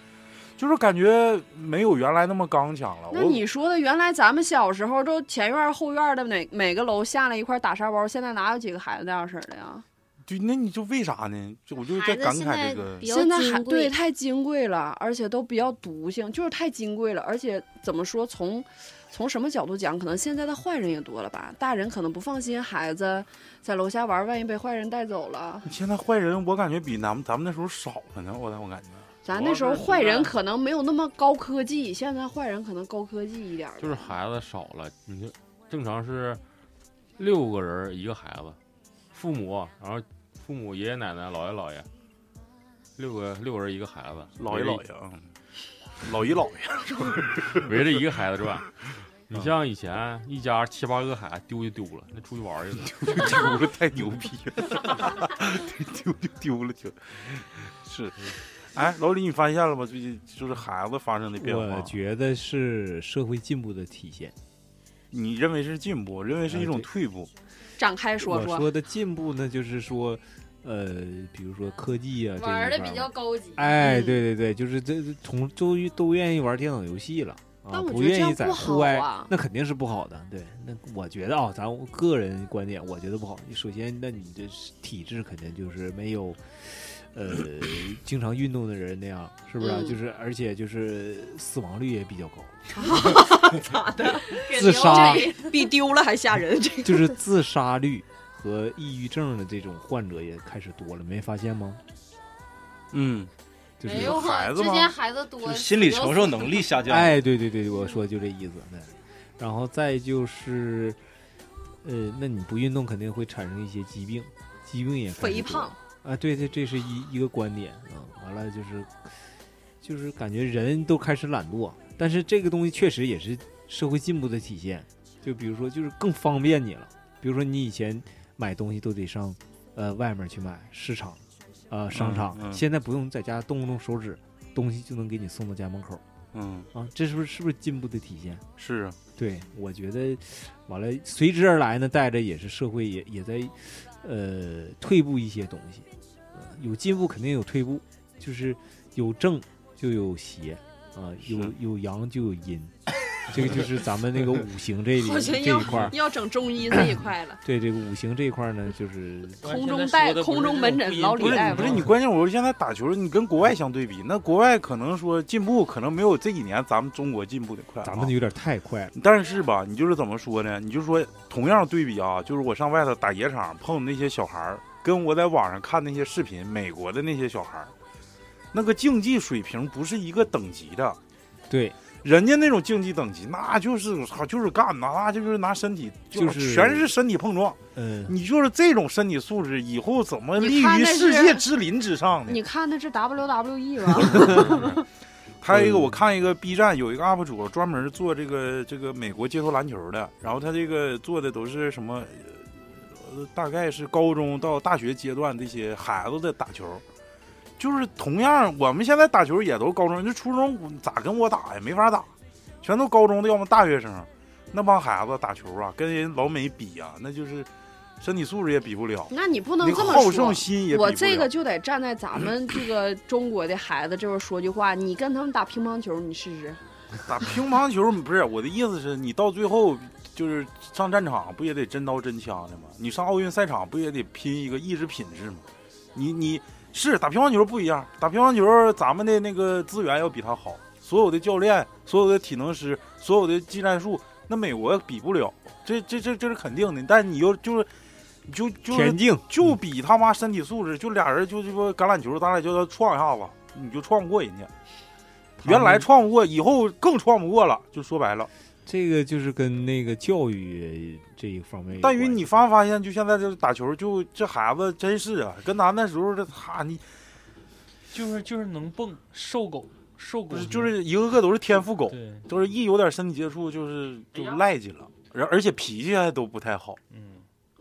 [SPEAKER 2] 就是感觉没有原来那么刚强了。
[SPEAKER 7] 那
[SPEAKER 2] 我
[SPEAKER 7] 你说的，原来咱们小时候都前院儿后院儿的每每个楼下来一块儿打沙包，现在哪有几个孩子那样式儿的呀？
[SPEAKER 2] 就那你就为啥呢？就我就在
[SPEAKER 5] 孩子
[SPEAKER 2] 感
[SPEAKER 5] 现
[SPEAKER 2] 慨
[SPEAKER 5] 在
[SPEAKER 2] 这个
[SPEAKER 5] 比较
[SPEAKER 7] 现在还
[SPEAKER 5] 金
[SPEAKER 7] 对
[SPEAKER 5] 贵，
[SPEAKER 7] 太金贵了，而且都比较毒性，就是太金贵了。而且怎么说，从从什么角度讲，可能现在的坏人也多了吧？大人可能不放心孩子在楼下玩儿，万一被坏人带走了。
[SPEAKER 2] 现在坏人，我感觉比咱们咱们那时候少了呢。我我感觉
[SPEAKER 7] 咱
[SPEAKER 8] 主
[SPEAKER 7] 那
[SPEAKER 8] 要
[SPEAKER 7] 时候
[SPEAKER 8] 是
[SPEAKER 7] 坏
[SPEAKER 8] 现
[SPEAKER 7] 人
[SPEAKER 8] 在
[SPEAKER 7] 可能没有那么高科技，现在坏人可能高科技一点儿了。
[SPEAKER 8] 就是孩子少了，你看正常是六个人儿一个孩子，父母，啊然后父母爷爷奶奶、姥爷姥爷，六个六个人一个孩子，
[SPEAKER 2] 老
[SPEAKER 8] 围
[SPEAKER 2] 爷
[SPEAKER 8] 着
[SPEAKER 2] 老爷啊，老爷老爷，
[SPEAKER 8] 围着一个孩子
[SPEAKER 9] <laughs>
[SPEAKER 8] 转。你像以前一家七八个孩子丢就丢了，那出去玩儿去了。
[SPEAKER 9] <laughs>
[SPEAKER 2] 丢丢了太牛逼了，丢丢丢了就，是。哎，老李，你发现了吗？最近就是孩子发生的变化。
[SPEAKER 4] 我觉得是社会进步的体现。
[SPEAKER 2] 你认为是进步，我认为是一种退步。
[SPEAKER 7] 展开说
[SPEAKER 4] 我说的进步呢，就是说，呃，比如说科技啊，这一
[SPEAKER 6] 玩的
[SPEAKER 4] 块
[SPEAKER 6] 比
[SPEAKER 4] 儿
[SPEAKER 6] 较高级。
[SPEAKER 4] 哎，
[SPEAKER 7] 嗯
[SPEAKER 4] 对对对，就是这这从都都愿意玩电脑游戏了。啊
[SPEAKER 7] 但我
[SPEAKER 4] 不
[SPEAKER 7] 觉得这
[SPEAKER 4] 愿
[SPEAKER 7] 样
[SPEAKER 4] 意在
[SPEAKER 7] 不
[SPEAKER 4] 户
[SPEAKER 7] 好
[SPEAKER 4] 外，
[SPEAKER 7] 啊
[SPEAKER 4] 那肯定是不好的。对，那我觉得啊，咱个人观点，我觉得不好。首先，那你这是体质肯定就是没有，呃，经常运动的人那样，是不是啊、
[SPEAKER 7] 嗯
[SPEAKER 4] 就是而且就是死亡率也比较高，
[SPEAKER 7] 咋的？
[SPEAKER 4] 自杀 <laughs>
[SPEAKER 7] <laughs> 比丢了还吓人，这个
[SPEAKER 4] 就是自杀率和抑郁症的这种患者也开始多了，没发现吗？
[SPEAKER 2] 嗯，
[SPEAKER 4] 就是
[SPEAKER 6] 没有啊
[SPEAKER 2] 孩子
[SPEAKER 6] 之
[SPEAKER 2] 吗
[SPEAKER 6] 前孩子多
[SPEAKER 3] 就，心理承受能力下降。
[SPEAKER 4] 哎，对对对，我说就这意思。对，然后再就是，呃，那你不运动肯定会产生一些疾病，疾病也开始
[SPEAKER 7] 肥
[SPEAKER 4] 多
[SPEAKER 7] 胖
[SPEAKER 4] 啊，对对，这是一一个观点啊。完了就是，就是感觉人都开始懒惰，但是这个东西确实也是社会进步的体现。就比如说，就是更方便你了。比如说，你以前买东西都得上呃外面去买，市场、呃商
[SPEAKER 2] 嗯
[SPEAKER 4] 场，
[SPEAKER 2] 嗯
[SPEAKER 4] 现在不用在家动动手指，东西就能给你送到家门口。
[SPEAKER 2] 嗯，
[SPEAKER 4] 啊，这是不是是不是进步的体现？
[SPEAKER 2] 是啊，
[SPEAKER 4] 对，我觉得，完了随之而来呢，带着也是社会也也在，呃，退步一些东西、呃有进步肯定有退步，就是有正就有邪啊、有
[SPEAKER 2] 是
[SPEAKER 4] 有阳就有阴， <laughs> 这个就是咱们那个五行 <laughs> 这
[SPEAKER 7] 好
[SPEAKER 4] 里
[SPEAKER 7] 像
[SPEAKER 4] 这一块儿。
[SPEAKER 7] 要整中医那一块了。
[SPEAKER 4] 对这个五行这一块儿呢，就是
[SPEAKER 7] 空中带空中门诊老李
[SPEAKER 2] 不是
[SPEAKER 7] 大
[SPEAKER 2] 你
[SPEAKER 7] 夫
[SPEAKER 2] 不是
[SPEAKER 8] 嗯
[SPEAKER 2] 你，关键我现在打球，你跟国外相对比，那国外可能说进步可能没有这几年咱们中国进步的快啊，
[SPEAKER 4] 咱们有点太快了。
[SPEAKER 2] 但是吧，你就是怎么说呢？你就说同样对比啊，就是我上外头打野场碰那些小孩儿，跟我在网上看那些视频，美国的那些小孩儿，那个竞技水平不是一个等级的。
[SPEAKER 4] 对，
[SPEAKER 2] 人家那种竞技等级，那就是好就是干，那就是拿身体，
[SPEAKER 4] 就是
[SPEAKER 2] 全是身体碰撞。
[SPEAKER 4] 嗯、
[SPEAKER 2] 你就是这种身体素质，以后怎么立
[SPEAKER 7] 你看
[SPEAKER 2] 于
[SPEAKER 7] 那
[SPEAKER 2] 世
[SPEAKER 7] 是
[SPEAKER 2] 界之林之上呢
[SPEAKER 7] <laughs> 你？看的是 WWE E 吧？
[SPEAKER 2] 还有一个，我看一个 B 站有一个 UP 主专门做这个这个美国街头篮球的，然后他这个做的都是什么，呃，大概是高中到大学阶段这些孩子的打球，就是同样，我们现在打球也都高中，就初中咋跟我打呀？没法打，全都高中的，要么大学生。那帮孩子打球啊，跟人老美比呀、那就是身体素质也比不了，
[SPEAKER 7] 那你不能
[SPEAKER 2] 那
[SPEAKER 7] 这
[SPEAKER 2] 个
[SPEAKER 7] 么
[SPEAKER 2] 好
[SPEAKER 7] 说
[SPEAKER 2] 胜。心也比不了。
[SPEAKER 7] 我这个就得站在咱们这个中国的孩子这边说句话，你跟他们打乒乓球，你试试。
[SPEAKER 2] 打乒乓球不是我的意思是你到最后就是上战场不也得真刀真枪的吗？你上奥运赛场不也得拼一个意志品质吗？你你是打乒乓球不一样，打乒乓球咱们的那个资源要比他好，所有的教练、所有的体能师、所有的技战术，那美国比不了，这这这这是肯定的。但你又就是就就是
[SPEAKER 4] 田径
[SPEAKER 2] 就比他妈身体素质，就俩人就这不橄榄球，咱俩就要撞一下子，你就撞不过人家。
[SPEAKER 4] 他们
[SPEAKER 2] 原来撞不过，以后更撞不过了，就说白了。
[SPEAKER 4] 这个就是跟那个教育这一方面有
[SPEAKER 2] 但
[SPEAKER 4] 关系。
[SPEAKER 2] 于你发没发现，就现在这打球，就这孩子真是啊，跟咱那时候这哈你
[SPEAKER 9] 就是就是能蹦瘦狗瘦狗
[SPEAKER 2] 不是
[SPEAKER 9] 牛，
[SPEAKER 2] 就是一个个都是天赋狗，
[SPEAKER 9] 对，
[SPEAKER 2] 都是一有点身体接触就是就赖叽了，然而且脾气还都不太好，
[SPEAKER 9] 嗯，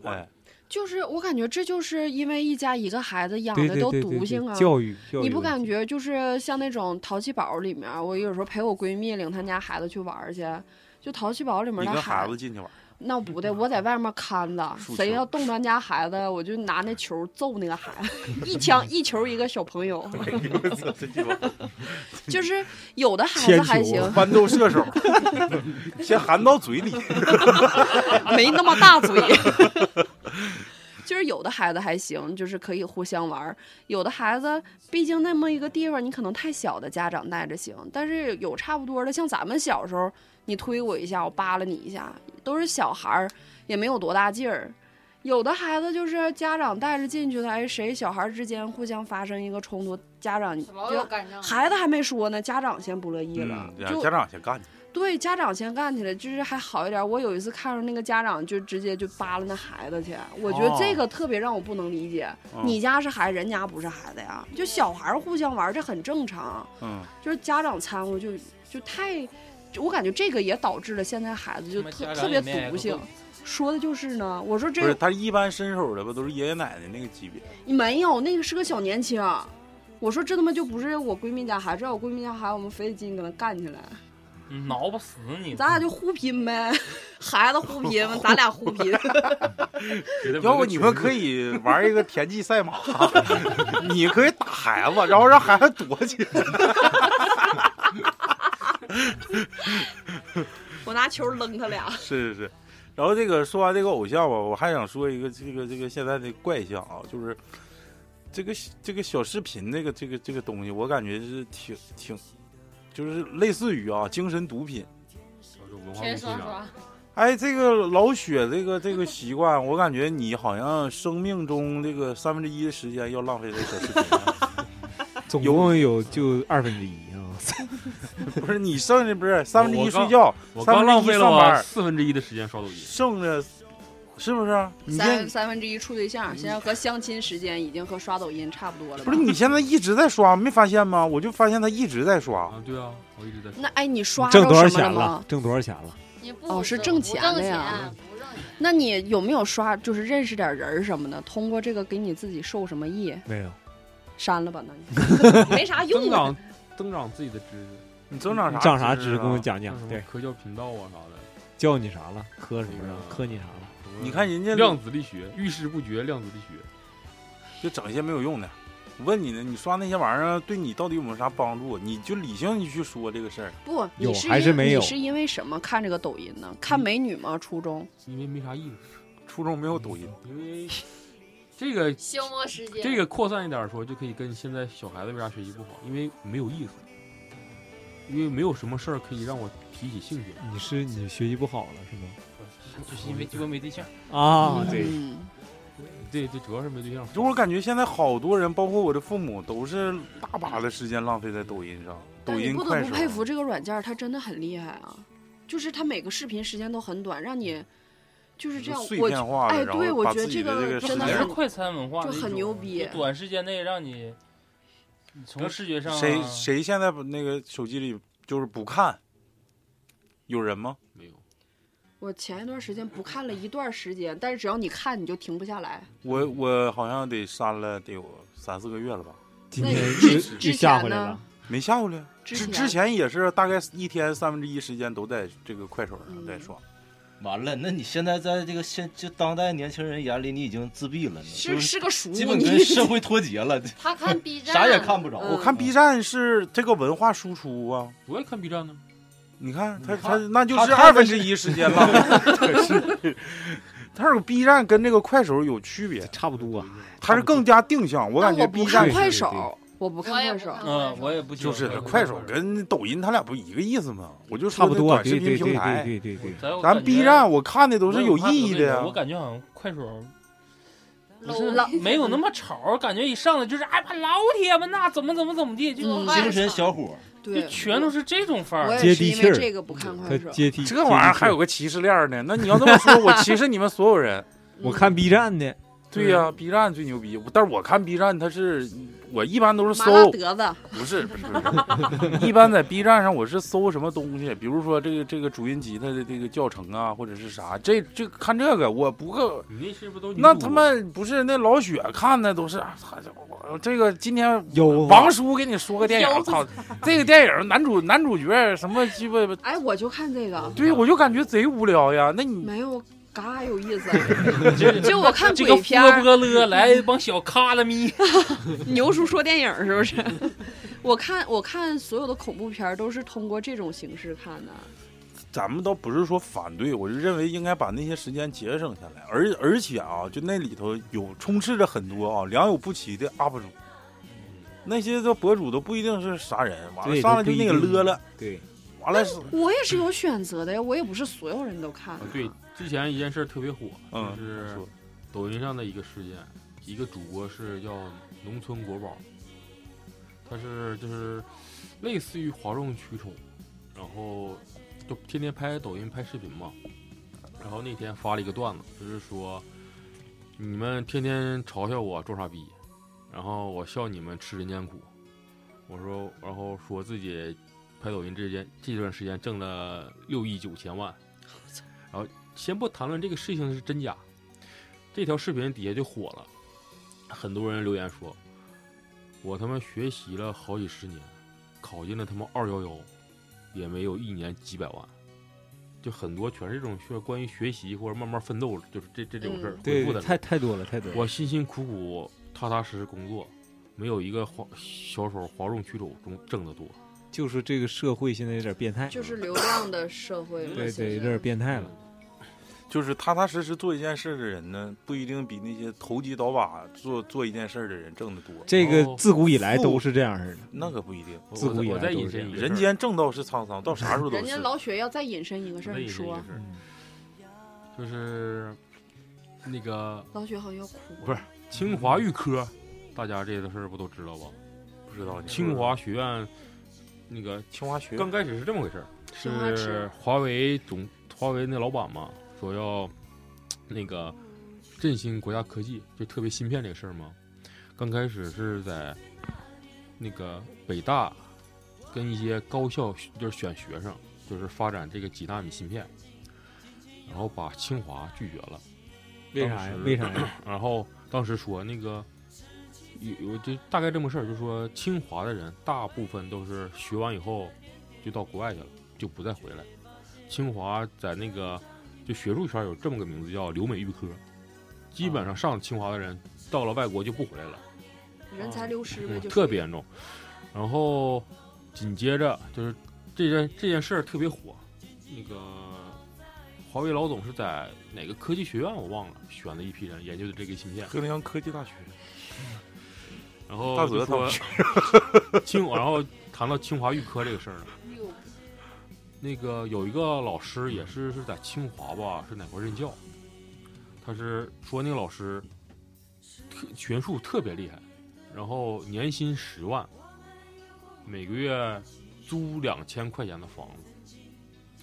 [SPEAKER 2] 哎，
[SPEAKER 7] 就是我感觉这就是因为一家一个孩子养
[SPEAKER 4] 对
[SPEAKER 7] 的
[SPEAKER 4] 对
[SPEAKER 7] 都
[SPEAKER 4] 对对
[SPEAKER 7] 毒
[SPEAKER 4] 对
[SPEAKER 7] 性啊。
[SPEAKER 4] 教育，教育
[SPEAKER 7] 你不
[SPEAKER 4] 问
[SPEAKER 7] 感
[SPEAKER 4] 题
[SPEAKER 7] 觉就是像那种淘气堡里面，我有时候陪我闺蜜领她家孩子去玩儿去，就淘气堡里面
[SPEAKER 2] 你
[SPEAKER 7] 那
[SPEAKER 2] 跟孩
[SPEAKER 7] 孩
[SPEAKER 2] 子进去玩，
[SPEAKER 7] 那不对，我在外面看着，
[SPEAKER 2] 数
[SPEAKER 7] 谁
[SPEAKER 2] 球
[SPEAKER 7] 要动咱家孩子，我就拿那球揍那个孩子，一枪一球一个小朋友，就是有的孩子
[SPEAKER 4] 铅
[SPEAKER 7] 还
[SPEAKER 4] 球
[SPEAKER 7] 行，
[SPEAKER 4] 啊
[SPEAKER 2] 豌豆射手， <laughs> 先含到嘴里，
[SPEAKER 7] <laughs> 没那么大嘴。就是有的孩子还行，就是可以互相玩儿；有的孩子，毕竟那么一个地方，你可能太小的家长带着行。但是有差不多的，像咱们小时候，你推我一下，我扒拉你一下，都是小孩儿，也没有多大劲儿。有的孩子就是家长带着进去的，哎，谁小孩儿之间互相发生一个冲突，家长
[SPEAKER 6] 老有干仗。
[SPEAKER 7] 孩子还没说呢，家长先不乐意了，
[SPEAKER 2] 嗯，
[SPEAKER 7] 就
[SPEAKER 2] 家长先干去，
[SPEAKER 7] 对，家长先干起来，就是还好一点。我有一次看着那个家长就直接就扒拉那孩子去，我觉得这个特别让我不能理解。
[SPEAKER 2] 哦嗯
[SPEAKER 7] 你家是孩子，人家不是孩子呀，就小孩互相玩这很正常，
[SPEAKER 2] 嗯，
[SPEAKER 7] 就是家长掺和就就太，就我感觉这个也导致了现在孩子就
[SPEAKER 9] 他们
[SPEAKER 7] 特
[SPEAKER 9] 家
[SPEAKER 7] 特
[SPEAKER 9] 长
[SPEAKER 7] 别
[SPEAKER 9] 也没挨
[SPEAKER 7] 毒
[SPEAKER 9] 个
[SPEAKER 7] 性
[SPEAKER 9] 揍。
[SPEAKER 7] 说的就是呢，我说
[SPEAKER 2] 不是
[SPEAKER 7] 这
[SPEAKER 2] 他一般伸手的吧，都是爷爷奶奶那个级别，
[SPEAKER 7] 没有那个是个小年轻，我说这他妈就不是我闺蜜家孩子，这要我闺蜜家孩子，我们非得进去跟他干起来。
[SPEAKER 9] 你挠不死你，
[SPEAKER 7] 咱俩就互拼呗， <laughs> 孩子互拼，咱俩互拼。
[SPEAKER 8] 给他
[SPEAKER 2] 要不
[SPEAKER 8] 个
[SPEAKER 2] 你
[SPEAKER 8] 球
[SPEAKER 2] 们可以玩一个田忌赛 <laughs> 马，你可以打孩子，然后让孩子躲起来。
[SPEAKER 7] 我拿球扔他俩。
[SPEAKER 2] <laughs> 是是是。然后这个说完这个偶像吧，我还想说一个这个这个现在的怪象啊，就是这个这个小视频这个这个这个东西，我感觉是挺挺，就是类似于啊精神毒品。
[SPEAKER 8] 就是文化
[SPEAKER 6] 谁
[SPEAKER 8] 冲击
[SPEAKER 6] 刷
[SPEAKER 8] 啊，
[SPEAKER 6] 刷？
[SPEAKER 2] 哎，这个老雪这个这个习惯，我感觉你好像生命中这个三分之一的时间要浪费在小视频上。
[SPEAKER 4] 总
[SPEAKER 2] 有
[SPEAKER 4] 共有就二分之一啊，
[SPEAKER 2] <laughs> 不是你剩下不是三分之
[SPEAKER 8] 我
[SPEAKER 2] 一
[SPEAKER 8] 刚
[SPEAKER 2] 睡觉，
[SPEAKER 8] 我
[SPEAKER 2] 三
[SPEAKER 8] 刚
[SPEAKER 2] 分之
[SPEAKER 8] 浪费
[SPEAKER 2] 一
[SPEAKER 8] 了
[SPEAKER 2] 上班
[SPEAKER 8] 我
[SPEAKER 2] 儿
[SPEAKER 8] 四分之一的时间刷抖音。
[SPEAKER 2] 剩下是不是？你
[SPEAKER 7] 三
[SPEAKER 2] 现
[SPEAKER 7] 三分之一处对象，现在和相亲时间已经和刷抖音差不多了吧。
[SPEAKER 2] <laughs> 不是你现在一直在刷，没发现吗？我就发现他一直在
[SPEAKER 9] 嗯
[SPEAKER 2] 刷。
[SPEAKER 8] 啊，对啊，我一直在刷。
[SPEAKER 7] 那哎，你刷
[SPEAKER 4] 挣多少
[SPEAKER 7] 着什么
[SPEAKER 4] 钱
[SPEAKER 7] 吗？？
[SPEAKER 4] 挣多少钱了？
[SPEAKER 6] 你不
[SPEAKER 7] 哦是挣
[SPEAKER 6] 挣
[SPEAKER 7] 钱
[SPEAKER 6] 不
[SPEAKER 7] 的
[SPEAKER 6] 挣
[SPEAKER 7] 呀
[SPEAKER 6] 钱，不挣钱。
[SPEAKER 7] 那你有没有刷，就是认识点人儿什么的？通过这个给你自己受什么益？
[SPEAKER 4] 没有，
[SPEAKER 7] 删了吧，那你 <laughs> 没啥用
[SPEAKER 8] 增
[SPEAKER 7] 啊。
[SPEAKER 8] 长增长自己的知识，
[SPEAKER 2] 你增长啥？啊
[SPEAKER 4] 长啥知识？跟我
[SPEAKER 2] 讲。
[SPEAKER 4] 讲
[SPEAKER 8] 像
[SPEAKER 4] 讲
[SPEAKER 9] 嗯
[SPEAKER 8] 什。么
[SPEAKER 4] 对，
[SPEAKER 8] 科教频道啊啥的，
[SPEAKER 4] 教你啥了？科什么
[SPEAKER 8] 这
[SPEAKER 4] 了
[SPEAKER 8] 个？
[SPEAKER 4] 科你啥了？
[SPEAKER 8] 什么
[SPEAKER 2] 你看人家
[SPEAKER 9] 嗯
[SPEAKER 8] 量子力学，遇事不决，量子力学。
[SPEAKER 2] 就整一些没有用的。我问你呢，你刷那些玩意儿对你到底有没有啥帮助？你就理性你去说这个事儿。
[SPEAKER 7] 不，
[SPEAKER 4] 有
[SPEAKER 7] 你是
[SPEAKER 4] 还
[SPEAKER 7] 因
[SPEAKER 4] 是没有
[SPEAKER 7] 你是因为什么看这个抖音呢？看美女吗？初中
[SPEAKER 8] 因为没啥意思，
[SPEAKER 2] 初中没有抖音，
[SPEAKER 8] 因为这个
[SPEAKER 6] 消磨时间。
[SPEAKER 8] 这个扩散一点说，就可以跟现在小孩子为啥学习不好，因为没有意思，因为没有什么事儿可以让我提起兴趣来。
[SPEAKER 4] 你是你学习不好了是吗？
[SPEAKER 9] 就是因为结婚没对象，
[SPEAKER 4] 啊，对，
[SPEAKER 7] 嗯，
[SPEAKER 8] 对对，主要是没对象。
[SPEAKER 2] 就我感觉现在好多人，包括我的父母，都是大把的时间浪费在抖音上。抖
[SPEAKER 7] 但哎你
[SPEAKER 2] 音、
[SPEAKER 7] 不得
[SPEAKER 2] 快
[SPEAKER 7] 不
[SPEAKER 2] 手，啊
[SPEAKER 7] 佩服这个软件儿，它真的很厉害啊！就是它每个视频时间都很短，让你就是这样。
[SPEAKER 2] 碎
[SPEAKER 7] 我
[SPEAKER 2] 片化的，
[SPEAKER 7] 哎
[SPEAKER 2] 然后
[SPEAKER 7] 对我
[SPEAKER 2] 把
[SPEAKER 7] 觉得
[SPEAKER 2] 自己
[SPEAKER 7] 这个
[SPEAKER 2] 这个
[SPEAKER 7] 真
[SPEAKER 2] 时
[SPEAKER 7] 的
[SPEAKER 9] 还是
[SPEAKER 2] 间
[SPEAKER 7] 很
[SPEAKER 9] 快餐文化
[SPEAKER 7] 就
[SPEAKER 9] 的一
[SPEAKER 7] 很
[SPEAKER 9] 种
[SPEAKER 7] 牛逼
[SPEAKER 9] 就短时间内让你你从视觉上啊
[SPEAKER 2] 谁谁现在不那个手机里就是不看，有人吗？
[SPEAKER 8] 没有，
[SPEAKER 7] 我前一段时间不看了一段时间，但是
[SPEAKER 2] 嗯
[SPEAKER 7] 只要你看，你就停不下来。
[SPEAKER 2] 我我好像得删了得有三四个月了吧？
[SPEAKER 4] 今
[SPEAKER 7] 那
[SPEAKER 4] 天
[SPEAKER 7] 你
[SPEAKER 4] 又
[SPEAKER 7] 之
[SPEAKER 4] 又
[SPEAKER 7] 之
[SPEAKER 4] 下
[SPEAKER 7] 前
[SPEAKER 4] 回来
[SPEAKER 7] 呢
[SPEAKER 4] 了。
[SPEAKER 2] 没下过了。
[SPEAKER 7] 之
[SPEAKER 2] 之
[SPEAKER 7] 前
[SPEAKER 2] 之前也是大概一天三分之一时间都在这个快手上
[SPEAKER 7] 嗯
[SPEAKER 2] 在刷，
[SPEAKER 3] 完了，那你现在在这个现就当代年轻人眼里，你已经自闭了呢，
[SPEAKER 7] 是
[SPEAKER 3] 就是
[SPEAKER 7] 个熟
[SPEAKER 3] 基
[SPEAKER 7] 物，
[SPEAKER 3] 本
[SPEAKER 7] 你 <laughs> 呃
[SPEAKER 3] 跟社会脱节了，
[SPEAKER 6] 他看 B 站，
[SPEAKER 3] 啥也看不着。
[SPEAKER 2] 我看 B 站是这个文化输出啊，
[SPEAKER 9] 我也看 B 站呢。
[SPEAKER 2] 你看他嗯
[SPEAKER 3] 你
[SPEAKER 2] 他
[SPEAKER 3] 看
[SPEAKER 2] 那就
[SPEAKER 3] 他
[SPEAKER 2] 是
[SPEAKER 3] 他
[SPEAKER 2] 二分之一时间浪费， <laughs> 对是。他有 B 站跟这个快手有区别，
[SPEAKER 4] 差不多啊，
[SPEAKER 2] 它是更加定向。我
[SPEAKER 7] 但
[SPEAKER 2] 感
[SPEAKER 7] 我
[SPEAKER 2] 觉 B
[SPEAKER 7] 不看
[SPEAKER 2] 站
[SPEAKER 7] 快
[SPEAKER 4] 对对
[SPEAKER 7] 手，我不看
[SPEAKER 6] 我
[SPEAKER 7] 快
[SPEAKER 6] 也不
[SPEAKER 7] 手
[SPEAKER 6] 看。
[SPEAKER 11] 嗯，我也不喜
[SPEAKER 2] 就
[SPEAKER 11] 欢
[SPEAKER 2] 是
[SPEAKER 11] 快
[SPEAKER 2] 快手跟抖音它俩不一个意思吗？我就说
[SPEAKER 4] 差不
[SPEAKER 2] 那
[SPEAKER 4] 多啊，
[SPEAKER 2] 短视
[SPEAKER 4] 对
[SPEAKER 2] 频
[SPEAKER 4] 对
[SPEAKER 2] 平
[SPEAKER 4] 对
[SPEAKER 2] 台，
[SPEAKER 4] 对对对对，
[SPEAKER 11] 咱我
[SPEAKER 2] 咱
[SPEAKER 11] 感觉
[SPEAKER 2] B 站我看的都
[SPEAKER 11] 我
[SPEAKER 2] 是
[SPEAKER 11] 也
[SPEAKER 2] 有
[SPEAKER 11] 不看
[SPEAKER 2] 意义的呀
[SPEAKER 11] 我。感觉好像快手不
[SPEAKER 6] low
[SPEAKER 11] 是没有那么吵，感觉一上来就是哎呀老铁们呐，怎么怎么怎么地，就
[SPEAKER 7] 嗯
[SPEAKER 3] 精神小伙儿，
[SPEAKER 11] 就
[SPEAKER 7] 对，
[SPEAKER 11] 全都是这种范
[SPEAKER 7] 我
[SPEAKER 11] 儿。
[SPEAKER 7] 也
[SPEAKER 4] 接
[SPEAKER 7] 是
[SPEAKER 4] 地
[SPEAKER 7] 因
[SPEAKER 4] 气
[SPEAKER 7] 为
[SPEAKER 4] 儿
[SPEAKER 7] 这个 <laughs> 不看
[SPEAKER 4] 他
[SPEAKER 7] 快手。
[SPEAKER 4] 阶梯
[SPEAKER 2] 这玩意儿还有，个歧视链呢。那你要这么说，我歧视你们所有人。
[SPEAKER 4] 我
[SPEAKER 7] 嗯
[SPEAKER 4] 看 B 站的，
[SPEAKER 2] 对呀、b 站最牛逼。但是我看 B 站，它是我一般都是
[SPEAKER 7] 麻辣
[SPEAKER 2] 搜，
[SPEAKER 7] 德子，
[SPEAKER 2] 不是不是，不是 <laughs> 一般在 B 站上我是搜什么东西，比如说这个这个主音吉他的这个教程啊，或者是啥，这这看这个我不个。
[SPEAKER 9] 你那是不都
[SPEAKER 11] 啊
[SPEAKER 2] 那他妈不是那老雪看的都是，啊操、我这个今天
[SPEAKER 4] 有
[SPEAKER 2] 王叔给你说个电
[SPEAKER 6] 有
[SPEAKER 2] 影，操，这个电影男主男主角什么鸡巴，
[SPEAKER 7] 哎，我就看这个，
[SPEAKER 2] 对我就感觉贼无聊呀。那你
[SPEAKER 7] 没有嘎有意思。
[SPEAKER 11] 这
[SPEAKER 7] 就我看
[SPEAKER 11] 这个
[SPEAKER 7] 鬼片
[SPEAKER 11] 波
[SPEAKER 7] 儿，
[SPEAKER 11] 波勒来一帮小卡拉咪，
[SPEAKER 7] 牛叔说电影儿是不是？ <laughs> 我看我看所有的恐怖片儿都是通过这种形式看的。
[SPEAKER 2] 咱们倒不是说反对，我就认为应该把那些时间节省下来，而而且啊，就那里头有充斥着很多啊良莠不齐的 UP 主，嗯那些的博主都不一定是啥人，完了
[SPEAKER 4] 对
[SPEAKER 2] 上来就那个
[SPEAKER 4] 都不一定
[SPEAKER 2] 勒了，
[SPEAKER 4] 对，
[SPEAKER 2] 完了是
[SPEAKER 7] 我也是有选择的呀，我也不是所有人都看
[SPEAKER 9] 啊。对，之前一件事儿特别火，
[SPEAKER 2] 嗯
[SPEAKER 9] 就是
[SPEAKER 2] 说
[SPEAKER 9] 抖音上的一个事件，一个主播是叫农村国宝，他是就是类似于哗众取宠，然后就天天拍抖音拍视频嘛，然后那天发了一个段子，就是说你们天天嘲笑我装傻逼，然后我笑你们吃人间苦，我说然后说自己拍抖音这间这段时间挣了六亿九千万，然后先不谈论这个事情是真假。这条视频底下就火了，很多人留言说：“我他妈学习了好几十年，考进了他妈二幺幺，也没有一年几百万。”就很多全是这种需要关于学习或者慢慢奋斗，就是这这这种事儿
[SPEAKER 7] 嗯
[SPEAKER 9] 回
[SPEAKER 4] 对，
[SPEAKER 9] 复的。
[SPEAKER 4] 太太多了，太多了。
[SPEAKER 9] 我辛辛苦苦、踏踏实实工作，没有一个哗小手哗众取宠中挣得多。
[SPEAKER 4] 就是这个社会现在有点变态，
[SPEAKER 7] 就是哦流量的社会嘛，
[SPEAKER 4] 嗯对
[SPEAKER 7] 现在
[SPEAKER 4] 对，有点变态了。
[SPEAKER 2] 就是踏踏实实做一件事的人呢，不一定比那些投机倒把做做一件事的人挣得多，
[SPEAKER 4] 这个
[SPEAKER 9] 哦
[SPEAKER 4] 自古以来都是这样式的，
[SPEAKER 2] 那可不一定。
[SPEAKER 9] 我
[SPEAKER 4] 自古以
[SPEAKER 9] 我
[SPEAKER 4] 来
[SPEAKER 9] 再
[SPEAKER 4] 都
[SPEAKER 9] 引
[SPEAKER 4] 是这
[SPEAKER 9] 申
[SPEAKER 4] 样
[SPEAKER 9] 一个事儿
[SPEAKER 2] 人间正道是沧桑，到啥时候都
[SPEAKER 7] 人
[SPEAKER 2] 是
[SPEAKER 7] 家。老雪要再引申一个事儿，
[SPEAKER 9] 我再
[SPEAKER 7] 你
[SPEAKER 9] 引申一
[SPEAKER 7] 说
[SPEAKER 9] 个事儿，
[SPEAKER 4] 嗯
[SPEAKER 9] 就是那个
[SPEAKER 7] 老雪好像要哭。
[SPEAKER 9] 不是清华预科，大家这个事儿不都知道吧？
[SPEAKER 2] 不知道
[SPEAKER 9] 清华学院那个
[SPEAKER 2] 清华学院
[SPEAKER 9] 刚开始是这么回事儿，
[SPEAKER 7] 清华
[SPEAKER 9] 是
[SPEAKER 7] 池
[SPEAKER 9] 华为总华为那老板嘛，说要那个振兴国家科技，就特别芯片这个事儿嘛。刚开始是在那个北大跟一些高校就是选学生，就是发展这个几纳米芯片，然后把清华拒绝了。
[SPEAKER 4] 为啥呀 <laughs>
[SPEAKER 9] 当？时
[SPEAKER 4] 为啥呀？
[SPEAKER 9] 然后当时说那个有有就大概这么事儿，就说清华的人大部分都是学完以后就到国外去了，就不再回来。清华在那个就学术圈有这么个名字叫留美预科，基本上上清华的人到了外国就不回来了。
[SPEAKER 7] 人才流失呗，
[SPEAKER 9] 嗯
[SPEAKER 7] 就是
[SPEAKER 9] 特别严重。然后紧接着就是这件这件事儿特别火，那个华为老总是在哪个科技学院我忘了，选了一批人研究的这个芯片，
[SPEAKER 2] 黑龙江科技大学，
[SPEAKER 9] 然后
[SPEAKER 2] 大
[SPEAKER 9] 就
[SPEAKER 2] 泽他们
[SPEAKER 9] 说 <laughs> 清，然后谈到清华预科这个事儿呢，那个有一个老师也是是在清华吧，是哪块儿任教，他是说那个老师特学术特别厉害，然后年薪十万，每个月租两千块钱的房子，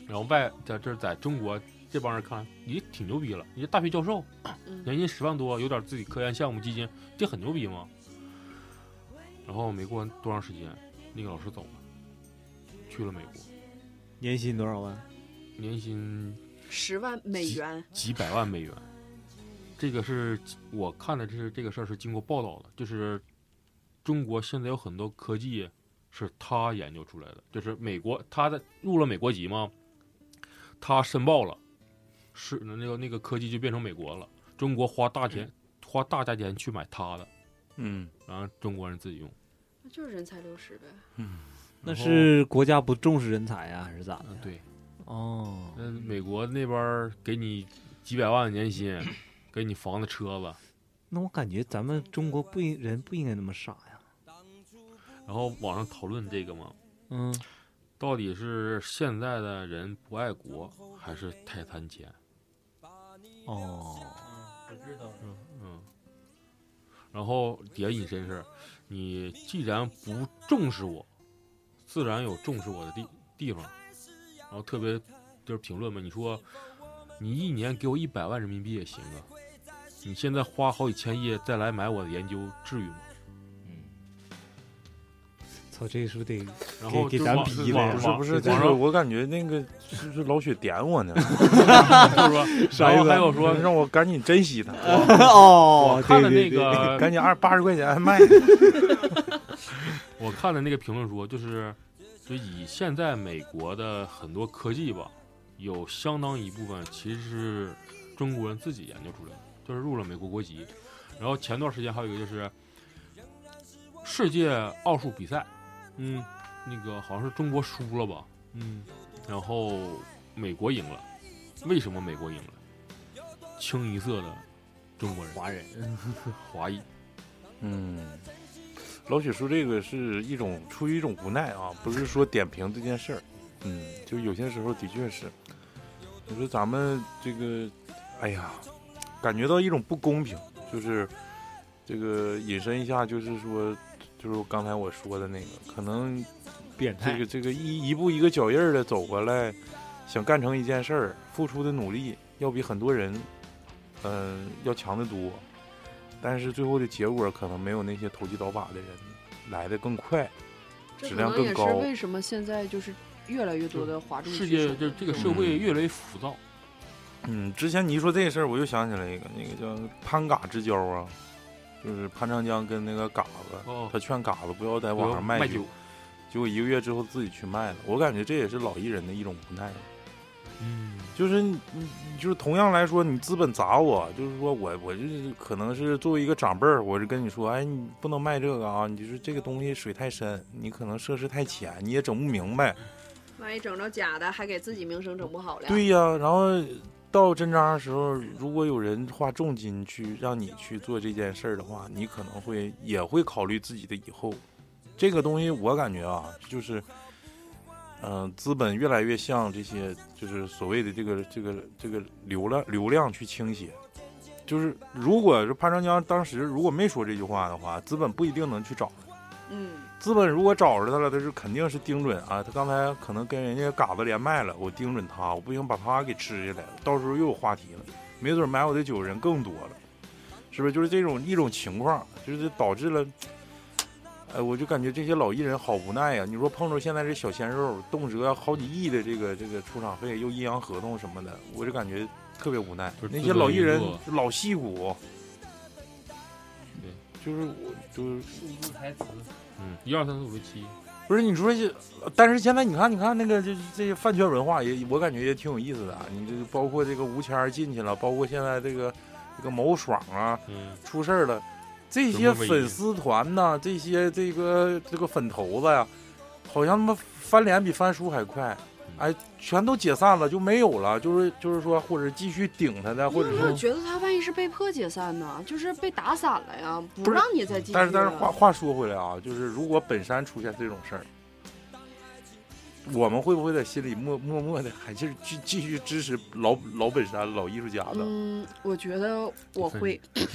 [SPEAKER 9] 然后外在这在中国这帮人看也挺牛逼了，你这大学教授
[SPEAKER 7] 嗯
[SPEAKER 9] 年薪十万多，有点自己科研项目基金，这很牛逼吗？然后没过多长时间，那个老师走了，去了美国，
[SPEAKER 4] <coughs> 年薪多少万？
[SPEAKER 9] 年薪
[SPEAKER 7] 十万美元，
[SPEAKER 9] 几百万美元。这个是我看的，这是这个事儿是经过报道的，就是中国现在有很多科技是他研究出来的，就是美国他在入了美国籍嘛，他申报了，是那个那个科技就变成美国了，中国花大钱、花大价钱去买他的，
[SPEAKER 2] 嗯，
[SPEAKER 9] 然后中国人自己用。
[SPEAKER 7] 那就是人才流失呗。
[SPEAKER 4] 那
[SPEAKER 9] 然后
[SPEAKER 4] 是国家不重视人才哎呀，还是咋的？
[SPEAKER 9] 嗯，对，
[SPEAKER 4] 哦，
[SPEAKER 9] 那美国那边儿给你几百万年薪， <clears throat> 给你房子车子，
[SPEAKER 4] 那我感觉咱们中国不应人不应该那么傻呀。
[SPEAKER 9] 然后网上讨论这个嘛，
[SPEAKER 4] 嗯，
[SPEAKER 9] 到底是现在的人不爱国，还是太贪钱？
[SPEAKER 4] 哦，
[SPEAKER 12] 我知道。
[SPEAKER 9] 嗯，然后底下引申是，你既然不重视我，自然有重视我的地地方。然后特别就是评论嘛，你说你一年给我一百万人民币也行啊，你现在花好几千亿再来买我的研究，至于吗？
[SPEAKER 4] 操，这是不是得
[SPEAKER 9] 然后
[SPEAKER 4] 给
[SPEAKER 9] 就
[SPEAKER 4] 咱
[SPEAKER 9] 网
[SPEAKER 4] 逼
[SPEAKER 9] 网
[SPEAKER 4] 了
[SPEAKER 2] 不
[SPEAKER 4] 不
[SPEAKER 2] 是
[SPEAKER 9] 网
[SPEAKER 2] 不是，这
[SPEAKER 9] 网
[SPEAKER 2] 个
[SPEAKER 9] 上
[SPEAKER 2] 我感觉那个是不是老雪点我 <laughs> 呢？
[SPEAKER 9] 就是说，
[SPEAKER 4] <laughs> 啥
[SPEAKER 9] 然
[SPEAKER 4] 意
[SPEAKER 9] 后
[SPEAKER 4] 思
[SPEAKER 9] 还
[SPEAKER 2] <laughs>
[SPEAKER 9] 有
[SPEAKER 2] 说
[SPEAKER 9] 说
[SPEAKER 2] 让我赶紧珍 <laughs> 惜它，
[SPEAKER 4] 哦
[SPEAKER 9] 我看了
[SPEAKER 4] 对
[SPEAKER 9] 那
[SPEAKER 4] 对对
[SPEAKER 9] 个
[SPEAKER 2] 赶紧二八十块钱卖。
[SPEAKER 9] 我看了那个评论说，就是就以现在美国的很多科技吧，有相当一部分其实是中国人自己研究出来的，就是入了美国国籍。然后前段时间还有一个就是世界奥数比赛，嗯，那个好像是中国输了吧，
[SPEAKER 12] 嗯，
[SPEAKER 9] 然后美国赢了。为什么美国赢了？清一色的中国人、华人、华 <laughs> 裔，
[SPEAKER 2] 嗯，老雪说这个是一种出于一种无奈啊，不是说点评这件事儿。嗯，就有些时候的确是，你说咱们这个，哎呀，感觉到一种不公平，就是这个引申一下，就是说，就是刚才我说的那个，可能
[SPEAKER 4] 变
[SPEAKER 2] 这个这个一一步一个脚印儿的走过来，想干成一件事儿，付出的努力要比很多人，嗯、要强得多。但是最后的结果可能没有那些投机倒把的人来的更快。
[SPEAKER 7] 这
[SPEAKER 2] 质
[SPEAKER 7] 可
[SPEAKER 2] 量
[SPEAKER 7] 能也
[SPEAKER 2] 更高
[SPEAKER 7] 是为什么现在就是越来越多的哗众
[SPEAKER 9] 世
[SPEAKER 7] 取
[SPEAKER 9] 界
[SPEAKER 7] 宠
[SPEAKER 9] 就这嗯个社会越来越浮躁。
[SPEAKER 2] 嗯，之前你一说这事儿，我又想起来一个，那个叫潘嘎之交啊，就是潘长江跟那个嘎子，
[SPEAKER 9] 哦
[SPEAKER 2] 他劝嘎子不要在
[SPEAKER 9] 比如
[SPEAKER 2] 网上卖
[SPEAKER 9] 卖
[SPEAKER 2] 酒，结果一个月之后自己去卖了。我感觉这也是老艺人的一种无奈。
[SPEAKER 9] 嗯，
[SPEAKER 2] 就是你，你就是同样来说，你资本砸我，就是说我我就是可能是作为一个长辈儿，我就跟你说，哎，你不能卖这个啊，你就是这个东西水太深，你可能涉世太浅，你也整不明白。
[SPEAKER 7] 万一整着假的，还给自己名声整不好了。，
[SPEAKER 2] 对呀、然后到真章的时候，如果有人花重金去让你去做这件事儿的话，你可能会也会考虑自己的以后。这个东西我感觉啊，就是，嗯、资本越来越向这些就是所谓的这个这个这个流量流量去倾斜。就是如果是潘长江当时如果没说这句话的话，资本不一定能去找他。
[SPEAKER 7] 嗯，
[SPEAKER 2] 资本如果找着他了，他是肯定是盯准啊。他刚才可能跟人家嘎子连麦了，我盯准他，我不行把他给吃下来，到时候又有话题了，没准买我的酒人更多了，是不是？就是这种一种情况，就是导致了，哎，我就感觉这些老艺人好无奈呀、啊你说碰着现在这小鲜肉，动辄好几亿的这个这个出场费，又阴阳合同什么的，我就感觉特别无奈。
[SPEAKER 9] 就是
[SPEAKER 2] 那
[SPEAKER 9] 资
[SPEAKER 2] 些
[SPEAKER 9] 本
[SPEAKER 2] 老艺
[SPEAKER 9] 运
[SPEAKER 2] 人
[SPEAKER 9] 作
[SPEAKER 2] 老戏骨，
[SPEAKER 9] 对，
[SPEAKER 2] 就是我就是。
[SPEAKER 12] 数字台词，
[SPEAKER 9] 嗯，一二三四五六七，
[SPEAKER 2] 不是你说这，呃但是现在你看，你看那个这这些饭圈文化也，我感觉也挺有意思的啊。你这包括这个吴谦儿进去了，包括现在这个这个某爽啊
[SPEAKER 9] 嗯，
[SPEAKER 2] 出事儿了，这
[SPEAKER 9] 什
[SPEAKER 2] 些
[SPEAKER 9] 么唯一
[SPEAKER 2] 粉丝团呐、这些这个这个粉头子呀、好像他妈翻脸比翻书还快，哎，全都解散了就没有了，就是就是说，或者继续顶他的，
[SPEAKER 7] 你
[SPEAKER 2] 或
[SPEAKER 7] 有
[SPEAKER 2] 者
[SPEAKER 7] 没
[SPEAKER 2] 说
[SPEAKER 7] 有觉得他万一是被迫解散呢？就是被打散了呀，不让你再继续了。
[SPEAKER 2] 但是但是话话说回来啊，就是如果本山出现这种事儿，我们会不会在心里默默默的还是继继续支持老老本山老艺术家呢？
[SPEAKER 7] 嗯，我觉得我会，
[SPEAKER 2] 就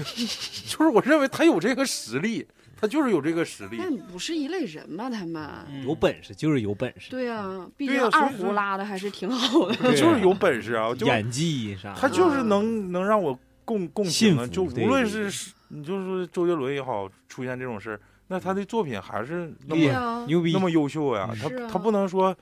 [SPEAKER 2] 是我认为他有这个实力，他就是有这个实力。
[SPEAKER 7] 但不是一类人嘛，他们。
[SPEAKER 2] 嗯
[SPEAKER 4] 有本事就是有本事，
[SPEAKER 7] 对啊，毕
[SPEAKER 2] 对
[SPEAKER 7] 竟
[SPEAKER 2] 啊所以
[SPEAKER 7] 二
[SPEAKER 2] 说
[SPEAKER 7] 胡拉的还是挺好的。
[SPEAKER 2] 他就是有本事啊，就
[SPEAKER 4] 演技啥的，
[SPEAKER 2] 他就是能能让我共共情的，
[SPEAKER 4] 信服
[SPEAKER 2] 就
[SPEAKER 4] 对
[SPEAKER 2] 无论
[SPEAKER 4] 对
[SPEAKER 2] 是是你就说周杰伦也好，出现这种事儿，那他的作品还是那
[SPEAKER 4] 厉
[SPEAKER 2] 么
[SPEAKER 4] 害
[SPEAKER 7] 啊，
[SPEAKER 4] 牛逼
[SPEAKER 2] 那，么优秀呀、
[SPEAKER 4] 嗯
[SPEAKER 2] 他
[SPEAKER 7] 是啊
[SPEAKER 2] 他不能说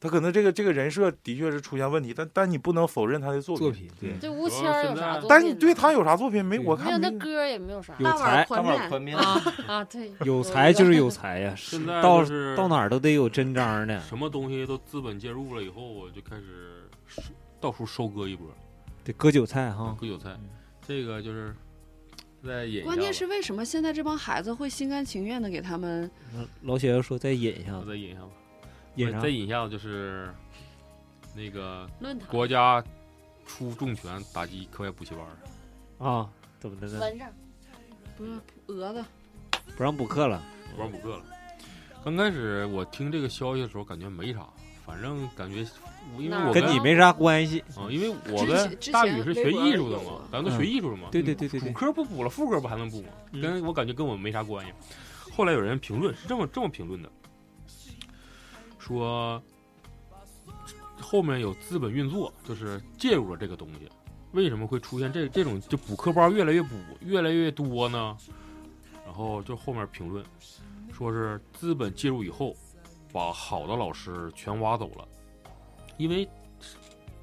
[SPEAKER 2] 他可能这个这个人设的确是出现问题，但但你不能否认他的作
[SPEAKER 4] 作品对，
[SPEAKER 6] 这吴谦儿有啥作品呢？
[SPEAKER 2] 但你对他有啥作品没？
[SPEAKER 4] 对
[SPEAKER 2] 我
[SPEAKER 6] 没有
[SPEAKER 2] 看
[SPEAKER 6] 那
[SPEAKER 2] 没
[SPEAKER 6] 歌儿也没有啥
[SPEAKER 4] 有
[SPEAKER 7] 碗
[SPEAKER 4] 才
[SPEAKER 7] 宽面，
[SPEAKER 3] 宽面
[SPEAKER 6] 啊啊，对，
[SPEAKER 4] 有才就是有才 <laughs> 呀，
[SPEAKER 9] 现在
[SPEAKER 4] 到
[SPEAKER 9] 就是
[SPEAKER 4] 到哪儿都得有真章的。
[SPEAKER 9] 什么东西都资本介入了以后，我就开始收到处收割一波
[SPEAKER 4] 得割韭菜哈，
[SPEAKER 9] 割韭菜。
[SPEAKER 4] 嗯
[SPEAKER 9] 这个就是再演一下吧，
[SPEAKER 7] 关键是为什么现在这帮孩子会心甘情愿的给他们？
[SPEAKER 4] 老雪要说再引一下
[SPEAKER 9] 我
[SPEAKER 4] 子，
[SPEAKER 9] 再引一下吧，
[SPEAKER 4] 引啥
[SPEAKER 9] 再？引一下就是那个
[SPEAKER 6] 论坛
[SPEAKER 9] 国家出重拳打击课外补习班儿，
[SPEAKER 4] 啊？怎么的呢？
[SPEAKER 6] 蚊子
[SPEAKER 7] 不是蛾子，
[SPEAKER 4] 不让补课了，
[SPEAKER 9] 不让补课了。刚开始我听这个消息的时候，感觉没啥，反正感觉因为
[SPEAKER 6] 哪儿
[SPEAKER 9] 我
[SPEAKER 4] 跟
[SPEAKER 9] 跟
[SPEAKER 4] 你没啥关系。
[SPEAKER 9] 啊、因为我
[SPEAKER 7] 之前
[SPEAKER 9] 跟
[SPEAKER 7] 之
[SPEAKER 9] 大
[SPEAKER 7] 前
[SPEAKER 9] 宇是
[SPEAKER 7] 微
[SPEAKER 9] 学
[SPEAKER 7] 博
[SPEAKER 9] 艺
[SPEAKER 7] 上
[SPEAKER 9] 术的
[SPEAKER 7] 有
[SPEAKER 9] 嘛
[SPEAKER 7] 啊，
[SPEAKER 9] 咱都
[SPEAKER 4] 嗯
[SPEAKER 9] 学艺术的嘛，
[SPEAKER 4] 对对对对
[SPEAKER 9] 主
[SPEAKER 4] 对，
[SPEAKER 9] 科不补了，副科不还能补吗？
[SPEAKER 4] 嗯
[SPEAKER 9] 跟我感觉跟我没啥关系。后来有人评论是这么这么评论的，说后面有资本运作，就是介入了这个东西。为什么会出现这这种就补课班越来越补越来越多呢？然后就后面评论说是资本介入以后，把好的老师全挖走了，因为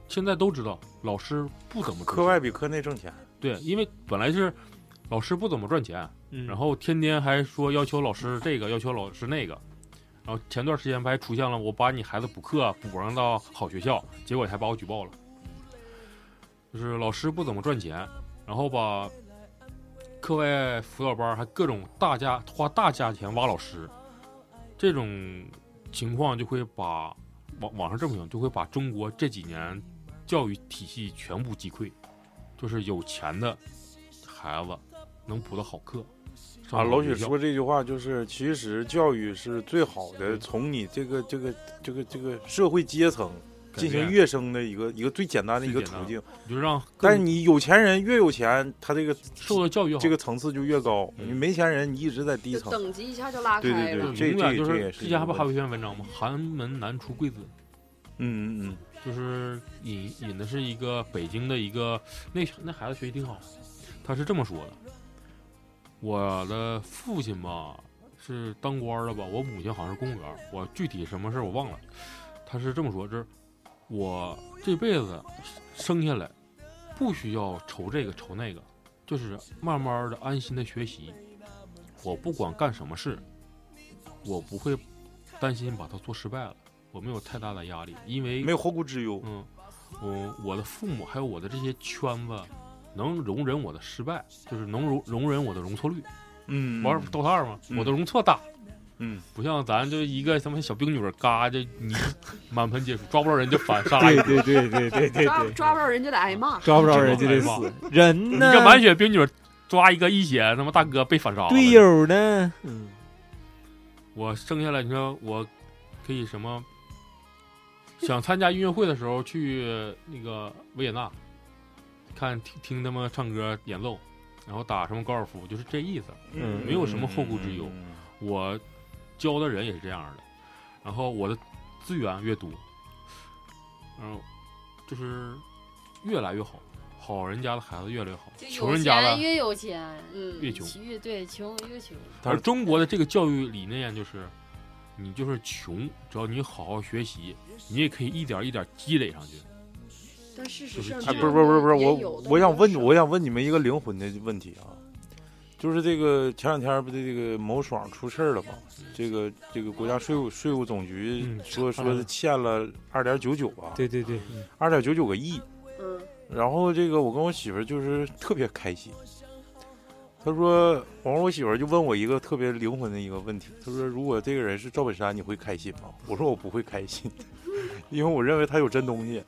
[SPEAKER 9] 现在都知道老师不怎么挣
[SPEAKER 2] 课外比课内挣钱，
[SPEAKER 9] 对，因为本来是老师不怎么赚钱，
[SPEAKER 4] 嗯
[SPEAKER 9] 然后天天还说要求老师这个，要求老师那个，然后前段时间不还出现了我把你孩子补课啊补上到好学校，结果还把我举报了，就是老师不怎么赚钱，然后把课外辅导班还各种大价花大价钱挖老师，这种情况就会把网网上这么讲，就会把中国这几年教育体系全部击溃。就是有钱的孩子能补到好课。
[SPEAKER 2] 啊，
[SPEAKER 9] 上
[SPEAKER 2] 老
[SPEAKER 9] 好学
[SPEAKER 2] 许
[SPEAKER 9] 校
[SPEAKER 2] 说这句话就是，其实教育是最好的，从你这个这个这个这个社会阶层
[SPEAKER 9] 改
[SPEAKER 2] 进行
[SPEAKER 9] 变
[SPEAKER 2] 跃升的一个一个最简单的一个
[SPEAKER 9] 最简
[SPEAKER 2] 途
[SPEAKER 9] 单
[SPEAKER 2] 径。
[SPEAKER 9] 你就让
[SPEAKER 2] 但是
[SPEAKER 9] 更
[SPEAKER 2] 你有钱人越有钱，他这个
[SPEAKER 9] 受到教育好，
[SPEAKER 2] 这个层次就越高；
[SPEAKER 9] 嗯
[SPEAKER 2] 你没钱人，你一直在低
[SPEAKER 7] 就
[SPEAKER 2] 层。
[SPEAKER 7] 等级一下就拉
[SPEAKER 2] 对对
[SPEAKER 7] 开
[SPEAKER 2] 对
[SPEAKER 7] 了。
[SPEAKER 2] 这
[SPEAKER 9] 永
[SPEAKER 2] 这
[SPEAKER 9] 远嗯就
[SPEAKER 2] 这也是
[SPEAKER 9] 之
[SPEAKER 2] 一个
[SPEAKER 9] 前还不
[SPEAKER 2] 问
[SPEAKER 9] 还有一篇文章吗？寒门难出贵子，
[SPEAKER 2] 嗯嗯嗯，
[SPEAKER 9] 就是引引的是一个北京的一个那那孩子学习挺好，他是这么说的：我的父亲吧是当官儿的吧，我母亲好像是公务员儿，我具体什么事儿我忘了。他是这么说，就是我这辈子生下来不需要愁这个愁那个，就是慢慢的安心的学习。我不管干什么事，我不会担心把它做失败了，我没有太大的压力，因为
[SPEAKER 2] 没有后顾之忧。
[SPEAKER 9] 嗯，我我的父母还有我的这些圈子，能容忍我的失败，就是能容容忍我的容错率。
[SPEAKER 2] 嗯，
[SPEAKER 9] 玩 DOTA 二嘛，
[SPEAKER 2] 嗯
[SPEAKER 9] 我的容错大，
[SPEAKER 2] 嗯，
[SPEAKER 9] 不像咱就一个他妈小冰女儿，嘎就泥满盆皆是，抓不着人就反杀。
[SPEAKER 4] 对
[SPEAKER 9] 你
[SPEAKER 4] 对对对对对
[SPEAKER 7] 抓
[SPEAKER 4] 对，
[SPEAKER 7] 抓不着人
[SPEAKER 2] 嗯
[SPEAKER 7] 就得挨骂。
[SPEAKER 4] 抓不着人就得
[SPEAKER 9] 哎
[SPEAKER 4] 死。人呢？
[SPEAKER 9] 这满血冰女儿抓一个一血，他妈大哥被反杀了。
[SPEAKER 4] 队友呢？嗯，
[SPEAKER 9] 我生下来，你说我可以什么？想参加音乐会的时候去那个维也纳，看听听他们唱歌演奏，然后打什么高尔夫，就是这意思。
[SPEAKER 4] 嗯
[SPEAKER 9] 没有什么后顾之忧
[SPEAKER 2] 嗯。
[SPEAKER 9] 我教的人也是这样的，然后我的资源越多，然后就是越来越好，好人家的孩子越来越好，
[SPEAKER 6] 就
[SPEAKER 9] 穷
[SPEAKER 6] 有
[SPEAKER 9] 人家
[SPEAKER 6] 钱
[SPEAKER 9] 的
[SPEAKER 6] 越有钱，
[SPEAKER 7] 嗯，
[SPEAKER 9] 越穷。
[SPEAKER 6] 越对穷越穷。
[SPEAKER 9] 而中国的这个教育理念就是，你就是穷，只要你好好学习，你也可以一点一点积累上去。
[SPEAKER 7] 但事实
[SPEAKER 9] 就是
[SPEAKER 7] 上，
[SPEAKER 9] 哎
[SPEAKER 2] 哎，
[SPEAKER 9] 这
[SPEAKER 2] 不是不是不是不是，
[SPEAKER 7] 也
[SPEAKER 2] 我
[SPEAKER 7] 有的
[SPEAKER 2] 我想
[SPEAKER 7] 不
[SPEAKER 2] 问
[SPEAKER 7] 少
[SPEAKER 2] 我想问你们一个灵魂的问题啊，就是这个前两天不这个某爽出事儿了吗？这个这个国家税务税务总局
[SPEAKER 9] 嗯
[SPEAKER 2] 说
[SPEAKER 4] 查
[SPEAKER 2] 说
[SPEAKER 4] 了
[SPEAKER 2] 是欠了二点九九吧，
[SPEAKER 4] 对对对，
[SPEAKER 2] 二点九九个亿。
[SPEAKER 7] 嗯，
[SPEAKER 2] 然后这个我跟我媳妇儿就是特别开心，她说，完了我媳妇儿就问我一个特别灵魂的一个问题，她说如果这个人是赵本山，你会开心吗？我说我不会开心， <laughs> 因为我认为他有真东西。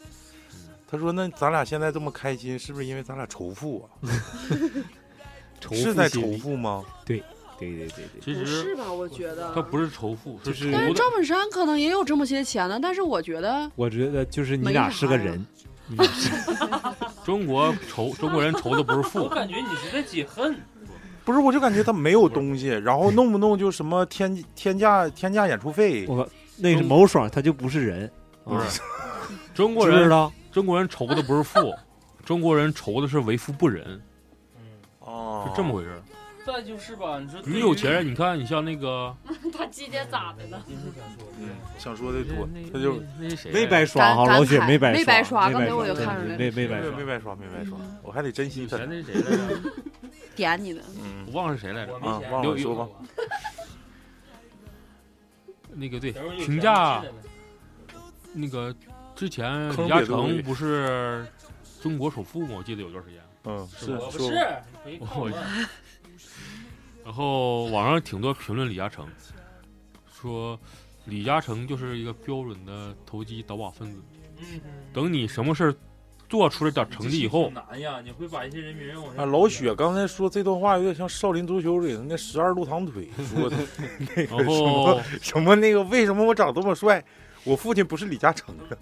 [SPEAKER 2] 她说那咱俩现在这么开心，是不是因为咱俩仇富啊？
[SPEAKER 4] 仇
[SPEAKER 2] 是
[SPEAKER 4] 富
[SPEAKER 2] 在
[SPEAKER 4] 心
[SPEAKER 2] 仇
[SPEAKER 4] 理
[SPEAKER 2] 富吗？
[SPEAKER 4] 对对对对，
[SPEAKER 9] 其
[SPEAKER 7] 不是
[SPEAKER 9] 实
[SPEAKER 7] 吧？我觉得
[SPEAKER 9] 他不是仇富，
[SPEAKER 4] 就是是
[SPEAKER 9] 仇
[SPEAKER 7] 但是
[SPEAKER 9] 的
[SPEAKER 7] 赵。本山可能也有这么些钱呢，但是我觉得
[SPEAKER 4] 我觉得就是你
[SPEAKER 7] 没啥
[SPEAKER 4] 俩是个
[SPEAKER 7] 呀
[SPEAKER 4] 人，你俩是
[SPEAKER 9] 中国仇中国人仇的不是
[SPEAKER 13] 我
[SPEAKER 9] 富，
[SPEAKER 13] 感觉你是在解恨，
[SPEAKER 2] 不是，我就感觉他没有东西，然后弄不弄就什么天天价天价演出费，
[SPEAKER 4] 我那个某爽他就不是人，
[SPEAKER 9] 不
[SPEAKER 4] 啊
[SPEAKER 9] 是中
[SPEAKER 4] 知
[SPEAKER 9] 国
[SPEAKER 4] 不知
[SPEAKER 9] 人
[SPEAKER 4] 道？
[SPEAKER 9] 中国人仇的不是富，中国人仇的是为富不仁，
[SPEAKER 2] 哦
[SPEAKER 9] 是这么回事儿。再就是吧，你说
[SPEAKER 2] 嗯
[SPEAKER 9] 对
[SPEAKER 8] 你
[SPEAKER 9] 于
[SPEAKER 8] 有钱人，你看你像那个
[SPEAKER 6] <laughs> 他今天咋的了？
[SPEAKER 2] 嗯想说的多，他
[SPEAKER 8] 那
[SPEAKER 2] 就
[SPEAKER 8] 那谁
[SPEAKER 4] 没白刷哈，
[SPEAKER 7] 感
[SPEAKER 4] 老雪
[SPEAKER 7] 感慨
[SPEAKER 4] 没白
[SPEAKER 7] 没白刷
[SPEAKER 4] 没
[SPEAKER 7] 刚
[SPEAKER 4] 白
[SPEAKER 7] 才我就看出来了
[SPEAKER 4] 没没白
[SPEAKER 2] 没
[SPEAKER 4] 刷
[SPEAKER 2] 没。白刷，没白刷，我还得珍惜
[SPEAKER 8] 有
[SPEAKER 2] 他
[SPEAKER 8] 钱。那是谁来着？
[SPEAKER 7] 点你的，
[SPEAKER 2] 嗯
[SPEAKER 8] 我，忘了是谁来着
[SPEAKER 9] <laughs> 我？
[SPEAKER 2] 啊
[SPEAKER 9] 没，钱
[SPEAKER 2] 忘
[SPEAKER 8] 有
[SPEAKER 2] 了说吧。
[SPEAKER 8] 那个对
[SPEAKER 9] 有钱 <laughs>
[SPEAKER 8] 评价那个之前
[SPEAKER 2] 坑
[SPEAKER 8] 李嘉
[SPEAKER 2] 瘪肚
[SPEAKER 8] 诚
[SPEAKER 2] 里
[SPEAKER 8] 不是中国首富吗？我记得有段时间。
[SPEAKER 2] 嗯，是
[SPEAKER 9] 我不
[SPEAKER 2] 说
[SPEAKER 9] 是，没看我
[SPEAKER 8] 我然后网上挺多评论李嘉诚，说李嘉诚就是一个标准的投机倒把分子。
[SPEAKER 9] 嗯
[SPEAKER 8] 等你什么事儿做出了点成绩以后，
[SPEAKER 9] 难呀，你会把一些人名往
[SPEAKER 2] 啊，老雪刚才说这段话有点像少林足球里的那十二路堂 <laughs> 腿说的，
[SPEAKER 8] 然后
[SPEAKER 2] 什么那个为什么我长这么帅？我父亲不是李嘉诚的，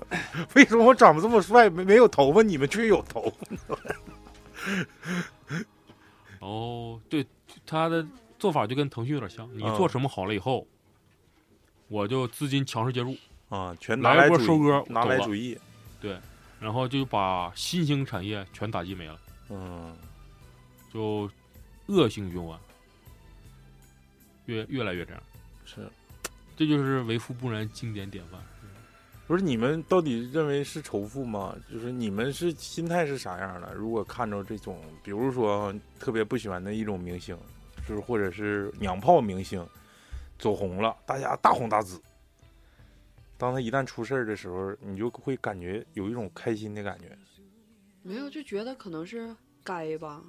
[SPEAKER 2] 为什么我长得这么帅没没有头发，你们却有头发？
[SPEAKER 8] 然后对他的做法就跟腾讯有点像，你
[SPEAKER 2] 嗯
[SPEAKER 8] 做什么好了以后，我就资金强势介入，
[SPEAKER 2] 啊，全拿
[SPEAKER 8] 来
[SPEAKER 2] 来
[SPEAKER 8] 一波
[SPEAKER 2] 主义
[SPEAKER 8] 收割，
[SPEAKER 2] 拿
[SPEAKER 8] 走
[SPEAKER 2] 来
[SPEAKER 8] 了
[SPEAKER 2] 主义，
[SPEAKER 8] 然后就把新兴产业全打击没了，
[SPEAKER 2] 嗯，
[SPEAKER 8] 就恶性循环，越越来越这样，
[SPEAKER 2] 是。
[SPEAKER 8] 这就是为富不仁经典典范。
[SPEAKER 2] 不是你们到底认为是仇富吗？就是你们是心态是啥样的？如果看着这种，比如说特别不喜欢的一种明星，就是或者是娘炮明星走红了，大家大红大紫，当他一旦出事儿的时候，你就会感觉有一种开心的感觉，
[SPEAKER 7] 没有就觉得可能是该吧，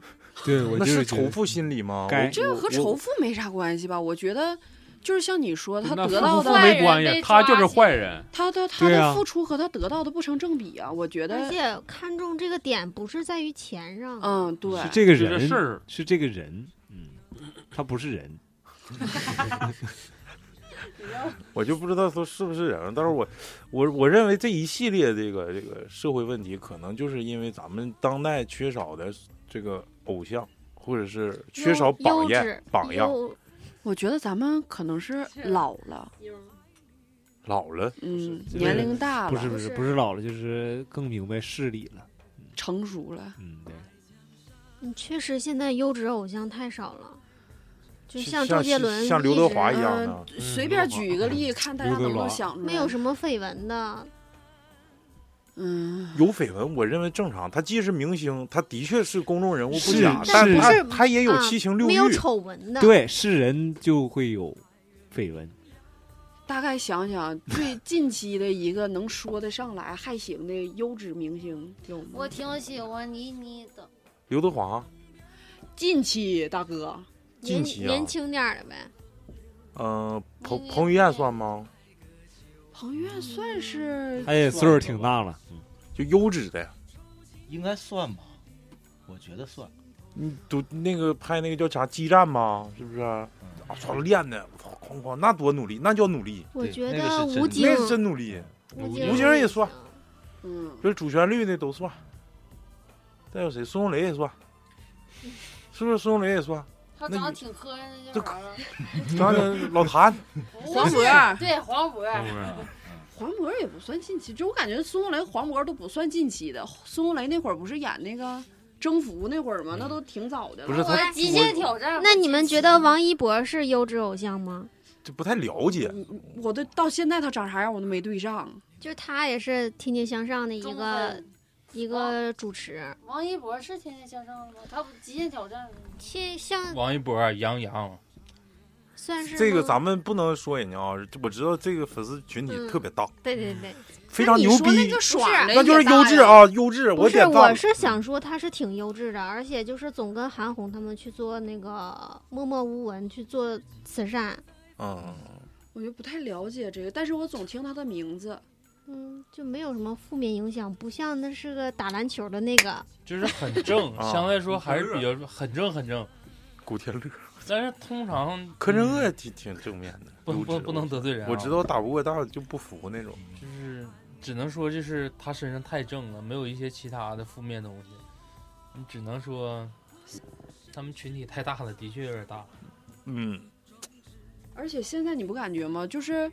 [SPEAKER 4] 对，我
[SPEAKER 2] 那
[SPEAKER 4] 就是觉得
[SPEAKER 2] 仇富心理吗？
[SPEAKER 4] 该
[SPEAKER 2] 我
[SPEAKER 7] 这个和
[SPEAKER 2] 哎我
[SPEAKER 7] 仇富没啥关系吧？我觉得就是像你说，他
[SPEAKER 8] 那
[SPEAKER 7] 得
[SPEAKER 8] 富
[SPEAKER 7] 到
[SPEAKER 8] 不富
[SPEAKER 7] 的
[SPEAKER 8] 没关
[SPEAKER 6] 坏人
[SPEAKER 8] 系，
[SPEAKER 6] 被
[SPEAKER 8] 他就
[SPEAKER 6] 抓
[SPEAKER 8] 是
[SPEAKER 6] 起
[SPEAKER 8] 坏人。
[SPEAKER 7] 他的他
[SPEAKER 4] 对
[SPEAKER 7] 的
[SPEAKER 4] 啊
[SPEAKER 7] 付出和他得到的不成正比啊，我觉
[SPEAKER 5] 而
[SPEAKER 7] 得，
[SPEAKER 5] 且看中这个点不是在于钱上，
[SPEAKER 7] 嗯，对，
[SPEAKER 4] 是这个
[SPEAKER 8] 这个
[SPEAKER 4] 人
[SPEAKER 8] 事儿
[SPEAKER 4] 是这个人，嗯，他不是人，
[SPEAKER 2] 我就不知道说是不是人了，但是我我我认为这一系列这个这个社会问题，可能就是因为咱们当代缺少的这个偶像，或者是缺少榜
[SPEAKER 5] 优质
[SPEAKER 2] 样榜样。
[SPEAKER 5] 优
[SPEAKER 7] 我觉得咱们可能是
[SPEAKER 6] 是
[SPEAKER 7] 老了，
[SPEAKER 2] 老了，
[SPEAKER 7] 嗯，
[SPEAKER 4] 这
[SPEAKER 7] 年
[SPEAKER 4] 个
[SPEAKER 7] 龄大
[SPEAKER 4] 不是
[SPEAKER 7] 了，
[SPEAKER 4] 不是
[SPEAKER 5] 是
[SPEAKER 4] 不是老了，就是更明白事理了，
[SPEAKER 7] 成熟了。
[SPEAKER 4] 嗯，对，
[SPEAKER 5] 嗯确实现在优质偶像太少了，就
[SPEAKER 2] 像
[SPEAKER 5] 像周杰伦、呃
[SPEAKER 2] 像刘德华一样
[SPEAKER 7] 嗯
[SPEAKER 2] 的，，
[SPEAKER 7] 随便举一个例，看大家
[SPEAKER 4] 刘德
[SPEAKER 7] 能不能
[SPEAKER 4] 华
[SPEAKER 7] 想出来。
[SPEAKER 5] 没有什么绯闻的，
[SPEAKER 7] 嗯，
[SPEAKER 2] 有绯闻，我认为正常。他既是明星，他的确是公众人物不
[SPEAKER 4] 是
[SPEAKER 2] 假，
[SPEAKER 4] 是
[SPEAKER 2] 但
[SPEAKER 4] 不
[SPEAKER 2] 他
[SPEAKER 5] 是
[SPEAKER 2] 他也有
[SPEAKER 5] 啊
[SPEAKER 2] 七嗯情六
[SPEAKER 5] 没有
[SPEAKER 2] 欲。
[SPEAKER 5] 丑闻的，
[SPEAKER 4] 对，是人就会有绯闻，
[SPEAKER 7] 大概想想，最近期的一个能说得上来还行的优质明星有吗？
[SPEAKER 6] 我挺喜欢倪妮的，
[SPEAKER 2] 刘德华，
[SPEAKER 7] 近期大哥，
[SPEAKER 2] 近
[SPEAKER 5] 年
[SPEAKER 2] 期啊
[SPEAKER 5] 年轻点儿的呗。
[SPEAKER 2] 嗯，彭
[SPEAKER 6] 那个
[SPEAKER 2] 彭于晏算吗？
[SPEAKER 7] 彭于晏算是
[SPEAKER 4] 他也哎岁数挺大了，
[SPEAKER 2] 就优质的，
[SPEAKER 3] 应该算吧，我觉得算。
[SPEAKER 2] 嗯，都那个拍那个叫啥《激战》吗？是不是？啊，操，练的，我操，哐哐，那多努力，那叫努力，
[SPEAKER 5] 我
[SPEAKER 3] 对
[SPEAKER 5] 觉
[SPEAKER 3] 那个是真
[SPEAKER 5] 得
[SPEAKER 3] 的
[SPEAKER 5] 吴京
[SPEAKER 2] 那，是真努力。
[SPEAKER 5] 吴
[SPEAKER 2] 吴京也算
[SPEAKER 5] 行
[SPEAKER 7] 嗯，
[SPEAKER 2] 就是主旋律的都算，再有谁？孙红雷也算，是不是？孙红雷也算，
[SPEAKER 6] 他
[SPEAKER 2] 那
[SPEAKER 6] 长得
[SPEAKER 2] 你
[SPEAKER 6] 挺磕碜
[SPEAKER 2] 这
[SPEAKER 6] 的，玩意儿。
[SPEAKER 2] 刚才老谭， <laughs>
[SPEAKER 7] 黄渤，
[SPEAKER 6] 对黄渤，
[SPEAKER 7] 黄渤也不算近期，就我感觉孙红雷、黄渤都不算近期的。孙红雷那会儿不是演那个征服那会儿吗？那都挺早的
[SPEAKER 2] 嗯
[SPEAKER 7] 了。
[SPEAKER 2] 不是他
[SPEAKER 6] 我极限挑战。
[SPEAKER 5] 那你们觉得王一博是优质偶像吗？
[SPEAKER 2] 这不太了解。
[SPEAKER 7] 嗯，我都到现在他长啥样我都没对上。
[SPEAKER 5] 就是他也是《天天向上》的一
[SPEAKER 6] 中
[SPEAKER 5] 个
[SPEAKER 6] 分
[SPEAKER 5] 一个主持，
[SPEAKER 6] 王一博是天天向上的吗？他不极限挑战吗
[SPEAKER 5] 天像
[SPEAKER 9] 王一博、杨洋，
[SPEAKER 5] 算是
[SPEAKER 2] 这个
[SPEAKER 5] 吗
[SPEAKER 2] 咱们不能说人家啊，我知道这个粉丝群体
[SPEAKER 5] 嗯
[SPEAKER 2] 特别大，
[SPEAKER 5] 对对对，
[SPEAKER 2] 非常牛
[SPEAKER 7] 那你说那
[SPEAKER 2] 逼
[SPEAKER 7] 个，爽的，
[SPEAKER 2] 那就是优质。啊，优质，
[SPEAKER 5] 不是
[SPEAKER 2] 点，赞
[SPEAKER 5] 我
[SPEAKER 2] 了。
[SPEAKER 5] 是想说他是挺优质的，而且就是总跟韩红他们去做那个默默无闻去做慈善，
[SPEAKER 2] 嗯，
[SPEAKER 7] 我就不太了解这个，但是我总听他的名字。
[SPEAKER 5] 嗯，就没有什么负面影响，不像那是个打篮球的那个，
[SPEAKER 9] 就是很正，
[SPEAKER 4] <laughs>
[SPEAKER 2] 啊
[SPEAKER 9] 相对来说还是比较很正很正。
[SPEAKER 2] 古天乐、
[SPEAKER 9] 但是通常
[SPEAKER 2] 柯震
[SPEAKER 8] 嗯
[SPEAKER 2] 恶挺挺正面的，
[SPEAKER 9] 不
[SPEAKER 2] 优质
[SPEAKER 9] 不不能。得罪人啊，
[SPEAKER 2] 我知道打不过，但我就不服那种。
[SPEAKER 9] 就是只能说就是他身上太正了，没有一些其他的负面东西。你只能说他们群体太大了，的确有点大。
[SPEAKER 2] 嗯，
[SPEAKER 7] 而且现在你不感觉吗？就是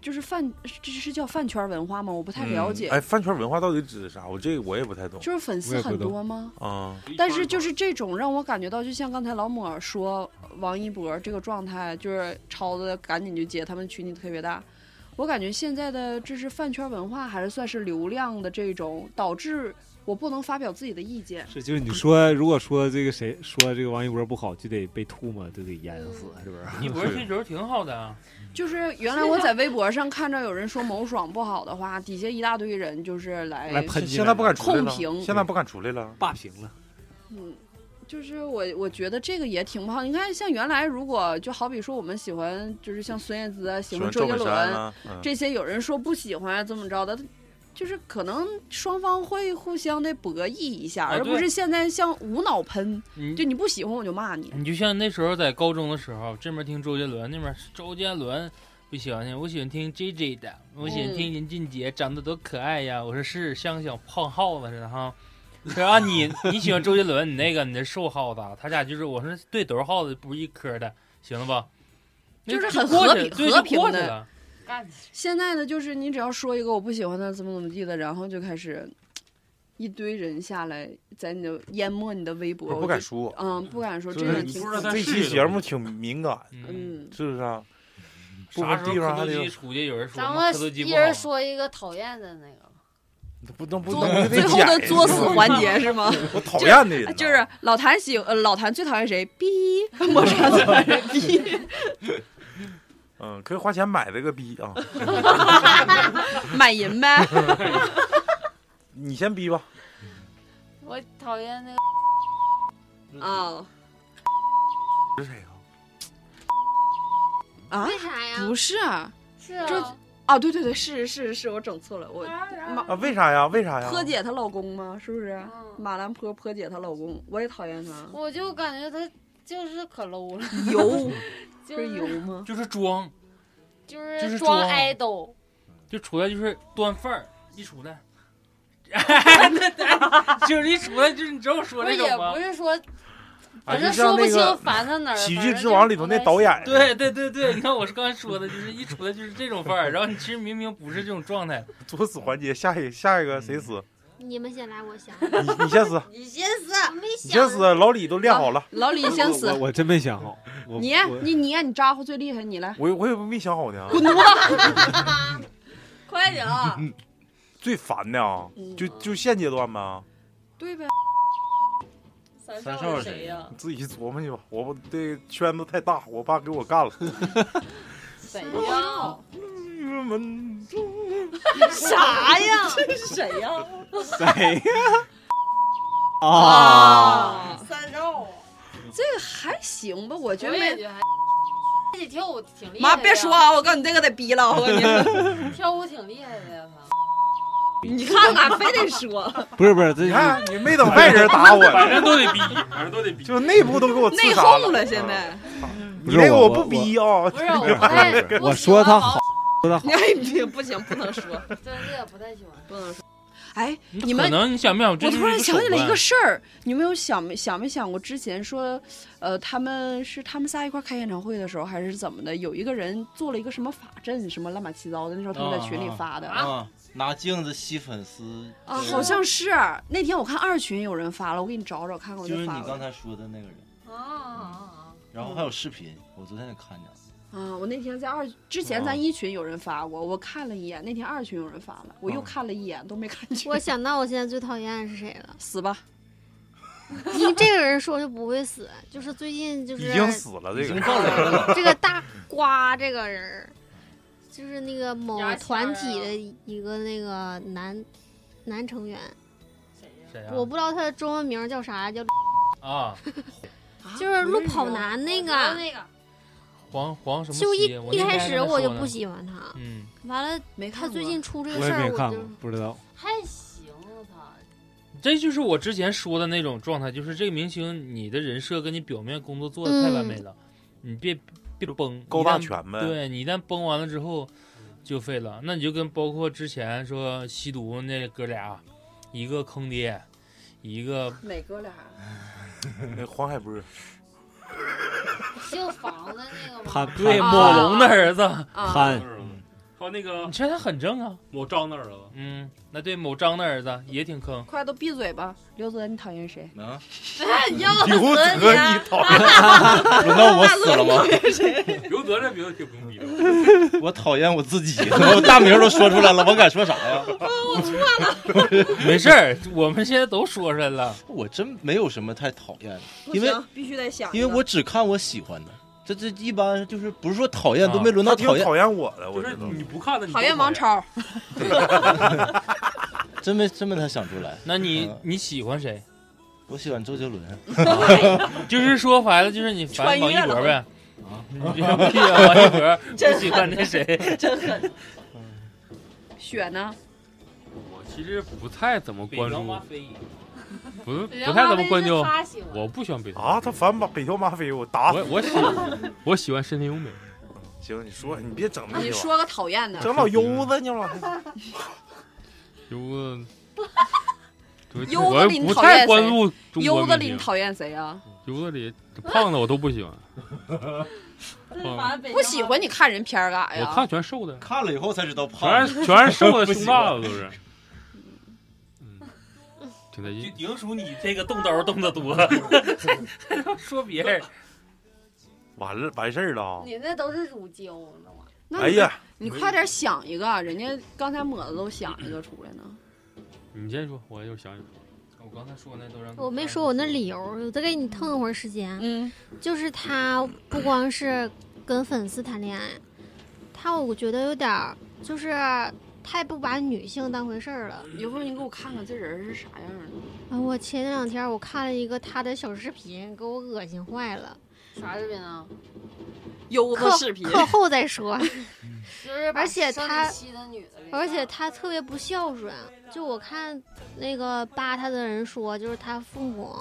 [SPEAKER 7] 就是饭，这是叫饭圈文化吗？我不太了解。
[SPEAKER 2] 嗯哎，饭圈文化到底指的啥？我这个我也不太懂
[SPEAKER 7] 就是粉丝很多吗？
[SPEAKER 2] 啊。
[SPEAKER 7] 但是就是这种让我感觉到，就像刚才老抹说王一博这个状态，就是超子赶紧就接，他们群体特别大。我感觉现在的这是饭圈文化，还是算是流量的这种，导致我不能发表自己的意见。
[SPEAKER 4] 是，就是你说，如果说这个谁说这个王一博不好，就得被吐沫，就得淹死，是不是？
[SPEAKER 9] 你不是这人挺好的啊，
[SPEAKER 7] 就是 <laughs> 原来我在微博上看着有人说某爽不好的话，底下一大堆人就是来
[SPEAKER 4] 来喷进
[SPEAKER 2] 现
[SPEAKER 4] 来
[SPEAKER 2] 在不敢出来
[SPEAKER 7] 控
[SPEAKER 2] 了，
[SPEAKER 7] 评
[SPEAKER 2] 现在不敢出来了。
[SPEAKER 4] 霸屏了，
[SPEAKER 7] 嗯，就是我我觉得这个也挺不好。你看，像原来如果就好比说我们喜欢，就是像孙燕姿啊，
[SPEAKER 2] 喜
[SPEAKER 7] 喜欢
[SPEAKER 2] 欢
[SPEAKER 7] 周
[SPEAKER 2] 赵
[SPEAKER 7] 杰
[SPEAKER 2] 本
[SPEAKER 7] 伦，
[SPEAKER 2] 山啊，嗯
[SPEAKER 7] 这些有人说不喜欢啊，怎么着的，就是可能双方会互相的博弈一下，
[SPEAKER 9] 啊
[SPEAKER 7] 而不
[SPEAKER 9] 对
[SPEAKER 7] 是现在像无脑喷，
[SPEAKER 2] 嗯
[SPEAKER 9] 你
[SPEAKER 7] 就你不喜欢我就骂你。
[SPEAKER 9] 你就像那时候在高中的时候，这边听周杰伦，那边周杰伦不喜欢听，我喜欢听 J J 的，我喜欢
[SPEAKER 7] 嗯
[SPEAKER 9] 听林俊杰，长得多可爱呀！我说是像小胖耗子似的哈。说啊，你你喜欢周杰伦，你那个你那瘦耗子，他俩就是我说对，都是耗子，不是一颗的，行了吧？那
[SPEAKER 7] 就是很
[SPEAKER 9] 过
[SPEAKER 7] 和
[SPEAKER 9] 去
[SPEAKER 7] 平
[SPEAKER 9] 对
[SPEAKER 7] 和
[SPEAKER 9] 就
[SPEAKER 7] 平
[SPEAKER 9] 过去
[SPEAKER 7] 的
[SPEAKER 9] 了
[SPEAKER 6] 干起
[SPEAKER 7] 现在呢，就是你只要说一个我不喜欢他怎么怎么地的，然后就开始一堆人下来在你的淹没你的微博，
[SPEAKER 2] 我
[SPEAKER 7] 我
[SPEAKER 2] 不敢
[SPEAKER 7] 就
[SPEAKER 2] 说。
[SPEAKER 7] 嗯，不敢说
[SPEAKER 2] 就
[SPEAKER 7] 这个
[SPEAKER 2] 是
[SPEAKER 7] 挺
[SPEAKER 8] 不知道他
[SPEAKER 2] 这
[SPEAKER 8] 是
[SPEAKER 2] 期
[SPEAKER 8] 的
[SPEAKER 2] 节目挺敏感，
[SPEAKER 9] 嗯，
[SPEAKER 7] 嗯，
[SPEAKER 2] 是不是啊？不
[SPEAKER 9] 啥
[SPEAKER 2] 分
[SPEAKER 9] 时候
[SPEAKER 2] 地方
[SPEAKER 9] 磕
[SPEAKER 2] 还
[SPEAKER 9] 头
[SPEAKER 2] 得有
[SPEAKER 9] 机出去，有人说
[SPEAKER 6] 咱
[SPEAKER 9] 妈
[SPEAKER 6] 们
[SPEAKER 9] 磕头机
[SPEAKER 6] 一
[SPEAKER 9] 不好
[SPEAKER 6] 人说一个讨厌的那个，
[SPEAKER 2] 不能不
[SPEAKER 7] 作
[SPEAKER 2] 能
[SPEAKER 7] 最后的作死
[SPEAKER 2] 环，
[SPEAKER 7] 环节是
[SPEAKER 2] <laughs>
[SPEAKER 7] 吗？
[SPEAKER 2] 我讨厌的人呢
[SPEAKER 7] <laughs> 就是老谭喜呃老谭最讨厌谁？逼，我啥最讨厌逼？
[SPEAKER 2] 嗯，可以花钱买这个逼啊！
[SPEAKER 7] 买淫呗。
[SPEAKER 2] 你先逼吧，
[SPEAKER 6] 我讨厌那个
[SPEAKER 7] 啊
[SPEAKER 2] 是谁啊？
[SPEAKER 7] 啊，
[SPEAKER 5] 为啥呀？
[SPEAKER 7] 不是啊，
[SPEAKER 6] 是啊，
[SPEAKER 7] 这啊，对对对，是是是，我整错了，
[SPEAKER 4] 哎
[SPEAKER 7] 我马
[SPEAKER 2] 啊，为啥呀？为啥呀？
[SPEAKER 7] 坡姐她老公吗？是不是？
[SPEAKER 6] 嗯
[SPEAKER 7] 马兰坡坡姐她老公，我也讨厌他，
[SPEAKER 6] 我就感觉他就是可 low 了，
[SPEAKER 7] <laughs> 油
[SPEAKER 6] 就
[SPEAKER 7] 不是
[SPEAKER 6] 是
[SPEAKER 7] 油吗？
[SPEAKER 9] 就是装，
[SPEAKER 6] 就是
[SPEAKER 9] 就是
[SPEAKER 6] 装
[SPEAKER 9] 装
[SPEAKER 6] idol，
[SPEAKER 9] 就出来就是端饭儿，一出
[SPEAKER 5] <laughs>
[SPEAKER 9] 来，就是一出来就是你知道我说
[SPEAKER 6] 不
[SPEAKER 9] 那
[SPEAKER 6] 是
[SPEAKER 9] 种
[SPEAKER 6] 也
[SPEAKER 9] 吗
[SPEAKER 6] 不？是说，
[SPEAKER 2] 啊，
[SPEAKER 6] 反
[SPEAKER 2] 就
[SPEAKER 6] 正说
[SPEAKER 2] 像
[SPEAKER 6] 不
[SPEAKER 2] 那
[SPEAKER 6] 清
[SPEAKER 2] 个
[SPEAKER 6] 烦他哪儿。
[SPEAKER 2] 《喜
[SPEAKER 6] 反
[SPEAKER 2] 剧
[SPEAKER 6] 正
[SPEAKER 2] 之
[SPEAKER 6] 就
[SPEAKER 2] 王》里头
[SPEAKER 6] 不
[SPEAKER 2] 那
[SPEAKER 6] 太
[SPEAKER 2] 导
[SPEAKER 6] 喜
[SPEAKER 2] 演，
[SPEAKER 9] 对对对对，你看我是刚才说的，就是一出来就是这种范儿，然后你其实明明不是这种状态。
[SPEAKER 2] 作死环节，下一下一个谁死？
[SPEAKER 5] 你们先来，我想。
[SPEAKER 9] 嗯
[SPEAKER 2] 你你先死，
[SPEAKER 6] 你先死，没
[SPEAKER 2] 你先
[SPEAKER 7] <laughs>
[SPEAKER 2] 死，老李都练好了，
[SPEAKER 7] 老李先
[SPEAKER 4] 我
[SPEAKER 7] 死，
[SPEAKER 4] 我真没想好。我
[SPEAKER 7] 你
[SPEAKER 4] 我
[SPEAKER 7] 你你你咋呼最厉害，你来，
[SPEAKER 2] 我我也没想好呢。
[SPEAKER 7] 快点啊！
[SPEAKER 4] 嗯
[SPEAKER 2] 最烦的啊，
[SPEAKER 7] 嗯
[SPEAKER 2] 就就现阶段呗，
[SPEAKER 7] 对呗，
[SPEAKER 6] 三
[SPEAKER 3] 少
[SPEAKER 6] 少
[SPEAKER 3] 是
[SPEAKER 6] 是
[SPEAKER 3] 谁
[SPEAKER 6] 谁呀？
[SPEAKER 2] 自己琢磨去吧。我不这圈子太大，我怕给我干了。
[SPEAKER 6] 谁
[SPEAKER 7] 不知
[SPEAKER 6] 呀
[SPEAKER 7] 道？<laughs>
[SPEAKER 6] 啥呀？
[SPEAKER 7] 谁呀？
[SPEAKER 4] 谁呀？啊，
[SPEAKER 6] 三少，
[SPEAKER 7] 这个还行吧，我觉
[SPEAKER 6] 我
[SPEAKER 7] 得
[SPEAKER 6] 也
[SPEAKER 7] 没。
[SPEAKER 6] 觉得还。自己跳舞挺厉害的呀。
[SPEAKER 7] 妈，别说啊！我告诉你，这个得逼了，我跟你说，
[SPEAKER 6] 跳舞挺厉害的呀，他。
[SPEAKER 7] 你看看，非得说
[SPEAKER 4] 不是不
[SPEAKER 2] <laughs>
[SPEAKER 4] 是，
[SPEAKER 2] <laughs>
[SPEAKER 4] 这
[SPEAKER 2] 你
[SPEAKER 4] 是
[SPEAKER 2] 看，你没等外人 <laughs> 打
[SPEAKER 9] 反
[SPEAKER 2] 我，
[SPEAKER 9] 正都得逼，反正都得逼。
[SPEAKER 2] 就内部都给我刺
[SPEAKER 7] 内
[SPEAKER 2] 杀嗯
[SPEAKER 7] 讧了，现在。
[SPEAKER 4] 不
[SPEAKER 2] 你
[SPEAKER 4] 是
[SPEAKER 2] 这个
[SPEAKER 4] 我
[SPEAKER 2] 不逼啊
[SPEAKER 6] 不，是，我
[SPEAKER 4] 不是
[SPEAKER 6] 不太
[SPEAKER 4] 不是，
[SPEAKER 6] 我
[SPEAKER 4] 我啊
[SPEAKER 6] 喜
[SPEAKER 4] 说
[SPEAKER 6] 欢
[SPEAKER 4] 他
[SPEAKER 6] 好
[SPEAKER 4] 好，说他好，
[SPEAKER 7] 哎，别不行，不能说，
[SPEAKER 6] 对，这也不太喜欢。
[SPEAKER 7] 不能说。哎，你
[SPEAKER 9] 你
[SPEAKER 7] 们
[SPEAKER 9] 可，能你想不想？这
[SPEAKER 7] 我
[SPEAKER 9] 就是
[SPEAKER 7] 突然
[SPEAKER 9] 手
[SPEAKER 7] 想起来一
[SPEAKER 9] 段
[SPEAKER 7] 个事儿，你们有想没想没想过之前说，呃，他们是他们仨一块儿开演唱会的时候，还是怎么的？有一个人做了一个什么法阵，什么乱七八糟的，那时候他们在群里发的。啊
[SPEAKER 3] 啊，拿镜子吸粉丝
[SPEAKER 7] 好像是那天我看二群有人发了，我给你找找看看，我
[SPEAKER 3] 就是你
[SPEAKER 7] 发
[SPEAKER 3] 刚
[SPEAKER 7] 了。
[SPEAKER 3] 才说的那个人，
[SPEAKER 6] 啊啊啊！
[SPEAKER 3] 然后还有视频，我昨天也看见了。
[SPEAKER 7] 啊，我那天在二之前咱一群有人发过，我看了一眼，那天二群有人发了，我又看了一眼，都没
[SPEAKER 5] <laughs>
[SPEAKER 7] 看
[SPEAKER 5] <laughs>
[SPEAKER 7] 见。，
[SPEAKER 5] 我想到我现在最讨厌的是谁了
[SPEAKER 7] 死吧！
[SPEAKER 5] 你这个人说就不会死，就是最近就是
[SPEAKER 2] 已经死了这个。
[SPEAKER 3] 爆雷 <laughs>
[SPEAKER 5] <laughs>
[SPEAKER 3] 了，
[SPEAKER 5] 这个大瓜这个人儿，就是那个某
[SPEAKER 6] 牙签儿啊
[SPEAKER 5] 团体的一个那个男男成员，
[SPEAKER 6] 谁呀？
[SPEAKER 9] 谁呀？
[SPEAKER 5] 我不知道他的中文名叫啥，叫
[SPEAKER 9] 啊，
[SPEAKER 5] 就是
[SPEAKER 7] 不
[SPEAKER 5] 路
[SPEAKER 7] 认识
[SPEAKER 5] 跑
[SPEAKER 7] 啊
[SPEAKER 5] 男
[SPEAKER 6] 我
[SPEAKER 5] 那
[SPEAKER 6] 知
[SPEAKER 5] 个，
[SPEAKER 6] 道那个，
[SPEAKER 9] 黄黄什么西？
[SPEAKER 5] 就一
[SPEAKER 9] 我
[SPEAKER 5] 一
[SPEAKER 9] 那天
[SPEAKER 5] 开
[SPEAKER 9] 还
[SPEAKER 5] 始
[SPEAKER 9] 跟他
[SPEAKER 5] 我就
[SPEAKER 9] 说呢
[SPEAKER 5] 不。喜欢他，
[SPEAKER 9] 嗯，
[SPEAKER 5] 完了
[SPEAKER 7] 没看
[SPEAKER 5] 他
[SPEAKER 7] 过
[SPEAKER 5] 最近出这个
[SPEAKER 4] 我
[SPEAKER 5] 事
[SPEAKER 4] 也
[SPEAKER 5] 儿，
[SPEAKER 4] 没
[SPEAKER 5] 我
[SPEAKER 4] 看
[SPEAKER 5] 就
[SPEAKER 4] 过，不知道。
[SPEAKER 6] 还行，啊我操。
[SPEAKER 9] 这就是我之前说的那种状态，就是这个明星，你的人设跟你表面工作做的太完
[SPEAKER 5] 嗯
[SPEAKER 9] 美了，你别别崩，
[SPEAKER 2] 高
[SPEAKER 9] 一
[SPEAKER 2] 大
[SPEAKER 9] 旦
[SPEAKER 2] 全呗，
[SPEAKER 9] 对你一旦崩完了之后就废了，那你就跟包括之前说吸毒那哥俩，一个坑爹，一个
[SPEAKER 7] 哪哥俩？啊
[SPEAKER 2] 那黄海波，
[SPEAKER 6] 姓房的那个吗？
[SPEAKER 4] 潘
[SPEAKER 9] 对
[SPEAKER 4] 潘
[SPEAKER 9] 某龙的儿子，
[SPEAKER 7] 啊，
[SPEAKER 4] 潘，
[SPEAKER 8] 后和那个
[SPEAKER 9] 你这他很正啊。
[SPEAKER 8] 某张的儿子，
[SPEAKER 9] 嗯，那对某张的儿子也挺坑， <laughs>
[SPEAKER 7] 快都闭嘴吧！刘泽，你讨厌谁？
[SPEAKER 3] 啊，
[SPEAKER 6] 要死
[SPEAKER 2] 刘泽
[SPEAKER 6] 你啊！
[SPEAKER 2] 你讨厌，
[SPEAKER 7] <laughs>
[SPEAKER 3] 轮到我死了吗？
[SPEAKER 8] 刘泽这名字挺不用逼的。
[SPEAKER 3] 我讨厌我自己， <laughs> 我大名都说出来了，我敢说啥呀？
[SPEAKER 9] <laughs> 没事儿，我们现在都说出来了。
[SPEAKER 3] 我真没有什么太讨厌的，
[SPEAKER 10] 不
[SPEAKER 3] 因为
[SPEAKER 10] 行，必须得想一
[SPEAKER 3] 因
[SPEAKER 10] 个。
[SPEAKER 3] 为我只看我喜欢的。这这一般就是不是说讨厌，
[SPEAKER 9] 啊
[SPEAKER 3] 都没轮到
[SPEAKER 2] 他挺
[SPEAKER 3] 讨厌，
[SPEAKER 2] 讨厌我的，
[SPEAKER 8] 就
[SPEAKER 2] 我知
[SPEAKER 8] 是
[SPEAKER 2] 道。
[SPEAKER 8] 你不看的，你
[SPEAKER 7] 讨厌王
[SPEAKER 8] 超。
[SPEAKER 7] 超，
[SPEAKER 3] 真没真没他想出来。
[SPEAKER 9] 那你
[SPEAKER 3] 嗯
[SPEAKER 9] 你喜欢谁？
[SPEAKER 3] 我喜欢周杰伦，
[SPEAKER 9] 就是说白了，就是你烦
[SPEAKER 10] 穿
[SPEAKER 9] 王一
[SPEAKER 10] 越
[SPEAKER 9] 博
[SPEAKER 10] 了
[SPEAKER 9] 呗。啊，你这屁啊，王一博不喜欢那谁？
[SPEAKER 7] 雪呢？
[SPEAKER 8] 我其实不太怎么关注，
[SPEAKER 9] 飞，
[SPEAKER 8] 不是
[SPEAKER 6] 人家
[SPEAKER 8] 不太怎么
[SPEAKER 6] 妈咪
[SPEAKER 8] 关
[SPEAKER 6] 是
[SPEAKER 9] 啊
[SPEAKER 8] 注。
[SPEAKER 6] 他喜欢
[SPEAKER 8] 我不喜欢北投
[SPEAKER 2] 啊，他反把北条马匪，我打死
[SPEAKER 8] 我我
[SPEAKER 2] 你。
[SPEAKER 8] 喜我喜欢深田优美，
[SPEAKER 2] 行，你说，你别整那
[SPEAKER 7] 那你
[SPEAKER 2] 些玩意儿
[SPEAKER 7] 说个讨厌的，
[SPEAKER 2] 整老悠子呢嘛。
[SPEAKER 8] 优子。对
[SPEAKER 7] 优子
[SPEAKER 8] 我
[SPEAKER 7] 里你
[SPEAKER 8] 不
[SPEAKER 7] 讨
[SPEAKER 8] 太
[SPEAKER 7] 厌
[SPEAKER 8] 关
[SPEAKER 7] 谁
[SPEAKER 8] 注中国
[SPEAKER 7] 优子里
[SPEAKER 8] 明星，
[SPEAKER 7] 你讨厌谁啊？
[SPEAKER 8] 优子里胖的我都不喜欢，
[SPEAKER 9] 嗯
[SPEAKER 5] 哎
[SPEAKER 6] 烦北
[SPEAKER 7] 不
[SPEAKER 6] 京
[SPEAKER 7] 喜
[SPEAKER 6] 话
[SPEAKER 7] 欢你看人片儿干啥呀？
[SPEAKER 8] 我看全瘦的，
[SPEAKER 3] 看了以后才知道
[SPEAKER 8] 全
[SPEAKER 3] 胖。
[SPEAKER 8] 是全是瘦
[SPEAKER 3] <laughs>
[SPEAKER 8] 的胸大的都
[SPEAKER 5] <laughs>
[SPEAKER 8] 是，嗯，挺带劲。
[SPEAKER 9] 顶属你这个动刀动的多，还还要说别人。
[SPEAKER 2] 完了，完事儿了啊。
[SPEAKER 6] 你那都是乳胶，你知道吗？
[SPEAKER 7] 那
[SPEAKER 2] 哎
[SPEAKER 7] 你
[SPEAKER 2] 呀，
[SPEAKER 7] 你快点想一个，啊人家刚才抹子都想一个出来呢。
[SPEAKER 8] 你先说，我一会儿想想。
[SPEAKER 9] 我刚才说那都让
[SPEAKER 5] 我没说我那理由，我再给你腾一会儿时间。
[SPEAKER 7] 嗯，
[SPEAKER 5] 就是他不光是跟粉丝谈恋爱，他我觉得有点儿就是太不把女性当回事儿了。
[SPEAKER 7] 一会儿你给我看看这人是啥样的。
[SPEAKER 5] 啊，我前两天我看了一个他的小视频，给我恶心坏了。
[SPEAKER 6] 啥视频啊？
[SPEAKER 7] 优
[SPEAKER 5] 课
[SPEAKER 7] 子视频，
[SPEAKER 5] 课后再说。
[SPEAKER 6] 就是把
[SPEAKER 5] 而且
[SPEAKER 6] 生理
[SPEAKER 5] 他
[SPEAKER 6] 期的女的给
[SPEAKER 5] 而
[SPEAKER 6] 干
[SPEAKER 5] 且
[SPEAKER 6] 了
[SPEAKER 5] 他特别不孝顺，就我看那个扒他的人说，就是他父母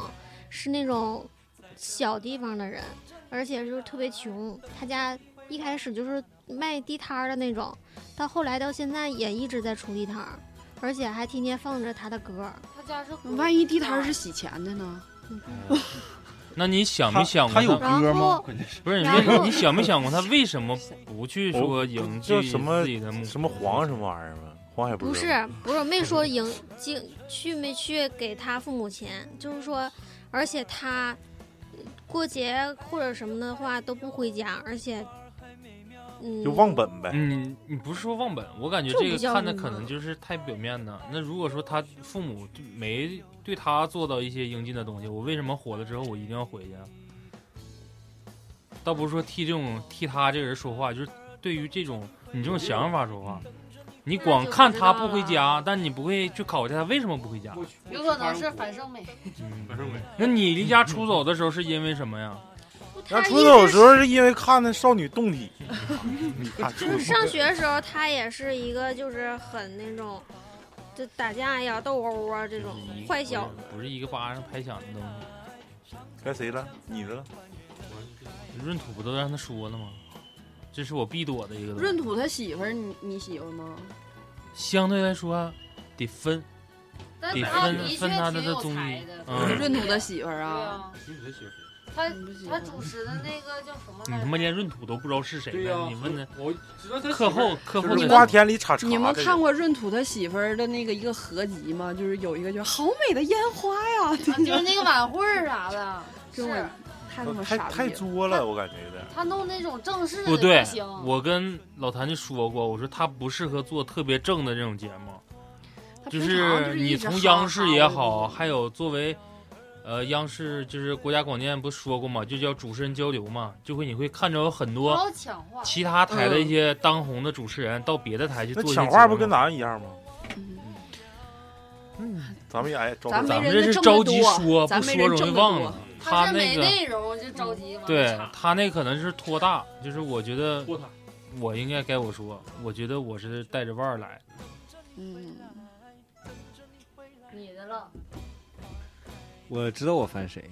[SPEAKER 5] 是那种小地方的人，而且就是特别穷，他家一开始就是卖地摊儿的那种，到后来到现在也一直在出地摊儿，而且还天天放着他的歌儿。
[SPEAKER 6] 他家是古
[SPEAKER 7] 万一地摊
[SPEAKER 6] 代
[SPEAKER 7] 是洗钱的呢？
[SPEAKER 5] 嗯
[SPEAKER 9] 那你想没想过
[SPEAKER 3] 他有
[SPEAKER 9] 他？
[SPEAKER 5] 然
[SPEAKER 3] 歌吗
[SPEAKER 5] 后？
[SPEAKER 3] 关键是
[SPEAKER 9] 不是你
[SPEAKER 5] 然后
[SPEAKER 9] 为你想没想过他为什么不去说迎
[SPEAKER 2] 这
[SPEAKER 9] 接
[SPEAKER 2] 什么
[SPEAKER 9] 自己的目
[SPEAKER 2] 什么黄什么玩意儿吗？黄海波
[SPEAKER 5] 不是不是，没说赢经去没去给他父母钱，就是说，而且他呃过节或者什么的话都不回家，而且嗯，
[SPEAKER 2] 就忘本呗。
[SPEAKER 9] 嗯，你不是说忘本，我感觉
[SPEAKER 5] 这
[SPEAKER 9] 这
[SPEAKER 5] 不
[SPEAKER 9] 个
[SPEAKER 5] 叫
[SPEAKER 9] 看的
[SPEAKER 5] 什
[SPEAKER 9] 可
[SPEAKER 5] 么
[SPEAKER 9] 能就是太表面的。那如果说他父母对没对他做到一些应尽的东西，我为什么火了之后我一定要回去啊？倒不是说替这种替他这个人说话，就是对于这种你这种想法说话。你光
[SPEAKER 6] 嗯那就
[SPEAKER 9] 看
[SPEAKER 6] 不知
[SPEAKER 9] 他
[SPEAKER 6] 道
[SPEAKER 9] 不回
[SPEAKER 6] 了
[SPEAKER 9] 家，但你不会去考虑他为什么不回家。
[SPEAKER 6] 有可能是樊胜美，
[SPEAKER 9] 嗯
[SPEAKER 8] 反正没。
[SPEAKER 9] 那你离家出走的时候是因为什么呀？
[SPEAKER 2] 那
[SPEAKER 5] 他
[SPEAKER 2] 出
[SPEAKER 5] 一
[SPEAKER 2] 走的
[SPEAKER 5] 直
[SPEAKER 2] 时候是因为看那少女动体，你看出
[SPEAKER 5] 就是上学的时候，他也是一个就是很那种，就打架呀、斗殴啊这种
[SPEAKER 9] 就是
[SPEAKER 2] 嗯
[SPEAKER 9] 一
[SPEAKER 5] 坏小子。
[SPEAKER 9] 不是一个巴掌拍响的东西。
[SPEAKER 2] 该谁了？你的了？
[SPEAKER 9] 闰土不都让他说了吗？这是我必躲的一个
[SPEAKER 4] 嗯
[SPEAKER 9] 东西。
[SPEAKER 7] 闰土他媳妇儿，你你喜欢吗？
[SPEAKER 9] 相对来说得分，
[SPEAKER 6] 但
[SPEAKER 9] 得
[SPEAKER 6] 他
[SPEAKER 9] 分
[SPEAKER 6] 的确
[SPEAKER 9] 分他的
[SPEAKER 6] 挺有
[SPEAKER 9] 综
[SPEAKER 6] 才
[SPEAKER 9] 艺
[SPEAKER 6] 的。，
[SPEAKER 9] 嗯，
[SPEAKER 7] 闰土他媳妇儿
[SPEAKER 6] 对
[SPEAKER 7] 啊，
[SPEAKER 6] 啊，
[SPEAKER 8] 你谁喜欢谁？
[SPEAKER 6] 他
[SPEAKER 7] 你不喜
[SPEAKER 6] 他
[SPEAKER 7] 欢
[SPEAKER 6] 主持的那个叫什么
[SPEAKER 9] 你
[SPEAKER 6] 来
[SPEAKER 9] 他
[SPEAKER 6] 着？啊
[SPEAKER 9] 妈连闰土都不知道是谁
[SPEAKER 8] 对呀
[SPEAKER 9] 呢？你问他
[SPEAKER 8] 我知道他
[SPEAKER 9] 课后课后
[SPEAKER 2] 就
[SPEAKER 9] 的
[SPEAKER 2] 是
[SPEAKER 9] 人
[SPEAKER 2] 瓜田里插茶。
[SPEAKER 7] 你们看？过闰土他媳妇儿的那个一个合集吗？就是有一个就是好美的烟花呀，
[SPEAKER 6] 啊就是那个晚会儿啥的，
[SPEAKER 7] 跟我
[SPEAKER 6] 是
[SPEAKER 7] 太他妈
[SPEAKER 4] 哦
[SPEAKER 2] 太
[SPEAKER 7] 傻
[SPEAKER 2] 太
[SPEAKER 7] 逼了。
[SPEAKER 2] 作了，我感觉有点。
[SPEAKER 6] 他弄那种正式的
[SPEAKER 9] 不对
[SPEAKER 6] 行。，
[SPEAKER 9] 我跟老谭就说过，我说他不适合做特别正的这种节目，
[SPEAKER 7] 他
[SPEAKER 9] 就
[SPEAKER 7] 平常就是
[SPEAKER 9] 你
[SPEAKER 7] 一直
[SPEAKER 9] 从
[SPEAKER 7] 哈
[SPEAKER 9] 央视也
[SPEAKER 7] 哈
[SPEAKER 9] 好，
[SPEAKER 7] 我
[SPEAKER 9] 还有作为。呃，央视就是国家广电不说过嘛，就叫主持人交流嘛，就会你会看着有很
[SPEAKER 6] 不
[SPEAKER 9] 多
[SPEAKER 6] 要抢话，
[SPEAKER 9] 其他台的一些当红的主持人到别的台去
[SPEAKER 2] 嗯那
[SPEAKER 9] 做一些
[SPEAKER 2] 抢话
[SPEAKER 9] 节目
[SPEAKER 2] 不跟咱们一样吗？
[SPEAKER 7] 嗯
[SPEAKER 2] 咱们也哎，招
[SPEAKER 7] 咱
[SPEAKER 2] 咱
[SPEAKER 7] 没
[SPEAKER 9] 咱们
[SPEAKER 7] 人
[SPEAKER 9] 这
[SPEAKER 7] 家
[SPEAKER 9] 是
[SPEAKER 7] 挣
[SPEAKER 9] 着
[SPEAKER 7] 得
[SPEAKER 9] 急
[SPEAKER 7] 多
[SPEAKER 9] 说，不
[SPEAKER 7] 咱没人
[SPEAKER 9] 说容易
[SPEAKER 7] 挣得
[SPEAKER 9] 忘
[SPEAKER 7] 多
[SPEAKER 9] 了。
[SPEAKER 6] 他是
[SPEAKER 9] 那
[SPEAKER 6] 没
[SPEAKER 9] 个，
[SPEAKER 6] 内容就着急往
[SPEAKER 9] 对
[SPEAKER 6] 上插
[SPEAKER 9] 他那可能是拖大，就是我觉得
[SPEAKER 8] 拖沓
[SPEAKER 9] 我应该该我说，我觉得我是带着腕儿来的。
[SPEAKER 7] 嗯，
[SPEAKER 6] 你的了，
[SPEAKER 4] <laughs> 我知道我烦谁，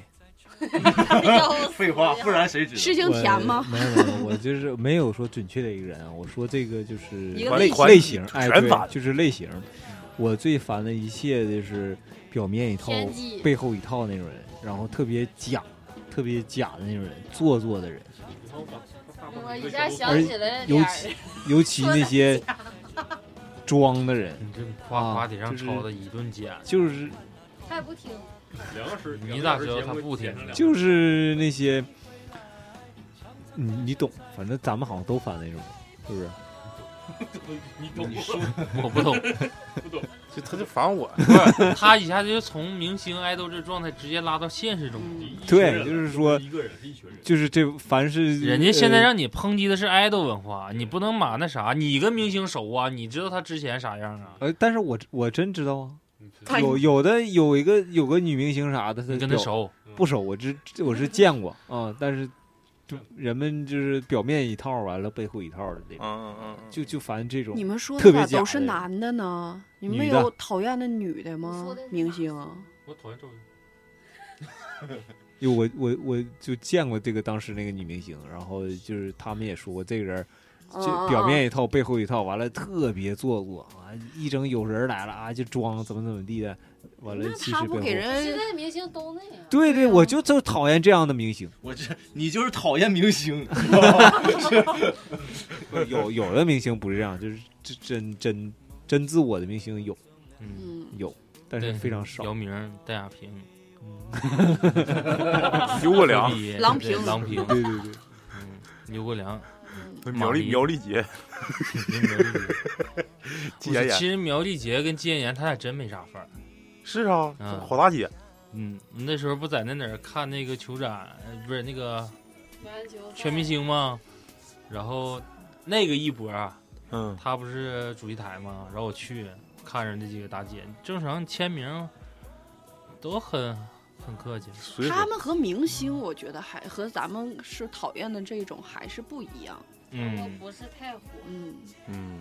[SPEAKER 3] 废话，不然谁知
[SPEAKER 7] 事情
[SPEAKER 4] 我
[SPEAKER 7] 甜吗？？
[SPEAKER 4] 没有没有，我就是没有说准确的一个人啊，我说这个就是
[SPEAKER 7] 一个
[SPEAKER 4] 类
[SPEAKER 7] 类
[SPEAKER 2] 型
[SPEAKER 4] 类型，哎，
[SPEAKER 2] 全
[SPEAKER 4] 对，
[SPEAKER 2] 烦
[SPEAKER 4] 就是类型。我最烦的一切就是表面一套，
[SPEAKER 6] 偏激
[SPEAKER 4] 背后一套那种人，然后特别假，特别假的那种人，做 <laughs> 作的人，
[SPEAKER 6] 我一下想起来
[SPEAKER 4] 尤
[SPEAKER 6] 点
[SPEAKER 4] 其尤其那些装的人，
[SPEAKER 9] 你这夸
[SPEAKER 4] 啊
[SPEAKER 9] 夸得让
[SPEAKER 4] 就是
[SPEAKER 9] 超子一顿剪，
[SPEAKER 4] 就是
[SPEAKER 6] 他也不听，
[SPEAKER 8] 两个小时，
[SPEAKER 9] 你咋知道他不听？
[SPEAKER 4] 就是那些，你你懂，反正咱们好像都犯那种，是不是？
[SPEAKER 8] 你懂
[SPEAKER 9] 你说我不懂，
[SPEAKER 2] 就他就烦我，
[SPEAKER 9] 不是他一下子就从明星爱豆这状态直接拉到现实中，
[SPEAKER 7] 嗯
[SPEAKER 4] 嗯对，就是说，
[SPEAKER 8] 一个人是一群人，
[SPEAKER 4] 就是这凡是
[SPEAKER 9] 人家现在
[SPEAKER 4] 呃
[SPEAKER 9] 让你抨击的是爱豆文化，你不能马那啥，你跟明星熟啊，你知道他之前啥样啊？
[SPEAKER 4] 呃，但是我我真知道啊，
[SPEAKER 7] 他
[SPEAKER 4] 有有的有一个有个女明星啥的，
[SPEAKER 9] 你
[SPEAKER 4] 她
[SPEAKER 9] 跟他
[SPEAKER 4] 表
[SPEAKER 9] 熟，
[SPEAKER 4] 不熟，我知我是见过啊，但是就人们就是表面一套，完了背后一套的那种，
[SPEAKER 2] 嗯嗯嗯，
[SPEAKER 4] 就就烦这种
[SPEAKER 7] 你。们说的
[SPEAKER 4] 特别
[SPEAKER 7] 咋
[SPEAKER 4] 假
[SPEAKER 7] 都是
[SPEAKER 4] 的
[SPEAKER 7] 男的呢？你们没
[SPEAKER 4] 女的
[SPEAKER 7] 有讨厌的女的
[SPEAKER 6] 我说
[SPEAKER 7] 吗
[SPEAKER 6] 的是？
[SPEAKER 7] 明星
[SPEAKER 9] 我讨厌周瑜，
[SPEAKER 4] 因为我我我就见过这个当时那个女明星，然后就是他们也说过这个人，
[SPEAKER 7] 嗯啊
[SPEAKER 4] 就表面一套背后一套，完了特别做作啊，一整有人来了啊就装怎么怎么地的，完了
[SPEAKER 7] 那
[SPEAKER 4] 其
[SPEAKER 7] 他
[SPEAKER 4] 实
[SPEAKER 7] 不给
[SPEAKER 4] 背后。
[SPEAKER 6] 现
[SPEAKER 7] 人嗯
[SPEAKER 6] 在明星都那样。
[SPEAKER 4] 对对，我就就讨厌这样的明星。
[SPEAKER 3] 我这你就是讨厌明星，
[SPEAKER 4] 有有的明星不是这样，就是真真真真自我的明星有
[SPEAKER 9] 嗯，
[SPEAKER 7] 嗯，
[SPEAKER 4] 有，但是
[SPEAKER 9] 对
[SPEAKER 4] 非常少嗯
[SPEAKER 9] 姚。明、戴亚平、
[SPEAKER 2] 刘国梁
[SPEAKER 9] 科、比
[SPEAKER 7] 郎
[SPEAKER 9] 对
[SPEAKER 7] 平
[SPEAKER 9] 郎平、
[SPEAKER 4] 对对对，
[SPEAKER 9] 嗯刘国梁、
[SPEAKER 2] <laughs> 苗
[SPEAKER 9] 马
[SPEAKER 2] 丽
[SPEAKER 9] 丽
[SPEAKER 2] 苗丽杰、
[SPEAKER 9] 苗丽杰。
[SPEAKER 2] 季
[SPEAKER 9] 我
[SPEAKER 2] 妍
[SPEAKER 9] 说
[SPEAKER 2] 妍
[SPEAKER 9] 其实苗丽杰跟季妍妍他俩真没啥范儿。
[SPEAKER 2] 是啊
[SPEAKER 9] 嗯，
[SPEAKER 2] 好大姐，
[SPEAKER 9] 嗯，那时候不在那哪儿看那个球展，呃不是那个
[SPEAKER 6] 篮球赛
[SPEAKER 9] 全明星吗？然后那个一波啊，
[SPEAKER 2] 嗯，
[SPEAKER 9] 他不是主席台吗？然后我去看着那几个大姐，正常签名都很很客气。
[SPEAKER 2] 随
[SPEAKER 7] 他
[SPEAKER 2] 和，
[SPEAKER 7] 们和明星，我觉得还和咱们是讨厌的这种还是不一样。
[SPEAKER 6] 我
[SPEAKER 9] 嗯，
[SPEAKER 6] 不是太火，
[SPEAKER 7] 嗯，
[SPEAKER 2] 嗯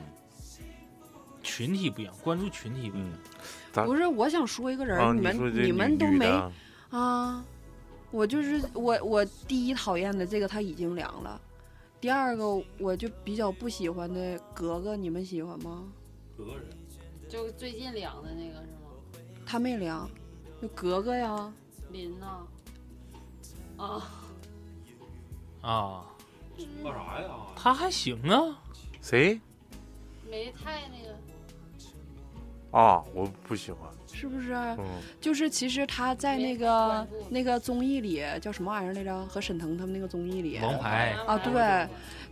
[SPEAKER 9] 群体不一样，关注群体不一样。
[SPEAKER 2] 嗯，啊
[SPEAKER 7] 不是，我想说一个人儿，
[SPEAKER 2] 啊，
[SPEAKER 7] 你
[SPEAKER 2] 说
[SPEAKER 7] 们
[SPEAKER 2] 这女
[SPEAKER 7] 们都
[SPEAKER 2] 女
[SPEAKER 7] 没
[SPEAKER 2] 的啊
[SPEAKER 7] 啊，我就是我我第一讨厌的这个他已经凉了，第二个我就比较不喜欢的格格，你们喜欢吗？
[SPEAKER 6] 就最近凉的那个是吗？
[SPEAKER 7] 他没凉，就格格呀，
[SPEAKER 6] 林呐，啊，
[SPEAKER 9] 啊，
[SPEAKER 8] 干啥呀？
[SPEAKER 9] 他还行啊，
[SPEAKER 2] 谁
[SPEAKER 6] 没太那个，
[SPEAKER 2] 啊？我不喜欢，
[SPEAKER 7] 是不是？
[SPEAKER 2] 嗯，
[SPEAKER 7] 就是其实他在
[SPEAKER 6] 没
[SPEAKER 7] 那个
[SPEAKER 6] 关注
[SPEAKER 7] 那个综艺里叫什么玩意儿来着？和沈腾他们那个综艺里，
[SPEAKER 9] 王牌
[SPEAKER 7] 啊对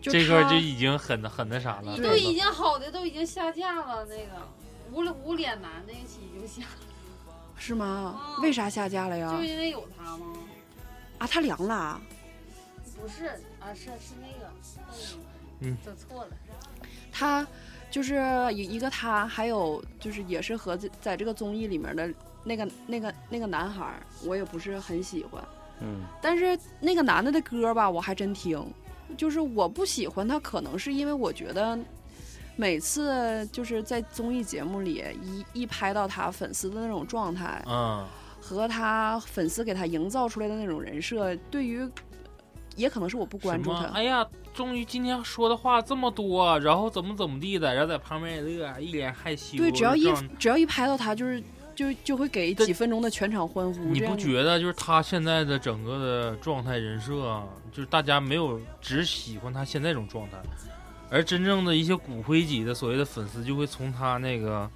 [SPEAKER 7] 就
[SPEAKER 9] 这块
[SPEAKER 7] 他
[SPEAKER 9] 就已经很很那啥了。
[SPEAKER 6] 你都已经好的都已经下架了，那个无脸无脸男那一期就下，
[SPEAKER 7] 是吗？
[SPEAKER 6] 啊
[SPEAKER 7] 为啥下架了呀
[SPEAKER 6] 就？因为有他吗？
[SPEAKER 7] 啊，他凉了啊，
[SPEAKER 6] 不是啊，是是那个，
[SPEAKER 9] 嗯，
[SPEAKER 6] 整错了，
[SPEAKER 7] 他就是一一个他，还有就是也是和这在这个综艺里面的那个那个那个男孩儿，我也不是很喜欢。
[SPEAKER 2] 嗯，
[SPEAKER 7] 但是那个男的的歌吧，我还真听。就是我不喜欢他，可能是因为我觉得每次就是在综艺节目里一一拍到他粉丝的那种状态，
[SPEAKER 9] 嗯，
[SPEAKER 7] 和他粉丝给他营造出来的那种人设，对于也可能是我不关注
[SPEAKER 9] 什么
[SPEAKER 7] 他。
[SPEAKER 9] 哎呀，终于今天说的话这么多，然后怎么怎么地的，然后在旁边也乐，一脸害羞。
[SPEAKER 7] 对，只要一
[SPEAKER 9] 这样
[SPEAKER 7] 只要一拍到他，就是就就会给
[SPEAKER 9] 对
[SPEAKER 7] 几分钟的全场欢呼。
[SPEAKER 9] 你
[SPEAKER 7] 这
[SPEAKER 9] 不
[SPEAKER 7] 样
[SPEAKER 9] 觉得就是他现在的整个的状态人设啊，就是大家没有只喜欢他现在这种状态，而真正的一些骨灰级的所谓的粉丝就会从他那个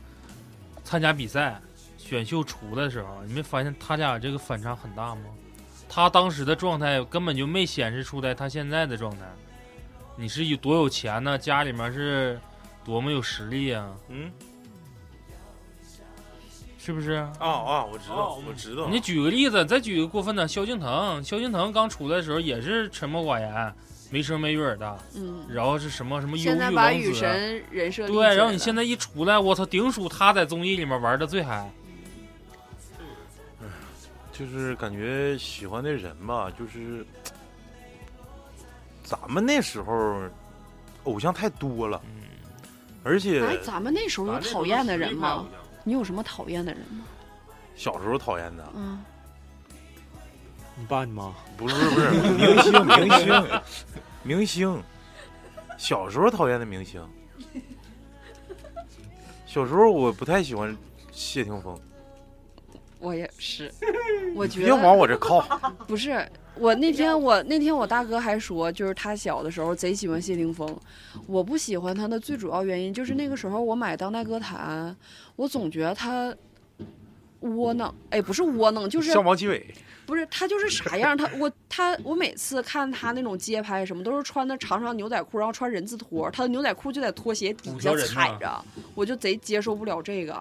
[SPEAKER 9] 参加比赛、选秀出来的时候，你没发现他俩这个反差很大吗？他当时的状态根本就没显示出来他现在的状态。你是有多有钱呢？家里面是多么有实力啊？
[SPEAKER 2] 嗯，
[SPEAKER 9] 是不是？
[SPEAKER 2] 啊啊，我知道，
[SPEAKER 8] 哦
[SPEAKER 2] 我知道，
[SPEAKER 9] <laughs> 你举个例子，再举个过分的，萧敬腾，萧敬腾刚出来的时候也是沉默寡言、没声没语儿的，
[SPEAKER 7] 嗯，
[SPEAKER 9] 然后是什么什么忧
[SPEAKER 7] 现在
[SPEAKER 9] 郁
[SPEAKER 7] 把
[SPEAKER 9] 王
[SPEAKER 7] 雨
[SPEAKER 9] 子，啊
[SPEAKER 7] 神人设立起
[SPEAKER 9] 对，然后
[SPEAKER 7] 来了
[SPEAKER 9] 你现在一出来，我操，顶属他在综艺里面玩的最嗨，
[SPEAKER 2] 就是感觉喜欢的人吧，就是咱们那时候偶像太多了，
[SPEAKER 9] 嗯，
[SPEAKER 2] 而且
[SPEAKER 7] 哎，咱们那时候有讨厌的人吗？你有什么讨厌的人吗？
[SPEAKER 2] 小时候讨厌的，
[SPEAKER 7] 嗯。
[SPEAKER 4] 你爸你妈，
[SPEAKER 2] 不
[SPEAKER 7] <laughs>
[SPEAKER 2] 是不是明星明星明星，小时候讨厌的明星，小时候我不太喜欢谢霆锋，
[SPEAKER 7] <laughs> 我也是，我觉
[SPEAKER 2] 别往
[SPEAKER 7] 得
[SPEAKER 2] 我这靠，
[SPEAKER 7] 不是我那天我那天我大哥还说，就是他小的时候贼喜欢谢霆锋，我不喜欢他的最主要原因就是那个时候我买《当代歌坛》，我总觉得他窝囊，哎，不是窝囊，就是
[SPEAKER 2] 像王奇伟，
[SPEAKER 7] 不是他就是啥样，他我他我每次看他那种街拍什么，都是穿的长长牛仔裤，然后穿人字拖，他的牛仔裤就在拖鞋底
[SPEAKER 9] 五
[SPEAKER 7] 下
[SPEAKER 9] 条人
[SPEAKER 7] 踩
[SPEAKER 9] 呐
[SPEAKER 7] 着，我就贼接受不了这个，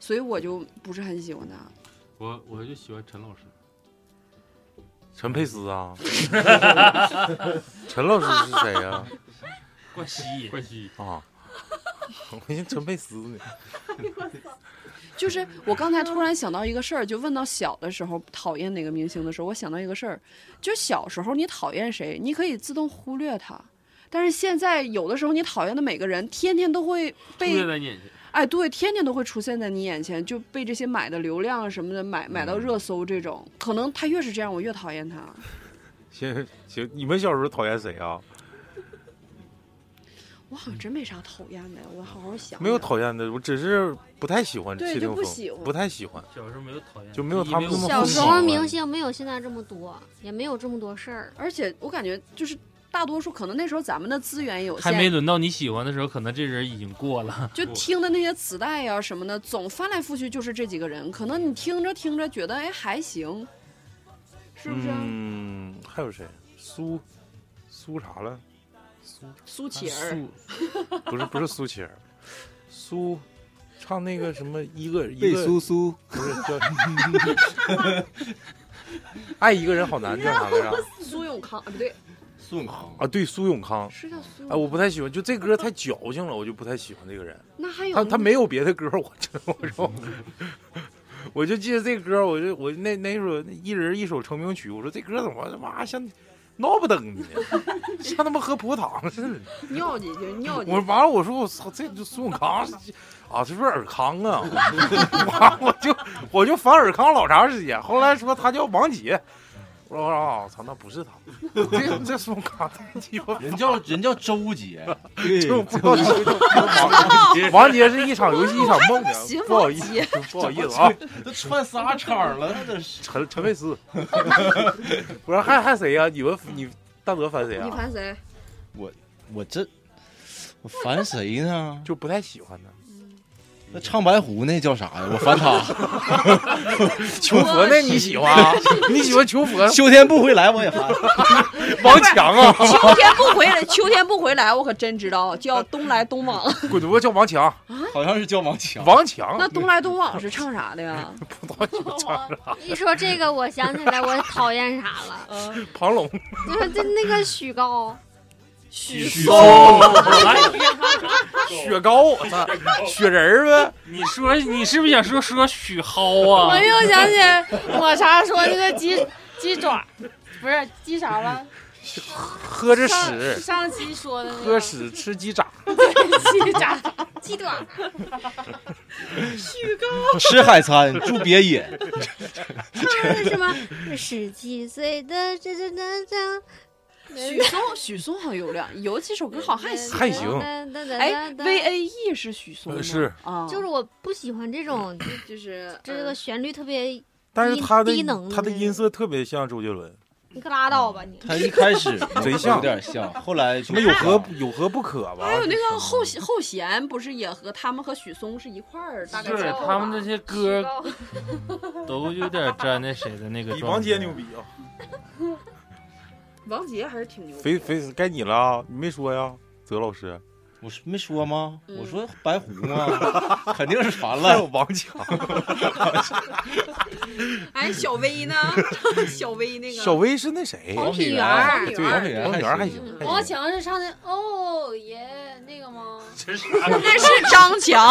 [SPEAKER 7] 所以我就不是很喜欢他。
[SPEAKER 8] 我我就喜欢陈老师，
[SPEAKER 2] 陈佩斯
[SPEAKER 7] <laughs>
[SPEAKER 2] 啊，陈老师是谁呀、
[SPEAKER 9] 冠希，
[SPEAKER 8] 冠希
[SPEAKER 2] 啊？我寻思陈佩斯呢，
[SPEAKER 7] 就是我刚才突然想到一个事儿，就问到小的时候讨厌哪个明星的时候，我想到一个事儿，就小时候你讨厌谁，你可以自动忽略他，但是现在有的时候你讨厌的每个人，天天都会
[SPEAKER 8] 出现
[SPEAKER 7] 被
[SPEAKER 8] 在你眼前，
[SPEAKER 7] 哎对，天天都会出现在你眼前，就被这些买的流量什么的买买
[SPEAKER 2] 嗯
[SPEAKER 7] 到热搜这种，可能他越是这样，我越讨厌他。
[SPEAKER 2] 行行，你们小时候讨厌谁啊？
[SPEAKER 7] 我好像真没啥讨厌的，我好好想。
[SPEAKER 2] 没有。讨厌的，我只是不太喜欢
[SPEAKER 7] 对
[SPEAKER 2] 谢
[SPEAKER 7] 就
[SPEAKER 2] 霆
[SPEAKER 7] 不
[SPEAKER 2] 锋
[SPEAKER 7] 喜欢，
[SPEAKER 2] 不太喜欢。
[SPEAKER 9] 小时候没有讨厌，
[SPEAKER 2] 就没有他们那么
[SPEAKER 5] 小
[SPEAKER 2] 疯
[SPEAKER 5] 时
[SPEAKER 2] 狂
[SPEAKER 5] 候
[SPEAKER 2] 啊
[SPEAKER 5] 明星没有现在这么多，也没有这么多事儿。
[SPEAKER 7] 而且我感觉就是大多数可能那时候咱们的资源也有
[SPEAKER 9] 还没
[SPEAKER 7] 限，
[SPEAKER 9] 轮到你喜欢的时候，可能这人已经过
[SPEAKER 7] <laughs>
[SPEAKER 9] 了。
[SPEAKER 7] 就听的那些磁带呀、什么的，总翻来覆去就是这几个人。可能你听着听着觉得哎还行，是不是？啊
[SPEAKER 2] 嗯，还有谁？苏苏啥
[SPEAKER 7] <laughs>
[SPEAKER 2] 了？苏
[SPEAKER 7] 苏乞儿，
[SPEAKER 2] 苏不是不是苏乞儿，苏唱那个什么一个一
[SPEAKER 4] <laughs> 贝
[SPEAKER 2] 个
[SPEAKER 4] 苏苏，
[SPEAKER 2] 不是叫 <laughs> 爱一个人好难叫啥
[SPEAKER 7] <laughs>
[SPEAKER 2] 来着？
[SPEAKER 7] 苏永康啊不对，
[SPEAKER 10] 孙悟空
[SPEAKER 2] 啊，对，苏永康。
[SPEAKER 7] 是叫苏永康。
[SPEAKER 2] 哎，我不太喜欢，就这歌太矫情了，我就不太喜欢这个人。
[SPEAKER 7] 那还有
[SPEAKER 2] 他他没有别的歌，我真我说，我就记得这歌，我就我那那首那一人一首成名曲，我说这歌怎么他妈像闹不登呢，像他妈喝葡萄糖似的。
[SPEAKER 7] 尿几句尿几
[SPEAKER 2] 我
[SPEAKER 7] 句，
[SPEAKER 2] 完了，我说我操，这就孙悟空是啊，这不是尔康啊！完我就我就烦尔康老长时间，后来说他叫王杰，我说啊，我操，那不是他，这这孙悟空太鸡巴
[SPEAKER 10] 人叫人叫周杰，
[SPEAKER 4] 对，
[SPEAKER 2] 就不知道是不是 <laughs> 王杰王杰是一场游戏一场梦啊
[SPEAKER 7] 行，
[SPEAKER 2] 不好意思
[SPEAKER 7] 王杰，
[SPEAKER 2] 不好意思啊， <laughs>
[SPEAKER 10] 都穿仨场了，那是
[SPEAKER 2] 陈陈佩斯， <laughs> 我说还还谁呀、你们你大德烦谁
[SPEAKER 7] 你
[SPEAKER 2] 啊？
[SPEAKER 7] 烦谁？
[SPEAKER 10] 我这我烦谁呢？
[SPEAKER 3] 嗯
[SPEAKER 2] 就不太喜欢他。
[SPEAKER 10] 那唱白狐那叫啥
[SPEAKER 3] <laughs>
[SPEAKER 10] 呀？我烦他，
[SPEAKER 2] 求佛那你喜欢啊？ <laughs> 你喜欢 <laughs> 求啊佛？
[SPEAKER 10] 秋天不回来我也
[SPEAKER 3] <laughs>
[SPEAKER 10] 烦。
[SPEAKER 2] 王强啊，
[SPEAKER 7] 秋天不回来，秋天不回来，我可真知道叫东来东往。
[SPEAKER 2] 滚犊子啊叫王 <laughs> 强，
[SPEAKER 10] 好像是叫王强，
[SPEAKER 2] 王强
[SPEAKER 7] 那东来东往是唱啥的呀？
[SPEAKER 2] 葡萄酒厂
[SPEAKER 5] 一说这个，我想起来我讨厌啥了， <laughs>
[SPEAKER 2] 庞龙，
[SPEAKER 5] 就是这那个许高，
[SPEAKER 9] 许
[SPEAKER 2] 松
[SPEAKER 9] 哎
[SPEAKER 2] 雪糕，我操，雪人儿呗，
[SPEAKER 9] 你说你是不是想说说许蒿啊
[SPEAKER 7] <laughs>
[SPEAKER 6] 哎我？又想起来
[SPEAKER 9] <laughs>
[SPEAKER 6] 抹茶说那个鸡鸡爪，不是鸡啥了？
[SPEAKER 2] 喝着
[SPEAKER 6] 上
[SPEAKER 2] 屎，
[SPEAKER 6] 上期说的那
[SPEAKER 2] <laughs> 喝
[SPEAKER 6] 个
[SPEAKER 2] 屎吃鸡爪，
[SPEAKER 6] 鸡爪，
[SPEAKER 5] 鸡 <laughs> 爪，
[SPEAKER 10] 吃海参住别野，
[SPEAKER 5] 什么十七岁的这这这这，
[SPEAKER 7] 许嵩，许嵩好像有两有几首歌好像
[SPEAKER 5] <laughs>
[SPEAKER 7] 还行。
[SPEAKER 2] 还行
[SPEAKER 7] 哎，V A E 是许嵩吗
[SPEAKER 2] 呃是
[SPEAKER 7] 啊，
[SPEAKER 5] 就是我不喜欢这 <coughs> 种，
[SPEAKER 7] 就是
[SPEAKER 5] 这个旋律特别，
[SPEAKER 2] 但是他的
[SPEAKER 5] 低能
[SPEAKER 2] 他的
[SPEAKER 5] 的
[SPEAKER 2] 音色特别像周杰伦，
[SPEAKER 5] 你可拉倒吧 <laughs> 你。
[SPEAKER 10] 他一开
[SPEAKER 3] <laughs>
[SPEAKER 10] 始
[SPEAKER 2] 贼像
[SPEAKER 10] 有点像，后来就
[SPEAKER 2] 什么有何有何不可吧？
[SPEAKER 7] 还有那个后后弦不是也和他们和许嵩是一块儿大概
[SPEAKER 9] 对
[SPEAKER 7] 叫
[SPEAKER 9] 他们这些歌
[SPEAKER 6] 高
[SPEAKER 9] <laughs> 都有点沾那谁的那个。
[SPEAKER 2] 比王杰牛！逼啊！
[SPEAKER 7] 王杰还是挺牛
[SPEAKER 2] 肥
[SPEAKER 7] 逼的。
[SPEAKER 2] 肥该你了啊，你没说呀，泽老师，
[SPEAKER 10] 我是没说吗？
[SPEAKER 7] 嗯
[SPEAKER 10] 我说白狐嘛，
[SPEAKER 3] <laughs>
[SPEAKER 10] 肯定是烦
[SPEAKER 2] 还有
[SPEAKER 10] 了。
[SPEAKER 2] 王强，
[SPEAKER 7] 哎，小薇
[SPEAKER 2] <laughs>
[SPEAKER 7] 呢？小薇那个
[SPEAKER 2] 小薇是那谁？
[SPEAKER 10] 王
[SPEAKER 5] 品
[SPEAKER 10] 品
[SPEAKER 5] 源
[SPEAKER 10] 源，
[SPEAKER 7] 对
[SPEAKER 2] 对，
[SPEAKER 10] 王品源
[SPEAKER 2] 王品源还
[SPEAKER 3] 嗯
[SPEAKER 10] 行
[SPEAKER 2] 行，
[SPEAKER 6] 王
[SPEAKER 2] 还行。
[SPEAKER 6] 强是唱的哦耶那个
[SPEAKER 2] <laughs>
[SPEAKER 6] 吗？
[SPEAKER 7] 那是张强，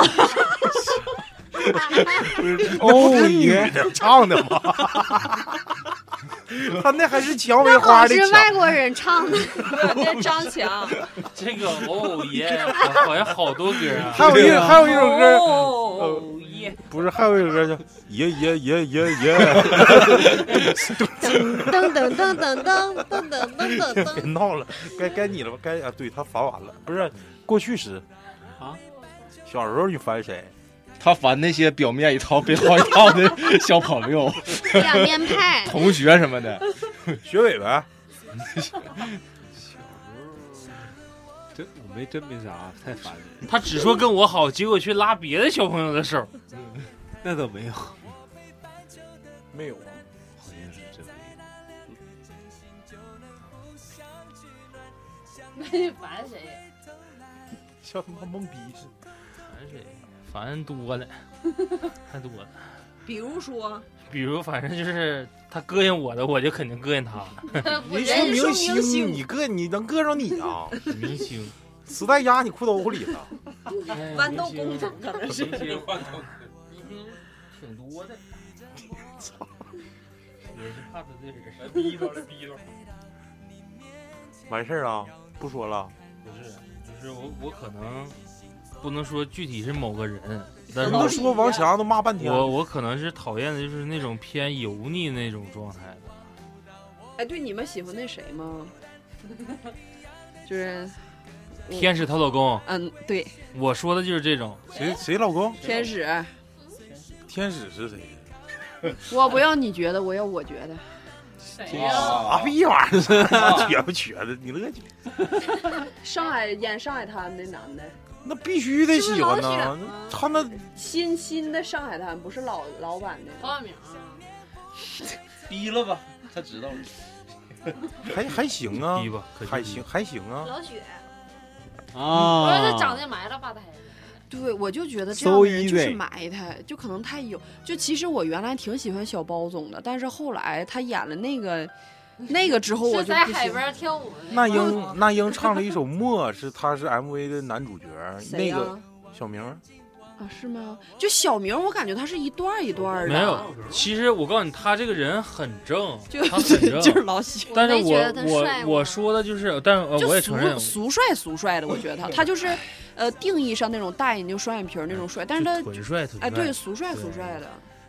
[SPEAKER 2] 哦，女的唱的吗？ <laughs> 他那还是蔷薇花
[SPEAKER 5] 好
[SPEAKER 2] 的
[SPEAKER 5] 是
[SPEAKER 2] 蔷
[SPEAKER 5] 外国人唱的，
[SPEAKER 7] 那是张强。
[SPEAKER 9] <laughs> 这个
[SPEAKER 8] <laughs>
[SPEAKER 9] 哦耶，好像好多歌啊。
[SPEAKER 2] 还有一还有一首歌，呃
[SPEAKER 7] 哦耶！
[SPEAKER 2] 不是还有一首歌叫爷爷爷爷爷， <laughs>
[SPEAKER 5] 噔噔噔噔噔噔噔噔噔
[SPEAKER 2] 别
[SPEAKER 5] 噔，
[SPEAKER 2] 闹了，该该你了吧？该啊，对他烦完了，不是过去时
[SPEAKER 4] 啊。
[SPEAKER 2] 小时候你烦谁？
[SPEAKER 10] 他烦那些表面一套背后一套的小朋友、 <laughs>
[SPEAKER 5] 两面派，
[SPEAKER 10] 同学什么的，
[SPEAKER 2] 学伟呗，
[SPEAKER 4] 真我没真没啥，太烦了。
[SPEAKER 9] 他只说跟我好，结果去拉别的小朋友的手。
[SPEAKER 4] 那倒没有，好
[SPEAKER 2] 没有啊。
[SPEAKER 4] 像是真没有。
[SPEAKER 6] 你烦
[SPEAKER 2] <laughs>
[SPEAKER 6] 谁？
[SPEAKER 2] 像他妈懵逼似的。
[SPEAKER 9] 烦谁？烦多了，太多了。
[SPEAKER 7] 比如说，
[SPEAKER 9] 比如，反正就是他膈应我的，我就肯定膈应他。
[SPEAKER 6] 我
[SPEAKER 2] 人家
[SPEAKER 6] 人是
[SPEAKER 2] 明
[SPEAKER 6] 明
[SPEAKER 2] 星，
[SPEAKER 6] 星，
[SPEAKER 2] 你硌你能硌着你啊？
[SPEAKER 9] 明星，
[SPEAKER 2] 磁带压你裤兜里了，
[SPEAKER 9] 哎
[SPEAKER 7] 豌豆工程可能是
[SPEAKER 9] 明星， <laughs> 明星挺多的。 <laughs> 也是怕得罪人，
[SPEAKER 8] 逼着来逼着，
[SPEAKER 2] 完事儿啊，不说了。
[SPEAKER 9] 不是，就是我我可能不能说具体是某个人，
[SPEAKER 2] 你
[SPEAKER 9] 但是
[SPEAKER 2] 都说王强都骂半天，
[SPEAKER 9] 我我可能是讨厌的就是那种偏油腻那种状态的。
[SPEAKER 7] 哎，对，你们喜欢那谁吗？就是，嗯
[SPEAKER 9] 天使她老公，
[SPEAKER 7] 嗯，对，
[SPEAKER 9] 我说的就是这种。
[SPEAKER 2] 谁谁老公？
[SPEAKER 7] 天使，
[SPEAKER 2] 天使是谁？
[SPEAKER 7] 我不要你觉得，我要我觉得。
[SPEAKER 6] 谁啊呀？
[SPEAKER 2] 啥啊逼玩意儿？瘸不瘸的？你乐去。
[SPEAKER 7] 上海演上海滩那男的，
[SPEAKER 2] 那必须得喜欢呐
[SPEAKER 7] 是不是老雪吗！
[SPEAKER 2] 他那
[SPEAKER 7] 新新的上海滩，不是老老版
[SPEAKER 6] 报
[SPEAKER 7] 的。
[SPEAKER 6] 大名啊，
[SPEAKER 10] 逼了吧？他知道了，
[SPEAKER 2] 还还行啊
[SPEAKER 9] 逼，吧，可就
[SPEAKER 2] 还
[SPEAKER 9] 逼
[SPEAKER 2] 行。还行啊。
[SPEAKER 5] 老雪，
[SPEAKER 6] 我
[SPEAKER 4] 啊
[SPEAKER 6] 说他长得埋了吧台。
[SPEAKER 2] 哦
[SPEAKER 7] 对，我就觉得这
[SPEAKER 4] So
[SPEAKER 7] 样的人就是
[SPEAKER 4] easy
[SPEAKER 7] 埋汰，就可能太有。就其实我原来挺喜欢小包总的，但是后来他演了那 <laughs> 个那个之后，我
[SPEAKER 6] 是
[SPEAKER 7] 就
[SPEAKER 6] 在
[SPEAKER 7] 不
[SPEAKER 6] 海
[SPEAKER 7] 喜欢。
[SPEAKER 6] 边跳舞的
[SPEAKER 2] 那
[SPEAKER 6] 个
[SPEAKER 2] 英那英唱了一首《默》，是她是 MV 的男主角，
[SPEAKER 7] 谁
[SPEAKER 2] 那
[SPEAKER 7] 啊呀、
[SPEAKER 2] 个小明儿
[SPEAKER 7] 啊，是吗？就小明，我感觉他是一段儿一段儿的，
[SPEAKER 9] 没有，其实我告诉你，他这个人很正，
[SPEAKER 7] 就
[SPEAKER 9] 他很
[SPEAKER 7] <laughs>
[SPEAKER 9] 正。
[SPEAKER 7] 就是老喜，
[SPEAKER 9] 但是
[SPEAKER 5] 我没觉
[SPEAKER 9] 我
[SPEAKER 5] 得他帅
[SPEAKER 9] 我我
[SPEAKER 5] 吗
[SPEAKER 9] 说的就是，但是、呃
[SPEAKER 7] 就
[SPEAKER 9] 我也
[SPEAKER 7] 俗
[SPEAKER 9] 承认，
[SPEAKER 7] 俗帅俗帅的，我觉得他他就是，呃，定义上那种大眼睛双眼皮儿那种帅，但是
[SPEAKER 9] 就
[SPEAKER 7] 他
[SPEAKER 9] 纯帅纯帅，
[SPEAKER 7] 哎对俗帅
[SPEAKER 9] 对
[SPEAKER 7] 俗帅的，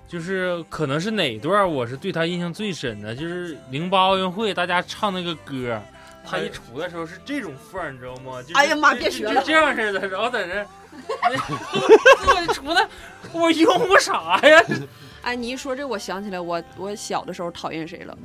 [SPEAKER 9] 就是可能是哪段儿我是对他印象最深的，就是零八奥运会大家唱那个歌儿，他一出的时候是这种范儿，你知道吗？就是
[SPEAKER 7] 哎呀妈
[SPEAKER 9] 就
[SPEAKER 7] 别学了
[SPEAKER 9] 就这样似的，然后在 <laughs> 这，我一出来， <laughs> 我用过啥呀？
[SPEAKER 7] 哎你一说这我想起来我我小的时候讨厌谁了，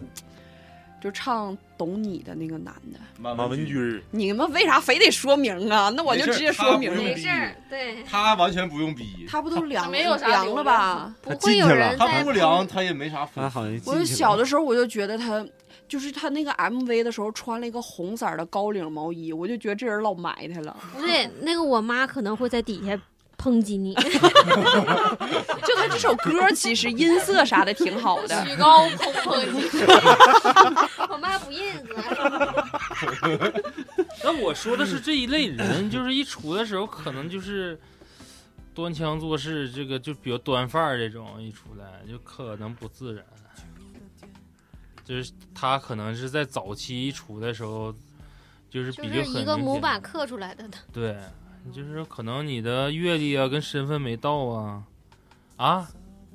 [SPEAKER 7] 就唱懂你的那个男的，
[SPEAKER 10] 马
[SPEAKER 2] 马文，军
[SPEAKER 7] 你们为啥非得说名啊？那我就
[SPEAKER 10] 没事
[SPEAKER 7] 直接说
[SPEAKER 10] 他不
[SPEAKER 7] 名
[SPEAKER 10] 用
[SPEAKER 7] 儿，
[SPEAKER 5] 没事儿，对，
[SPEAKER 10] 他完全不用逼，
[SPEAKER 7] 他不都凉
[SPEAKER 6] 没有啥
[SPEAKER 7] 凉
[SPEAKER 6] 流
[SPEAKER 7] 了
[SPEAKER 6] 量
[SPEAKER 7] 吧？
[SPEAKER 5] 不
[SPEAKER 4] 进
[SPEAKER 5] 会有
[SPEAKER 4] 去了
[SPEAKER 5] 人
[SPEAKER 10] 他
[SPEAKER 5] 在
[SPEAKER 10] 不凉，他也没啥福
[SPEAKER 4] 他。好像进去
[SPEAKER 7] 我
[SPEAKER 4] 了
[SPEAKER 7] 小的时候我就觉得他，就是他那个 MV 的时候穿了一个红色儿的高领毛衣，我就觉得这人老埋汰了。
[SPEAKER 5] 不对，那个我妈可能会在底下抨击你。
[SPEAKER 7] 就他这首歌其实音色啥的挺好的，
[SPEAKER 6] <laughs> 曲高朋克，
[SPEAKER 5] <laughs> 我妈不认识，
[SPEAKER 9] 那我说的是这一类人，就是一出的时候可能就是端枪做事，这个就比较端范儿这种，一出来就可能不自然。就是他可能是在早期一出的时候，就是
[SPEAKER 5] <laughs> 就
[SPEAKER 9] 比较
[SPEAKER 5] 是
[SPEAKER 9] 很
[SPEAKER 5] 一个
[SPEAKER 9] 明
[SPEAKER 5] 模
[SPEAKER 9] 显
[SPEAKER 5] 板刻出来的。
[SPEAKER 9] 对，就是可能你的阅历啊跟身份没到啊啊，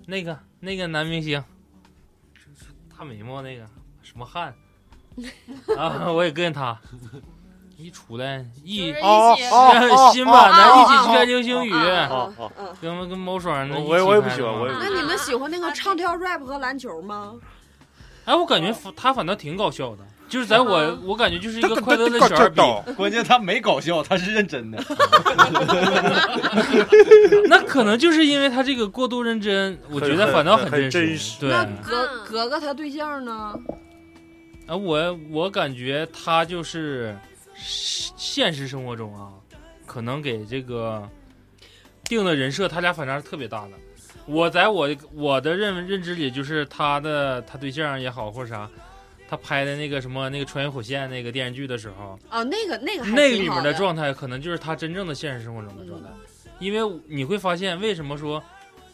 [SPEAKER 9] 那个那个男明星，大眉毛那个什么
[SPEAKER 6] <laughs>
[SPEAKER 9] 汉啊，我也跟他一出来
[SPEAKER 6] 就
[SPEAKER 9] 一
[SPEAKER 6] 是一起。
[SPEAKER 2] 哦哦
[SPEAKER 9] 新版的一起去
[SPEAKER 7] 哦
[SPEAKER 9] 看流星雨，
[SPEAKER 2] 哦哦，
[SPEAKER 9] 跟跟某爽的一起拍的嘛，
[SPEAKER 2] 我也我也不喜欢我也
[SPEAKER 7] <laughs> 那你们喜欢那个唱跳 rap 和篮球吗？
[SPEAKER 9] 哎，我感觉反他反倒挺搞笑的，就是在
[SPEAKER 6] 嗯
[SPEAKER 9] 我我感觉就是一
[SPEAKER 2] 这
[SPEAKER 9] 个快乐的
[SPEAKER 2] 这
[SPEAKER 9] 小二逼，
[SPEAKER 2] 这
[SPEAKER 10] 关键他没搞笑，他是认真的。
[SPEAKER 9] 那可能就是因为他这个过度认真，我觉得反倒
[SPEAKER 2] 很很很
[SPEAKER 9] 真
[SPEAKER 2] 真实
[SPEAKER 9] 对，
[SPEAKER 7] 那格
[SPEAKER 5] 嗯
[SPEAKER 7] 格格他对象呢？
[SPEAKER 9] 啊，我我感觉他就是现实生活中啊，可能给这个定的人设，他俩反差是特别大的。我在我我的认认知里，就是他的他对象也好或者啥，他拍的那个什么那个穿越火线那个电视剧的时候，
[SPEAKER 7] 啊，那个那个还
[SPEAKER 9] 那个
[SPEAKER 7] 挺
[SPEAKER 9] 里
[SPEAKER 7] 好
[SPEAKER 9] 面
[SPEAKER 7] 的嗯
[SPEAKER 9] 的状态，可能就是他真正的现实生活中的状态。因为你会发现，为什么说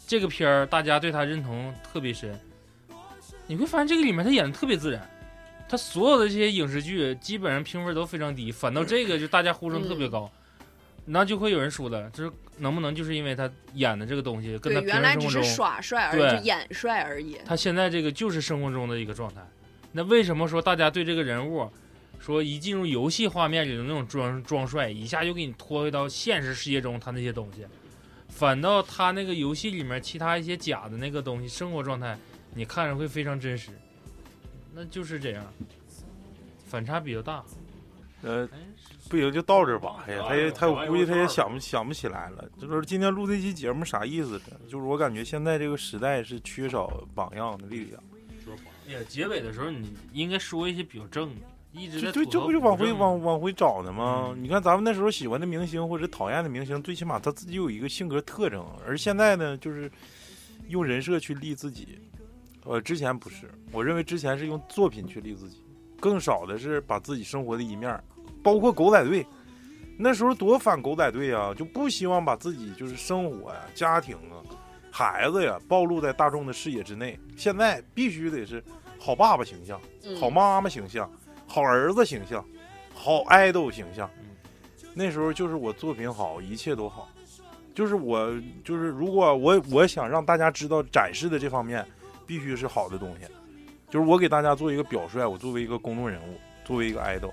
[SPEAKER 9] 这个片儿大家对他认同特别深？你会发现这个里面他演的特别自然，他所有的这些影视剧基本上评分都非常低，反倒这个就大家呼声特
[SPEAKER 7] 嗯
[SPEAKER 9] 别高。那就会有人说了，就是能不能就是因为他演的这个东西跟
[SPEAKER 7] 对，
[SPEAKER 9] 他平时
[SPEAKER 7] 原来
[SPEAKER 9] 生
[SPEAKER 7] 只
[SPEAKER 9] 活
[SPEAKER 7] 是
[SPEAKER 9] 中
[SPEAKER 7] 耍帅而
[SPEAKER 9] 对
[SPEAKER 7] 已，就演帅而已。
[SPEAKER 9] 他现在这个就是生活中的一个状态。那为什么说大家对这个人物，说一进入游戏画面里的那种装装帅，一下就给你拖回到现实世界中他那些东西，反倒他那个游戏里面其他一些假的那个东西，生活状态，你看着会非常真实。那就是这样，反差比较大。
[SPEAKER 2] 呃，
[SPEAKER 9] 哎，
[SPEAKER 2] 不行就到这儿吧。哎呀，他也他我估计他也想不想不起来了。就是今天录这期节目啥意思呢？就是我感觉现在这个时代是缺少榜样的力量。
[SPEAKER 9] 哎呀，结尾的时候你应该说一些比较正的，一直
[SPEAKER 2] 这
[SPEAKER 9] 在
[SPEAKER 2] 对，
[SPEAKER 9] 吐
[SPEAKER 2] 这
[SPEAKER 9] 槽
[SPEAKER 2] 不就往
[SPEAKER 9] 正
[SPEAKER 2] 回
[SPEAKER 9] 的
[SPEAKER 2] 往往回找呢吗？
[SPEAKER 9] 嗯
[SPEAKER 2] 你看咱们那时候喜欢的明星或者讨厌的明星，最起码他自己有一个性格特征，而现在呢，就是用人设去立自己。呃，之前不是，我认为之前是用作品去立自己，更少的是把自己生活的一面儿，包括狗仔队。那时候多反狗仔队啊，就不希望把自己就是生活呀、家庭啊、孩子呀暴露在大众的视野之内。现在必须得是好爸爸形象、
[SPEAKER 7] 嗯
[SPEAKER 2] 好妈妈形象、好儿子形象、好爱豆形象。那时候就是我作品好，一切都好。就是我，就是如果我我想让大家知道展示的这方面，必须是好的东西。就是我给大家做一个表率，我作为一个公众人物，作为一个爱豆，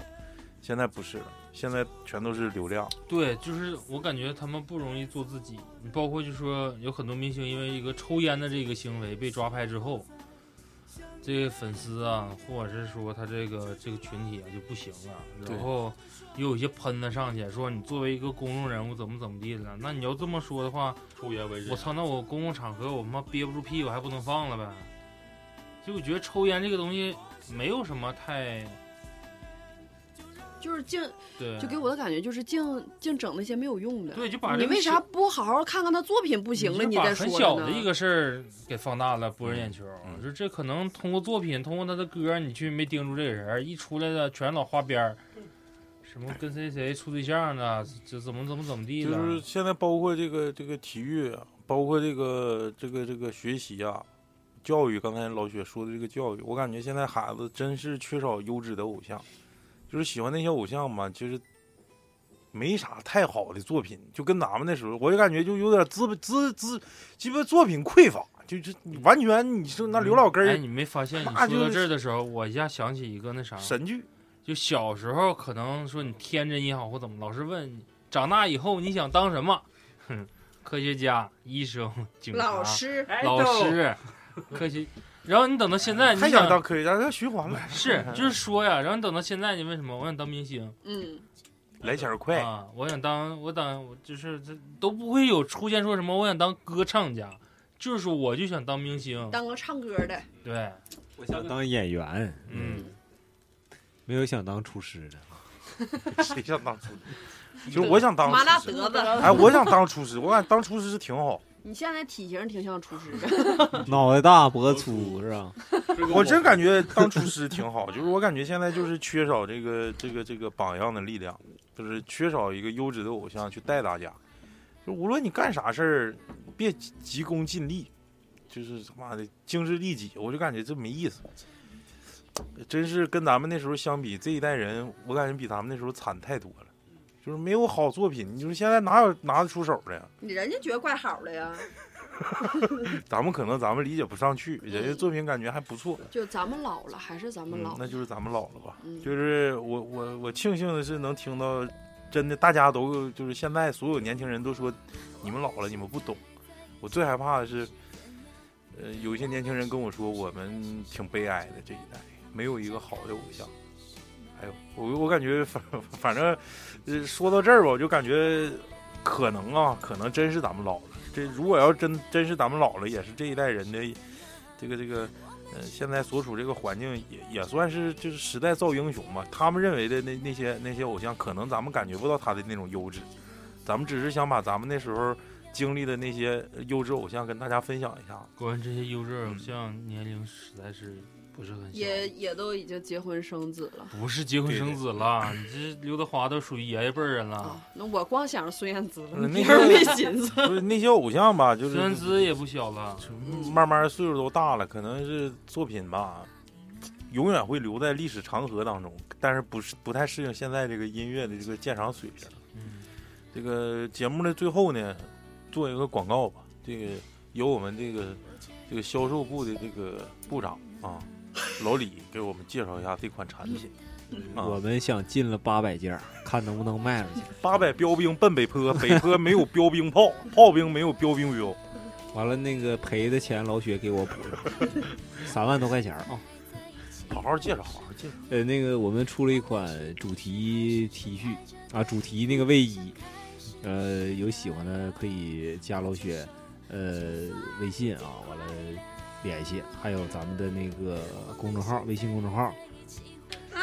[SPEAKER 2] 现在不是了，现在全都是流量。
[SPEAKER 9] 对，就是我感觉他们不容易做自己，你包括就说有很多明星因为一个抽烟的这个行为被抓拍之后，这个粉丝啊，或者是说他这个这个群体啊就不行了，
[SPEAKER 2] 对
[SPEAKER 9] 然后又有一些喷子上去说你作为一个公众人物怎么怎么地了，那你要这么说的话，
[SPEAKER 8] 抽烟为人
[SPEAKER 9] 我，操，那我公共场合我他妈憋不住屁，我还不能放了呗？所以我觉得抽烟这个东西没有什么太
[SPEAKER 7] 嗯就是净
[SPEAKER 9] 对，
[SPEAKER 7] 就给我的感觉就是净净整那些没有用的。
[SPEAKER 9] 对就把
[SPEAKER 7] 你
[SPEAKER 9] 这个
[SPEAKER 7] 为
[SPEAKER 9] 小
[SPEAKER 7] 啥不好好看看他作品不行了，
[SPEAKER 9] 你
[SPEAKER 7] 你
[SPEAKER 9] 就把
[SPEAKER 7] 再说
[SPEAKER 9] 很小
[SPEAKER 7] 了
[SPEAKER 9] 的
[SPEAKER 7] 呢
[SPEAKER 9] 一个事儿给放大了，博人眼球。
[SPEAKER 2] 嗯
[SPEAKER 9] 就这可能通过作品，通过他的歌，你去没盯住这个人儿，一出来的全老花边儿，什么跟谁谁处对象呢，就怎么怎么怎么地了。
[SPEAKER 2] 就是现在包括这个这个体育啊，包括这个这个这个学习啊，教育。刚才老雪说的这个教育，我感觉现在孩子真是缺少优质的偶像，就是喜欢那些偶像嘛，其实没啥太好的作品，就跟咱们那时候，我就感觉就有点资资资鸡巴作品匮乏，就就你完全你说那刘老根
[SPEAKER 9] 哎，
[SPEAKER 2] 儿
[SPEAKER 9] 你没发现你
[SPEAKER 2] 那
[SPEAKER 9] 说
[SPEAKER 2] 就
[SPEAKER 9] 到
[SPEAKER 2] 是
[SPEAKER 9] 这儿的时候，我一下想起一个那啥，
[SPEAKER 2] 神剧，
[SPEAKER 9] 就小时候可能说你天真也好或怎么，老师问你长大以后你想当什么？哼，科学家、医生、警察、
[SPEAKER 7] 老师，
[SPEAKER 9] 老师、科学。然后你等到现在，你
[SPEAKER 2] 还想当科学家，要循
[SPEAKER 9] <laughs>
[SPEAKER 2] 环了，
[SPEAKER 9] 是，就是说呀，然后等到现在，你为什么我想当明星
[SPEAKER 7] 嗯，
[SPEAKER 2] 来钱儿快，
[SPEAKER 9] 啊？我想当，我当，我就是这都不会有出现说什么我想当歌唱家，就是说我就想当明星。
[SPEAKER 7] 当个唱歌的，
[SPEAKER 9] 对，
[SPEAKER 4] 我想当演员，
[SPEAKER 9] 嗯，
[SPEAKER 4] 没有想当厨 <laughs> 师的。
[SPEAKER 2] 谁想当厨师？ <laughs> 其实我想当
[SPEAKER 7] 麻辣
[SPEAKER 2] 厨师，
[SPEAKER 7] 德子。
[SPEAKER 2] <laughs> 哎，我想当厨师，我感觉当厨师是挺好。
[SPEAKER 7] 你现在体型挺像厨师的， <laughs>
[SPEAKER 4] 脑袋大脖子粗是吧？
[SPEAKER 2] 我真感觉当厨师挺好，就是我感觉现在就是缺少这个这个这个榜样的力量，就是缺少一个优质的偶像去带大家。就无论你干啥事儿，别急急功近利，就是他妈的精致利己，我就感觉这没意思。真是跟咱们那时候相比，这一代人我感觉比咱们那时候惨太多了，就是没有好作品。你说现在哪有拿得出手的呀？
[SPEAKER 7] 你人家觉得怪好的呀。
[SPEAKER 2] 咱们可能咱们理解不上去，人家
[SPEAKER 7] 嗯
[SPEAKER 2] 作品感觉还不错，
[SPEAKER 7] 就咱们老了，还是咱们
[SPEAKER 2] 嗯
[SPEAKER 7] 老，
[SPEAKER 2] 那
[SPEAKER 7] 了。
[SPEAKER 2] 就是咱们老了吧。
[SPEAKER 7] 嗯，
[SPEAKER 2] 就是我我我庆幸的是能听到，真的大家都就是现在所有年轻人都说你们老了，你们不懂。我最害怕的是，呃，有一些年轻人跟我说我们挺悲哀的这一代，没有一个好的偶像。哎呦，我我感觉反反正，呃，说到这儿吧，我就感觉可能啊，可能真是咱们老了。这如果要真真是咱们老了，也是这一代人的这个这个呃，现在所处这个环境也也算是就是时代造英雄嘛。他们认为的那那些那些偶像，可能咱们感觉不到他的那种优质，咱们只是想把咱们那时候经历的那些优质偶像跟大家分享一下。
[SPEAKER 9] 果然这些优质偶像年龄实在是不是很小，
[SPEAKER 7] 也也都已经结婚生子了。
[SPEAKER 9] 不是结婚
[SPEAKER 2] 对
[SPEAKER 9] 生
[SPEAKER 2] 对
[SPEAKER 9] 子了，你这刘德华都属于爷爷辈儿人了，
[SPEAKER 7] 啊，那我光想着孙燕姿了，
[SPEAKER 2] 嗯那
[SPEAKER 7] 别
[SPEAKER 2] 个
[SPEAKER 7] 人没
[SPEAKER 2] <laughs>
[SPEAKER 7] 寻思。
[SPEAKER 2] 不是那些偶像吧，就是嗯
[SPEAKER 9] 孙燕姿也不小了，
[SPEAKER 2] 慢慢岁数都大了，可能是作品吧，永远会留在历史长河当中，但是不是不太适应现在这个音乐的这个鉴赏水平。
[SPEAKER 9] 嗯，
[SPEAKER 2] 这个节目的最后呢，做一个广告吧。这个由我们这个这个销售部的这个部长啊，老李给我们介绍一下这款产品。
[SPEAKER 4] 我
[SPEAKER 2] 啊，
[SPEAKER 4] 们想进了八百件儿，看能不能卖出去。
[SPEAKER 2] 八百标兵奔北坡，北坡没有标兵炮，炮兵没有标兵标。
[SPEAKER 4] 完了，那个赔的钱老雪给我补了，三万多块钱儿啊。
[SPEAKER 2] 好好介绍，好好介绍。
[SPEAKER 4] 呃，那个我们出了一款主题 T 恤啊，主题那个卫衣，呃，有喜欢的可以加老雪，呃，微信啊，完了联系，还有咱们的那个公众号，微信公众号，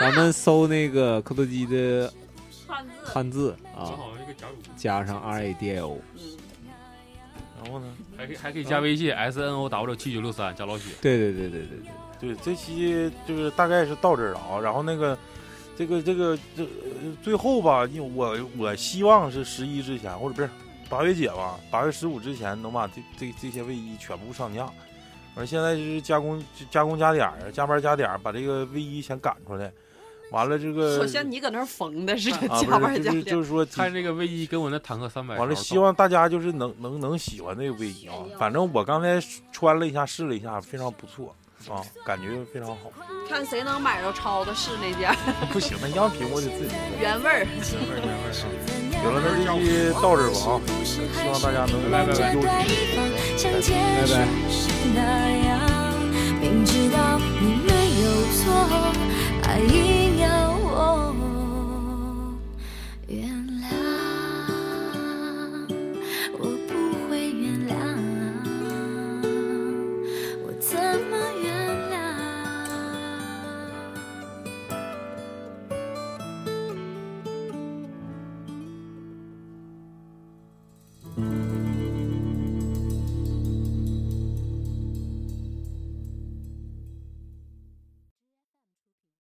[SPEAKER 4] 咱们搜那个磕头机的
[SPEAKER 6] 汉字
[SPEAKER 4] 汉字啊，
[SPEAKER 9] 正好这个甲骨文，
[SPEAKER 4] 加上 R A D I O，
[SPEAKER 2] 然后呢，
[SPEAKER 9] 还可以还可以加微信 S N O W 七九六三加老许。
[SPEAKER 4] 对对对对对对，
[SPEAKER 2] 对，这期就是大概是到这儿啊。然后那个，这个这个这呃最后吧，因为我我希望是十一之前，或者不是八月姐吧，八月十五之前能把这这这些卫衣全部上架。完，现在就是加工加工加点儿，加班加点儿，把这个卫衣先赶出来。完了这个
[SPEAKER 7] 好像你搁那儿缝的似的，
[SPEAKER 2] 啊，
[SPEAKER 7] <laughs> 加
[SPEAKER 2] 不
[SPEAKER 7] 班
[SPEAKER 2] 是
[SPEAKER 7] 加
[SPEAKER 2] 就是
[SPEAKER 7] 点
[SPEAKER 2] 就
[SPEAKER 7] 儿。
[SPEAKER 2] 是说几
[SPEAKER 9] 看这个卫衣跟我那坦克三百，
[SPEAKER 2] 完了，希望大家就是能能能喜欢这个卫衣啊。反正我刚才穿了一下，试了一下，非常不错啊，感觉非常好。
[SPEAKER 7] 看谁能买着超的是那件
[SPEAKER 2] 不行，那样品我得自己弄。
[SPEAKER 7] 原味儿。
[SPEAKER 2] 有了，那这期到这儿吧啊，希望大家能
[SPEAKER 9] 拜拜拜
[SPEAKER 2] 优质。
[SPEAKER 5] 像结束是那样，明知道你没有错，还硬